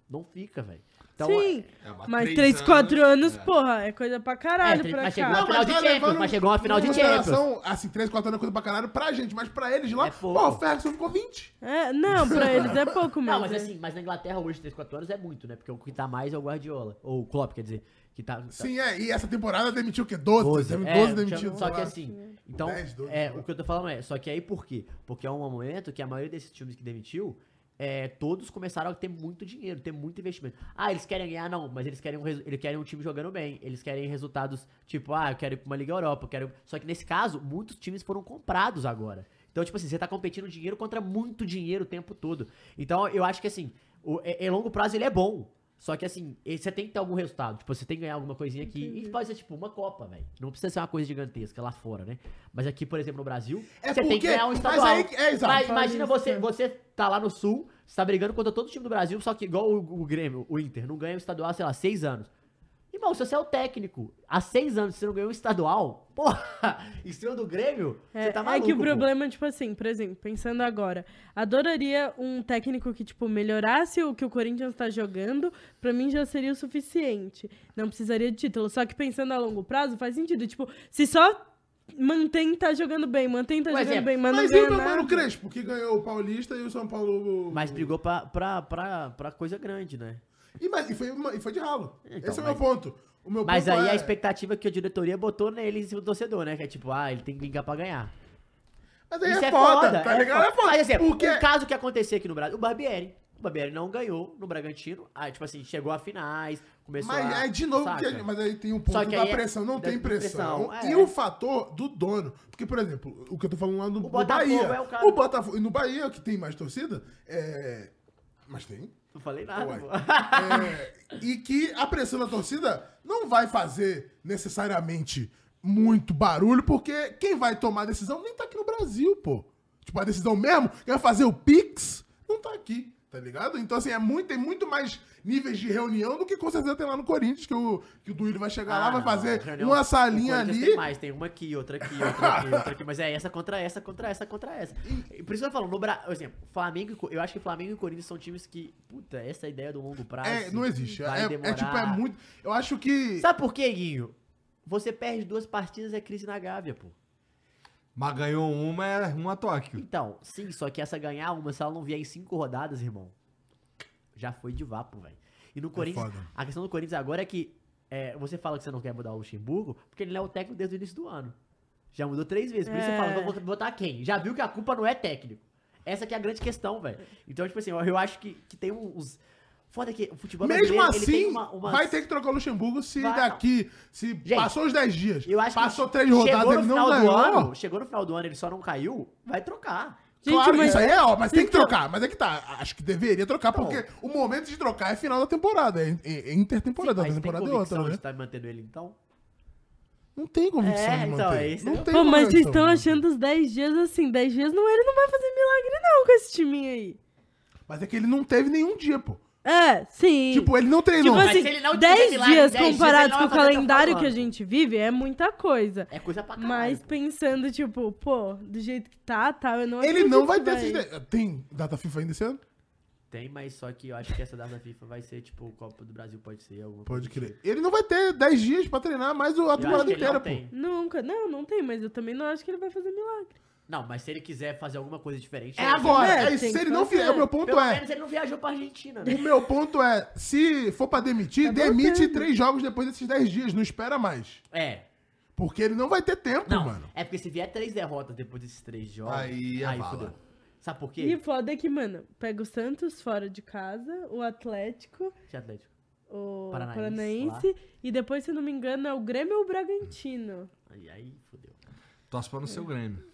Speaker 1: Não fica, velho. Então,
Speaker 2: Sim,
Speaker 4: É, mas
Speaker 2: mas
Speaker 4: três
Speaker 2: 3, 4 anos,
Speaker 4: é.
Speaker 2: porra, é coisa pra
Speaker 1: É,
Speaker 2: caralho
Speaker 1: tri-
Speaker 2: pra
Speaker 1: mas chegou
Speaker 2: cá.
Speaker 1: a final de Champions, mas chegou a final de Champions.
Speaker 3: Champions. Assim, 3, 4 anos é coisa pra caralho pra gente, mas pra eles lá,
Speaker 1: É
Speaker 3: pô,
Speaker 1: pouco.
Speaker 3: o Ferguson ficou 20.
Speaker 2: É, não, pra eles
Speaker 3: [LAUGHS]
Speaker 2: é pouco mesmo.
Speaker 1: Não, mas assim, mas na Inglaterra hoje, 3, 4 anos é muito, né? Porque o que tá mais é o Guardiola. Ou o Klopp, quer dizer, que tá. tá
Speaker 3: Sim, tá é, e essa temporada demitiu o quê? 12? 12,
Speaker 1: 12,
Speaker 3: teve
Speaker 1: é,
Speaker 3: 12
Speaker 1: tinha-
Speaker 3: demitidos.
Speaker 1: Só
Speaker 3: sei
Speaker 1: que
Speaker 3: lá.
Speaker 1: assim, então,
Speaker 3: 10, 12,
Speaker 1: é,
Speaker 3: sei lá.
Speaker 1: o que eu tô falando é, só que aí por quê? Porque é um momento que a maioria desses times que demitiu, é, todos começaram a ter muito dinheiro, ter muito investimento. Ah, eles querem ganhar? Não, mas eles querem um, resu- eles querem um time jogando bem, eles querem resultados tipo, ah, eu quero ir pra uma Liga Europa, eu quero... Só que nesse caso, muitos times foram comprados agora. Então, tipo assim, você tá competindo dinheiro contra muito dinheiro o tempo todo. Então, eu acho que assim, o, é- em longo prazo ele é bom, só que assim, e- você tem que ter algum resultado. Tipo, você tem que ganhar alguma coisinha aqui. E pode ser tipo uma Copa, velho. Não precisa ser uma coisa gigantesca lá fora, né? Mas aqui, por exemplo, no Brasil,
Speaker 3: É
Speaker 1: você tem
Speaker 3: porque-
Speaker 1: que ganhar um
Speaker 3: mas
Speaker 1: estadual.
Speaker 3: aí que- é, exato,
Speaker 1: Mas
Speaker 3: fala
Speaker 1: imagina
Speaker 3: isso,
Speaker 1: você,
Speaker 3: é.
Speaker 1: você tá lá no sul, você tá brigando contra todo o time do Brasil, só que igual o, o Grêmio, o Inter, não ganha um estadual, sei lá, seis anos. Irmão, se você é o técnico, há seis anos você não ganhou um estadual, [LAUGHS] porra, em cima do Grêmio,
Speaker 2: É,
Speaker 1: você tá maluco.
Speaker 2: é que o
Speaker 1: pô.
Speaker 2: problema, tipo assim, por exemplo, pensando agora, adoraria um técnico que, tipo, melhorasse o que o Corinthians tá jogando, pra mim já seria o suficiente. Não precisaria de título. Só que pensando a longo prazo, faz sentido. Tipo, se só mantém tá jogando bem, mantém tá
Speaker 1: Um
Speaker 2: jogando
Speaker 1: exemplo.
Speaker 2: bem, mas,
Speaker 3: Mas
Speaker 2: não
Speaker 3: e
Speaker 2: ganha
Speaker 3: o meu
Speaker 2: nada.
Speaker 3: mano Crespo, que ganhou o Paulista e o São Paulo.
Speaker 1: né? Mas brigou pra, pra, pra, pra coisa grande, né?
Speaker 3: E, mas, e, foi, e foi de ralo.
Speaker 1: Então,
Speaker 3: Esse é o
Speaker 1: mas-
Speaker 3: meu ponto. O meu
Speaker 1: Mas
Speaker 3: ponto
Speaker 1: aí
Speaker 3: é...
Speaker 1: a expectativa que a diretoria botou nele em cima do torcedor, né? Que é tipo, ah, ele tem que vingar pra ganhar.
Speaker 3: Mas aí é, foda, tá ligado? É foda.
Speaker 1: Mas assim,
Speaker 3: Porque-
Speaker 1: um caso que acontecia aqui no Brasil, o Barbieri. O Barbieri não ganhou no Bragantino. Aí, tipo assim, chegou a finais, começou
Speaker 3: Mas
Speaker 1: a...
Speaker 3: aí, de novo,
Speaker 1: saca?
Speaker 3: que a gente- mas aí tem um
Speaker 1: Só
Speaker 3: ponto
Speaker 1: que
Speaker 3: da
Speaker 1: aí é-
Speaker 3: pressão. Não
Speaker 1: da
Speaker 3: tem pressão.
Speaker 1: pressão, é.
Speaker 3: E o fator do dono. Porque, por exemplo, o que eu tô falando lá no, no
Speaker 1: Botafogo
Speaker 3: Bahia.
Speaker 1: é o cara.
Speaker 3: O Botafogo. e No Bahia, que tem mais torcida, é. Mas tem.
Speaker 1: Não falei nada,
Speaker 3: Uai.
Speaker 1: pô.
Speaker 3: É, e que a pressão da torcida não vai fazer necessariamente muito barulho, porque quem vai tomar a decisão nem tá aqui no Brasil, pô. Tipo, a decisão mesmo, quem vai fazer o Pix, não tá aqui, tá ligado? Então, assim, é muito, tem muito mais níveis de reunião do que com certeza tem lá no Corinthians, que o, que o Duílio vai chegar lá,
Speaker 1: [LAUGHS] Ah,
Speaker 3: vai
Speaker 1: não,
Speaker 3: fazer
Speaker 1: reunião-
Speaker 3: uma
Speaker 1: o
Speaker 3: salinha
Speaker 1: Corinthians
Speaker 3: ali.
Speaker 1: Tem mais, tem uma aqui, outra aqui, outra aqui, outra aqui. Mas é essa contra essa, contra essa, contra essa. E por isso que eu falo, no Bra... por exemplo, Flamengo e Co- Eu acho que Flamengo e Corinthians são times que. Puta, essa ideia do longo prazo. assim,
Speaker 3: É, não existe. É,
Speaker 1: vai
Speaker 3: é,
Speaker 1: demorar.
Speaker 3: tipo, é muito. Eu acho que.
Speaker 1: Sabe por quê, Guinho? Você perde duas partidas, é crise na Gávea, pô.
Speaker 4: Mas ganhou uma, é uma Tóquio.
Speaker 1: Então, sim, só que essa ganhar uma, se ela não vier em cinco rodadas, irmão, já foi de vapo, velho. E no Corinthians,
Speaker 3: É foda.
Speaker 1: a questão do Corinthians agora é que é, você fala que você não quer mudar o Luxemburgo, porque ele não é o técnico desde o início do ano. Já mudou três vezes. Por isso
Speaker 2: É.
Speaker 1: você fala, vou botar quem? Já viu que a culpa não é técnico. Essa que é a grande questão, velho. Então, tipo assim, eu, eu acho que, que tem uns. Foda que o futebol
Speaker 3: Mesmo
Speaker 1: brasileiro, ele tem
Speaker 3: assim,
Speaker 1: uma- umas-
Speaker 3: vai ter que trocar o Luxemburgo se
Speaker 1: Vai,
Speaker 3: daqui. Se passou os 10 dias,
Speaker 1: Eu acho
Speaker 3: passou
Speaker 1: que
Speaker 3: 3
Speaker 1: chegou
Speaker 3: rodadas,
Speaker 1: no
Speaker 3: ele não
Speaker 1: final do
Speaker 3: ganhou.
Speaker 1: ano, chegou no final do ano, ele só não caiu, vai trocar.
Speaker 2: Gente,
Speaker 3: claro,
Speaker 2: mas-
Speaker 3: isso aí é ó, mas
Speaker 1: [LAUGHS]
Speaker 3: tem que
Speaker 2: Então-
Speaker 3: trocar. Mas é que tá, acho que deveria trocar, porque
Speaker 1: Então
Speaker 3: o momento de trocar é final da temporada, é, é- é intertemporada,
Speaker 1: Sim,
Speaker 3: a
Speaker 1: mas tem
Speaker 3: temporada é
Speaker 1: convicção
Speaker 3: outra,
Speaker 1: de
Speaker 3: né?
Speaker 1: estar mantendo ele, então?
Speaker 3: Não tem convicção
Speaker 1: É,
Speaker 3: de
Speaker 1: então,
Speaker 3: manter.
Speaker 1: é isso
Speaker 3: não
Speaker 1: aí.
Speaker 3: tem
Speaker 2: Pô, mas vocês
Speaker 3: convicção
Speaker 2: estão
Speaker 3: de manter.
Speaker 2: achando os 10 dias assim, 10 dias não, ele não vai fazer milagre não com esse timinho aí.
Speaker 3: Mas é que ele não teve nenhum dia, pô.
Speaker 2: É, sim.
Speaker 3: Tipo, ele não treinou.
Speaker 2: Tipo
Speaker 1: Mas
Speaker 2: assim,
Speaker 1: se ele não tiver
Speaker 2: 10
Speaker 1: milagre,
Speaker 2: dias
Speaker 1: 10 dias, ele não
Speaker 2: comparados
Speaker 1: vai
Speaker 2: com o
Speaker 1: fazer o que eu tô
Speaker 2: calendário que a
Speaker 1: falando.
Speaker 2: gente vive é muita coisa.
Speaker 1: É coisa pra caralho.
Speaker 2: Mas pensando, tipo, pô, do jeito que tá, tal, eu não
Speaker 3: ele
Speaker 2: acredito
Speaker 3: não vai
Speaker 2: que
Speaker 3: ter esses. de- Tem data FIFA ainda esse ano?
Speaker 1: Tem, mas só que eu acho que essa data FIFA vai ser tipo o Copa do Brasil, pode ser alguma
Speaker 3: Pode
Speaker 1: coisa
Speaker 3: crer. Ele não vai ter 10 dias pra treinar mais o-
Speaker 1: assim.
Speaker 3: a
Speaker 1: Eu acho
Speaker 3: temporada
Speaker 1: que ele
Speaker 3: inteira,
Speaker 1: não
Speaker 3: pô.
Speaker 1: tem.
Speaker 2: Nunca, não, não tem, mas eu também não acho que ele vai fazer milagre.
Speaker 1: Não, mas se ele quiser fazer alguma coisa diferente.
Speaker 3: É
Speaker 1: ele-
Speaker 3: agora.
Speaker 2: É,
Speaker 3: É, isso.
Speaker 2: tem
Speaker 3: se
Speaker 2: que
Speaker 3: ele não
Speaker 2: fazer.
Speaker 3: fizer, o meu ponto
Speaker 1: Pelo
Speaker 3: é.
Speaker 1: menos ele não viajou pra Argentina,
Speaker 3: [LAUGHS] O
Speaker 1: né?
Speaker 3: meu ponto é, se for pra demitir,
Speaker 2: Tá
Speaker 3: demite
Speaker 2: voltando.
Speaker 3: três jogos depois desses 10 dias, não espera mais.
Speaker 1: É.
Speaker 3: Porque ele não vai ter tempo,
Speaker 1: Não,
Speaker 3: mano.
Speaker 1: é porque se vier três derrotas depois desses três jogos.
Speaker 4: Aí é bala.
Speaker 1: Sabe por
Speaker 2: E
Speaker 1: quê?
Speaker 2: foda é que, mano, pega o Santos fora de casa, o Atlético,
Speaker 1: Que Atlético.
Speaker 2: o
Speaker 1: Paranaense,
Speaker 2: Paranaense, e depois, se eu não me engano, é o Grêmio ou o Bragantino.
Speaker 1: Aí, aí fodeu.
Speaker 4: Torce pra não ser o Grêmio.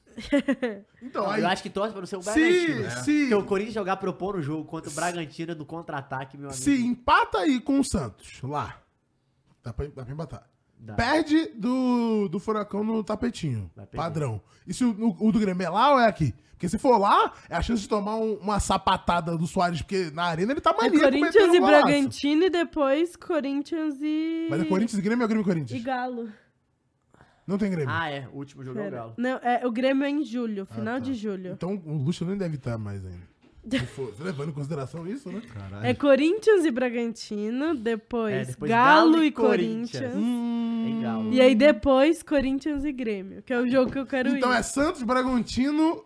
Speaker 3: Então,
Speaker 1: Não,
Speaker 3: aí,
Speaker 1: eu acho que torce pra não ser o
Speaker 3: se,
Speaker 2: É.
Speaker 1: Bragantino. né?
Speaker 3: se,
Speaker 1: Porque o Corinthians jogar propondo o jogo contra o Bragantino no contra-ataque, meu amigo.
Speaker 3: se empata aí com o Santos, lá, dá pra, dá pra empatar.
Speaker 1: Dá.
Speaker 3: Perde do, do Furacão no tapetinho,
Speaker 1: Tá. Vai perder.
Speaker 3: padrão. E se o, o- o do Grêmio é lá ou é aqui? Porque se for lá, é a chance de tomar um- uma sapatada do Soares, porque na arena ele tá
Speaker 2: É
Speaker 3: maníaco.
Speaker 2: Corinthians
Speaker 3: metendo
Speaker 2: e
Speaker 3: golaço.
Speaker 2: Bragantino e depois Corinthians e.
Speaker 3: Mas é Corinthians e Grêmio ou Grêmio e
Speaker 2: e
Speaker 3: Corinthians?
Speaker 2: Galo.
Speaker 3: Não tem Grêmio.
Speaker 1: Ah, é. O último jogo é o
Speaker 2: Pera.
Speaker 1: Galo.
Speaker 2: Não, é, o Grêmio é em julho, final
Speaker 3: tá.
Speaker 2: de julho.
Speaker 3: Então o Luxo nem deve estar mais ainda. Se for- levando em consideração isso, né?
Speaker 4: Caralho.
Speaker 2: É Corinthians e Bragantino, depois,
Speaker 1: É, depois
Speaker 2: Galo,
Speaker 1: Galo e
Speaker 2: e Corinthians.
Speaker 1: É Legal.
Speaker 2: E aí depois Corinthians e Grêmio, que é o jogo que eu quero
Speaker 3: Então
Speaker 2: ir.
Speaker 3: é Santos, Bragantino,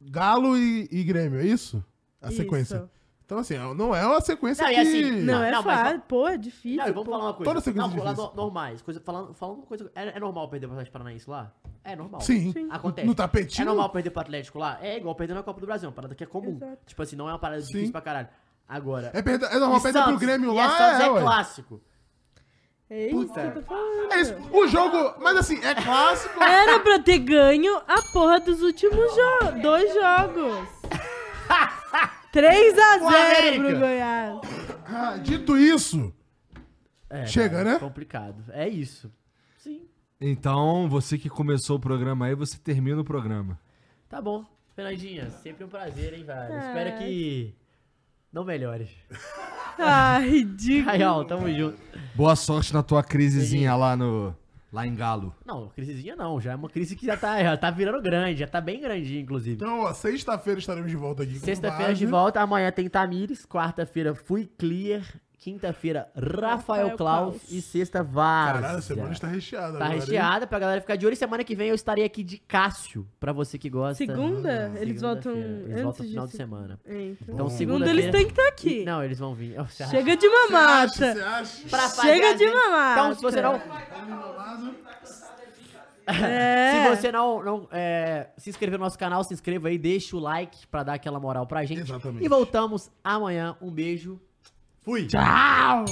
Speaker 3: Galo e, e Grêmio, é isso? A
Speaker 2: Isso.
Speaker 3: sequência. Então, assim, não é uma sequência
Speaker 1: Não, e
Speaker 3: que...
Speaker 1: assim,
Speaker 2: Não, é
Speaker 1: Não, mas
Speaker 2: fácil. Pô, é difícil.
Speaker 1: Não, e vamos
Speaker 2: pô.
Speaker 1: falar uma coisa.
Speaker 3: Toda essa coisa
Speaker 1: não, lá
Speaker 3: difícil.
Speaker 1: no- normais. Coisa, falando, falando uma coisa. É, é normal perder pro Atlético Paranaense lá? É normal.
Speaker 3: Sim.
Speaker 2: Sim.
Speaker 1: Acontece.
Speaker 3: No tapetinho.
Speaker 1: É normal perder pro Atlético lá? É igual perder na Copa do Brasil, uma parada que é comum.
Speaker 2: Exato.
Speaker 1: Tipo assim, não é uma parada difícil pra caralho. Agora.
Speaker 3: É, perda, é
Speaker 1: e
Speaker 3: normal perder pro
Speaker 1: Santos?
Speaker 3: Grêmio
Speaker 1: E
Speaker 3: lá,
Speaker 1: a Santos
Speaker 3: é,
Speaker 1: é,
Speaker 3: ué.
Speaker 1: clássico.
Speaker 2: É isso que eu tô falando.
Speaker 3: É isso. O jogo... Mas assim, é clássico.
Speaker 2: Era pra ter ganho a porra dos últimos jo dois jogos. 3 a
Speaker 1: O
Speaker 2: 0
Speaker 1: América.
Speaker 2: pro Goiás.
Speaker 3: Ah, dito isso...
Speaker 1: É,
Speaker 3: Chega,
Speaker 1: cara,
Speaker 3: né?
Speaker 1: Complicado. É isso. Sim.
Speaker 4: Então, você que começou o programa aí, você termina o programa.
Speaker 1: Tá bom. Fernandinha, sempre um prazer, hein, velho?
Speaker 2: É.
Speaker 1: Espero que não melhore.
Speaker 2: Ah, ridículo.
Speaker 1: Raial, tamo junto.
Speaker 4: Boa sorte na tua crisezinha lá no. Lá em Galo.
Speaker 1: Não, crisezinha não. Já é uma crise que já tá, já tá virando grande. Já tá bem grandinha, inclusive.
Speaker 3: Então, ó, sexta-feira estaremos de volta aqui com o
Speaker 1: Sexta-feira de
Speaker 3: Vaz.
Speaker 1: volta, amanhã tem Tamires, quarta-feira Fui Clear, quinta-feira Rafael,
Speaker 2: Rafael
Speaker 1: Klaus,
Speaker 2: Klaus.
Speaker 1: e sexta Vaz.
Speaker 3: Caralho, a semana está recheada
Speaker 1: Tá
Speaker 3: agora, hein?
Speaker 1: recheada pra galera ficar de olho. E semana que vem eu estarei aqui de Cássio, pra você que gosta.
Speaker 2: Segunda?
Speaker 3: Ah,
Speaker 2: Eles voltam
Speaker 1: Segunda-feira. Eles
Speaker 2: antes
Speaker 1: voltam no
Speaker 2: de
Speaker 1: final de
Speaker 2: se-
Speaker 1: semana.
Speaker 2: É, então,
Speaker 1: Então,
Speaker 2: segundo eles
Speaker 1: segunda-feira-
Speaker 2: têm que estar aqui.
Speaker 1: Não, eles vão vir. [LAUGHS] Você acha?
Speaker 2: Chega de
Speaker 3: Você acha? Você
Speaker 2: mamata.
Speaker 3: acha? Tá
Speaker 1: Pra fazer
Speaker 2: Chega
Speaker 1: as
Speaker 2: de
Speaker 1: vezes-
Speaker 2: mamata.
Speaker 1: Então, se você não,
Speaker 2: É.
Speaker 1: se, você não, não, é, se inscrever no nosso canal, se inscreva aí, deixa o like pra dar aquela moral pra gente.
Speaker 3: Exatamente.
Speaker 1: E voltamos amanhã. Um beijo. Fui.
Speaker 3: Tchau!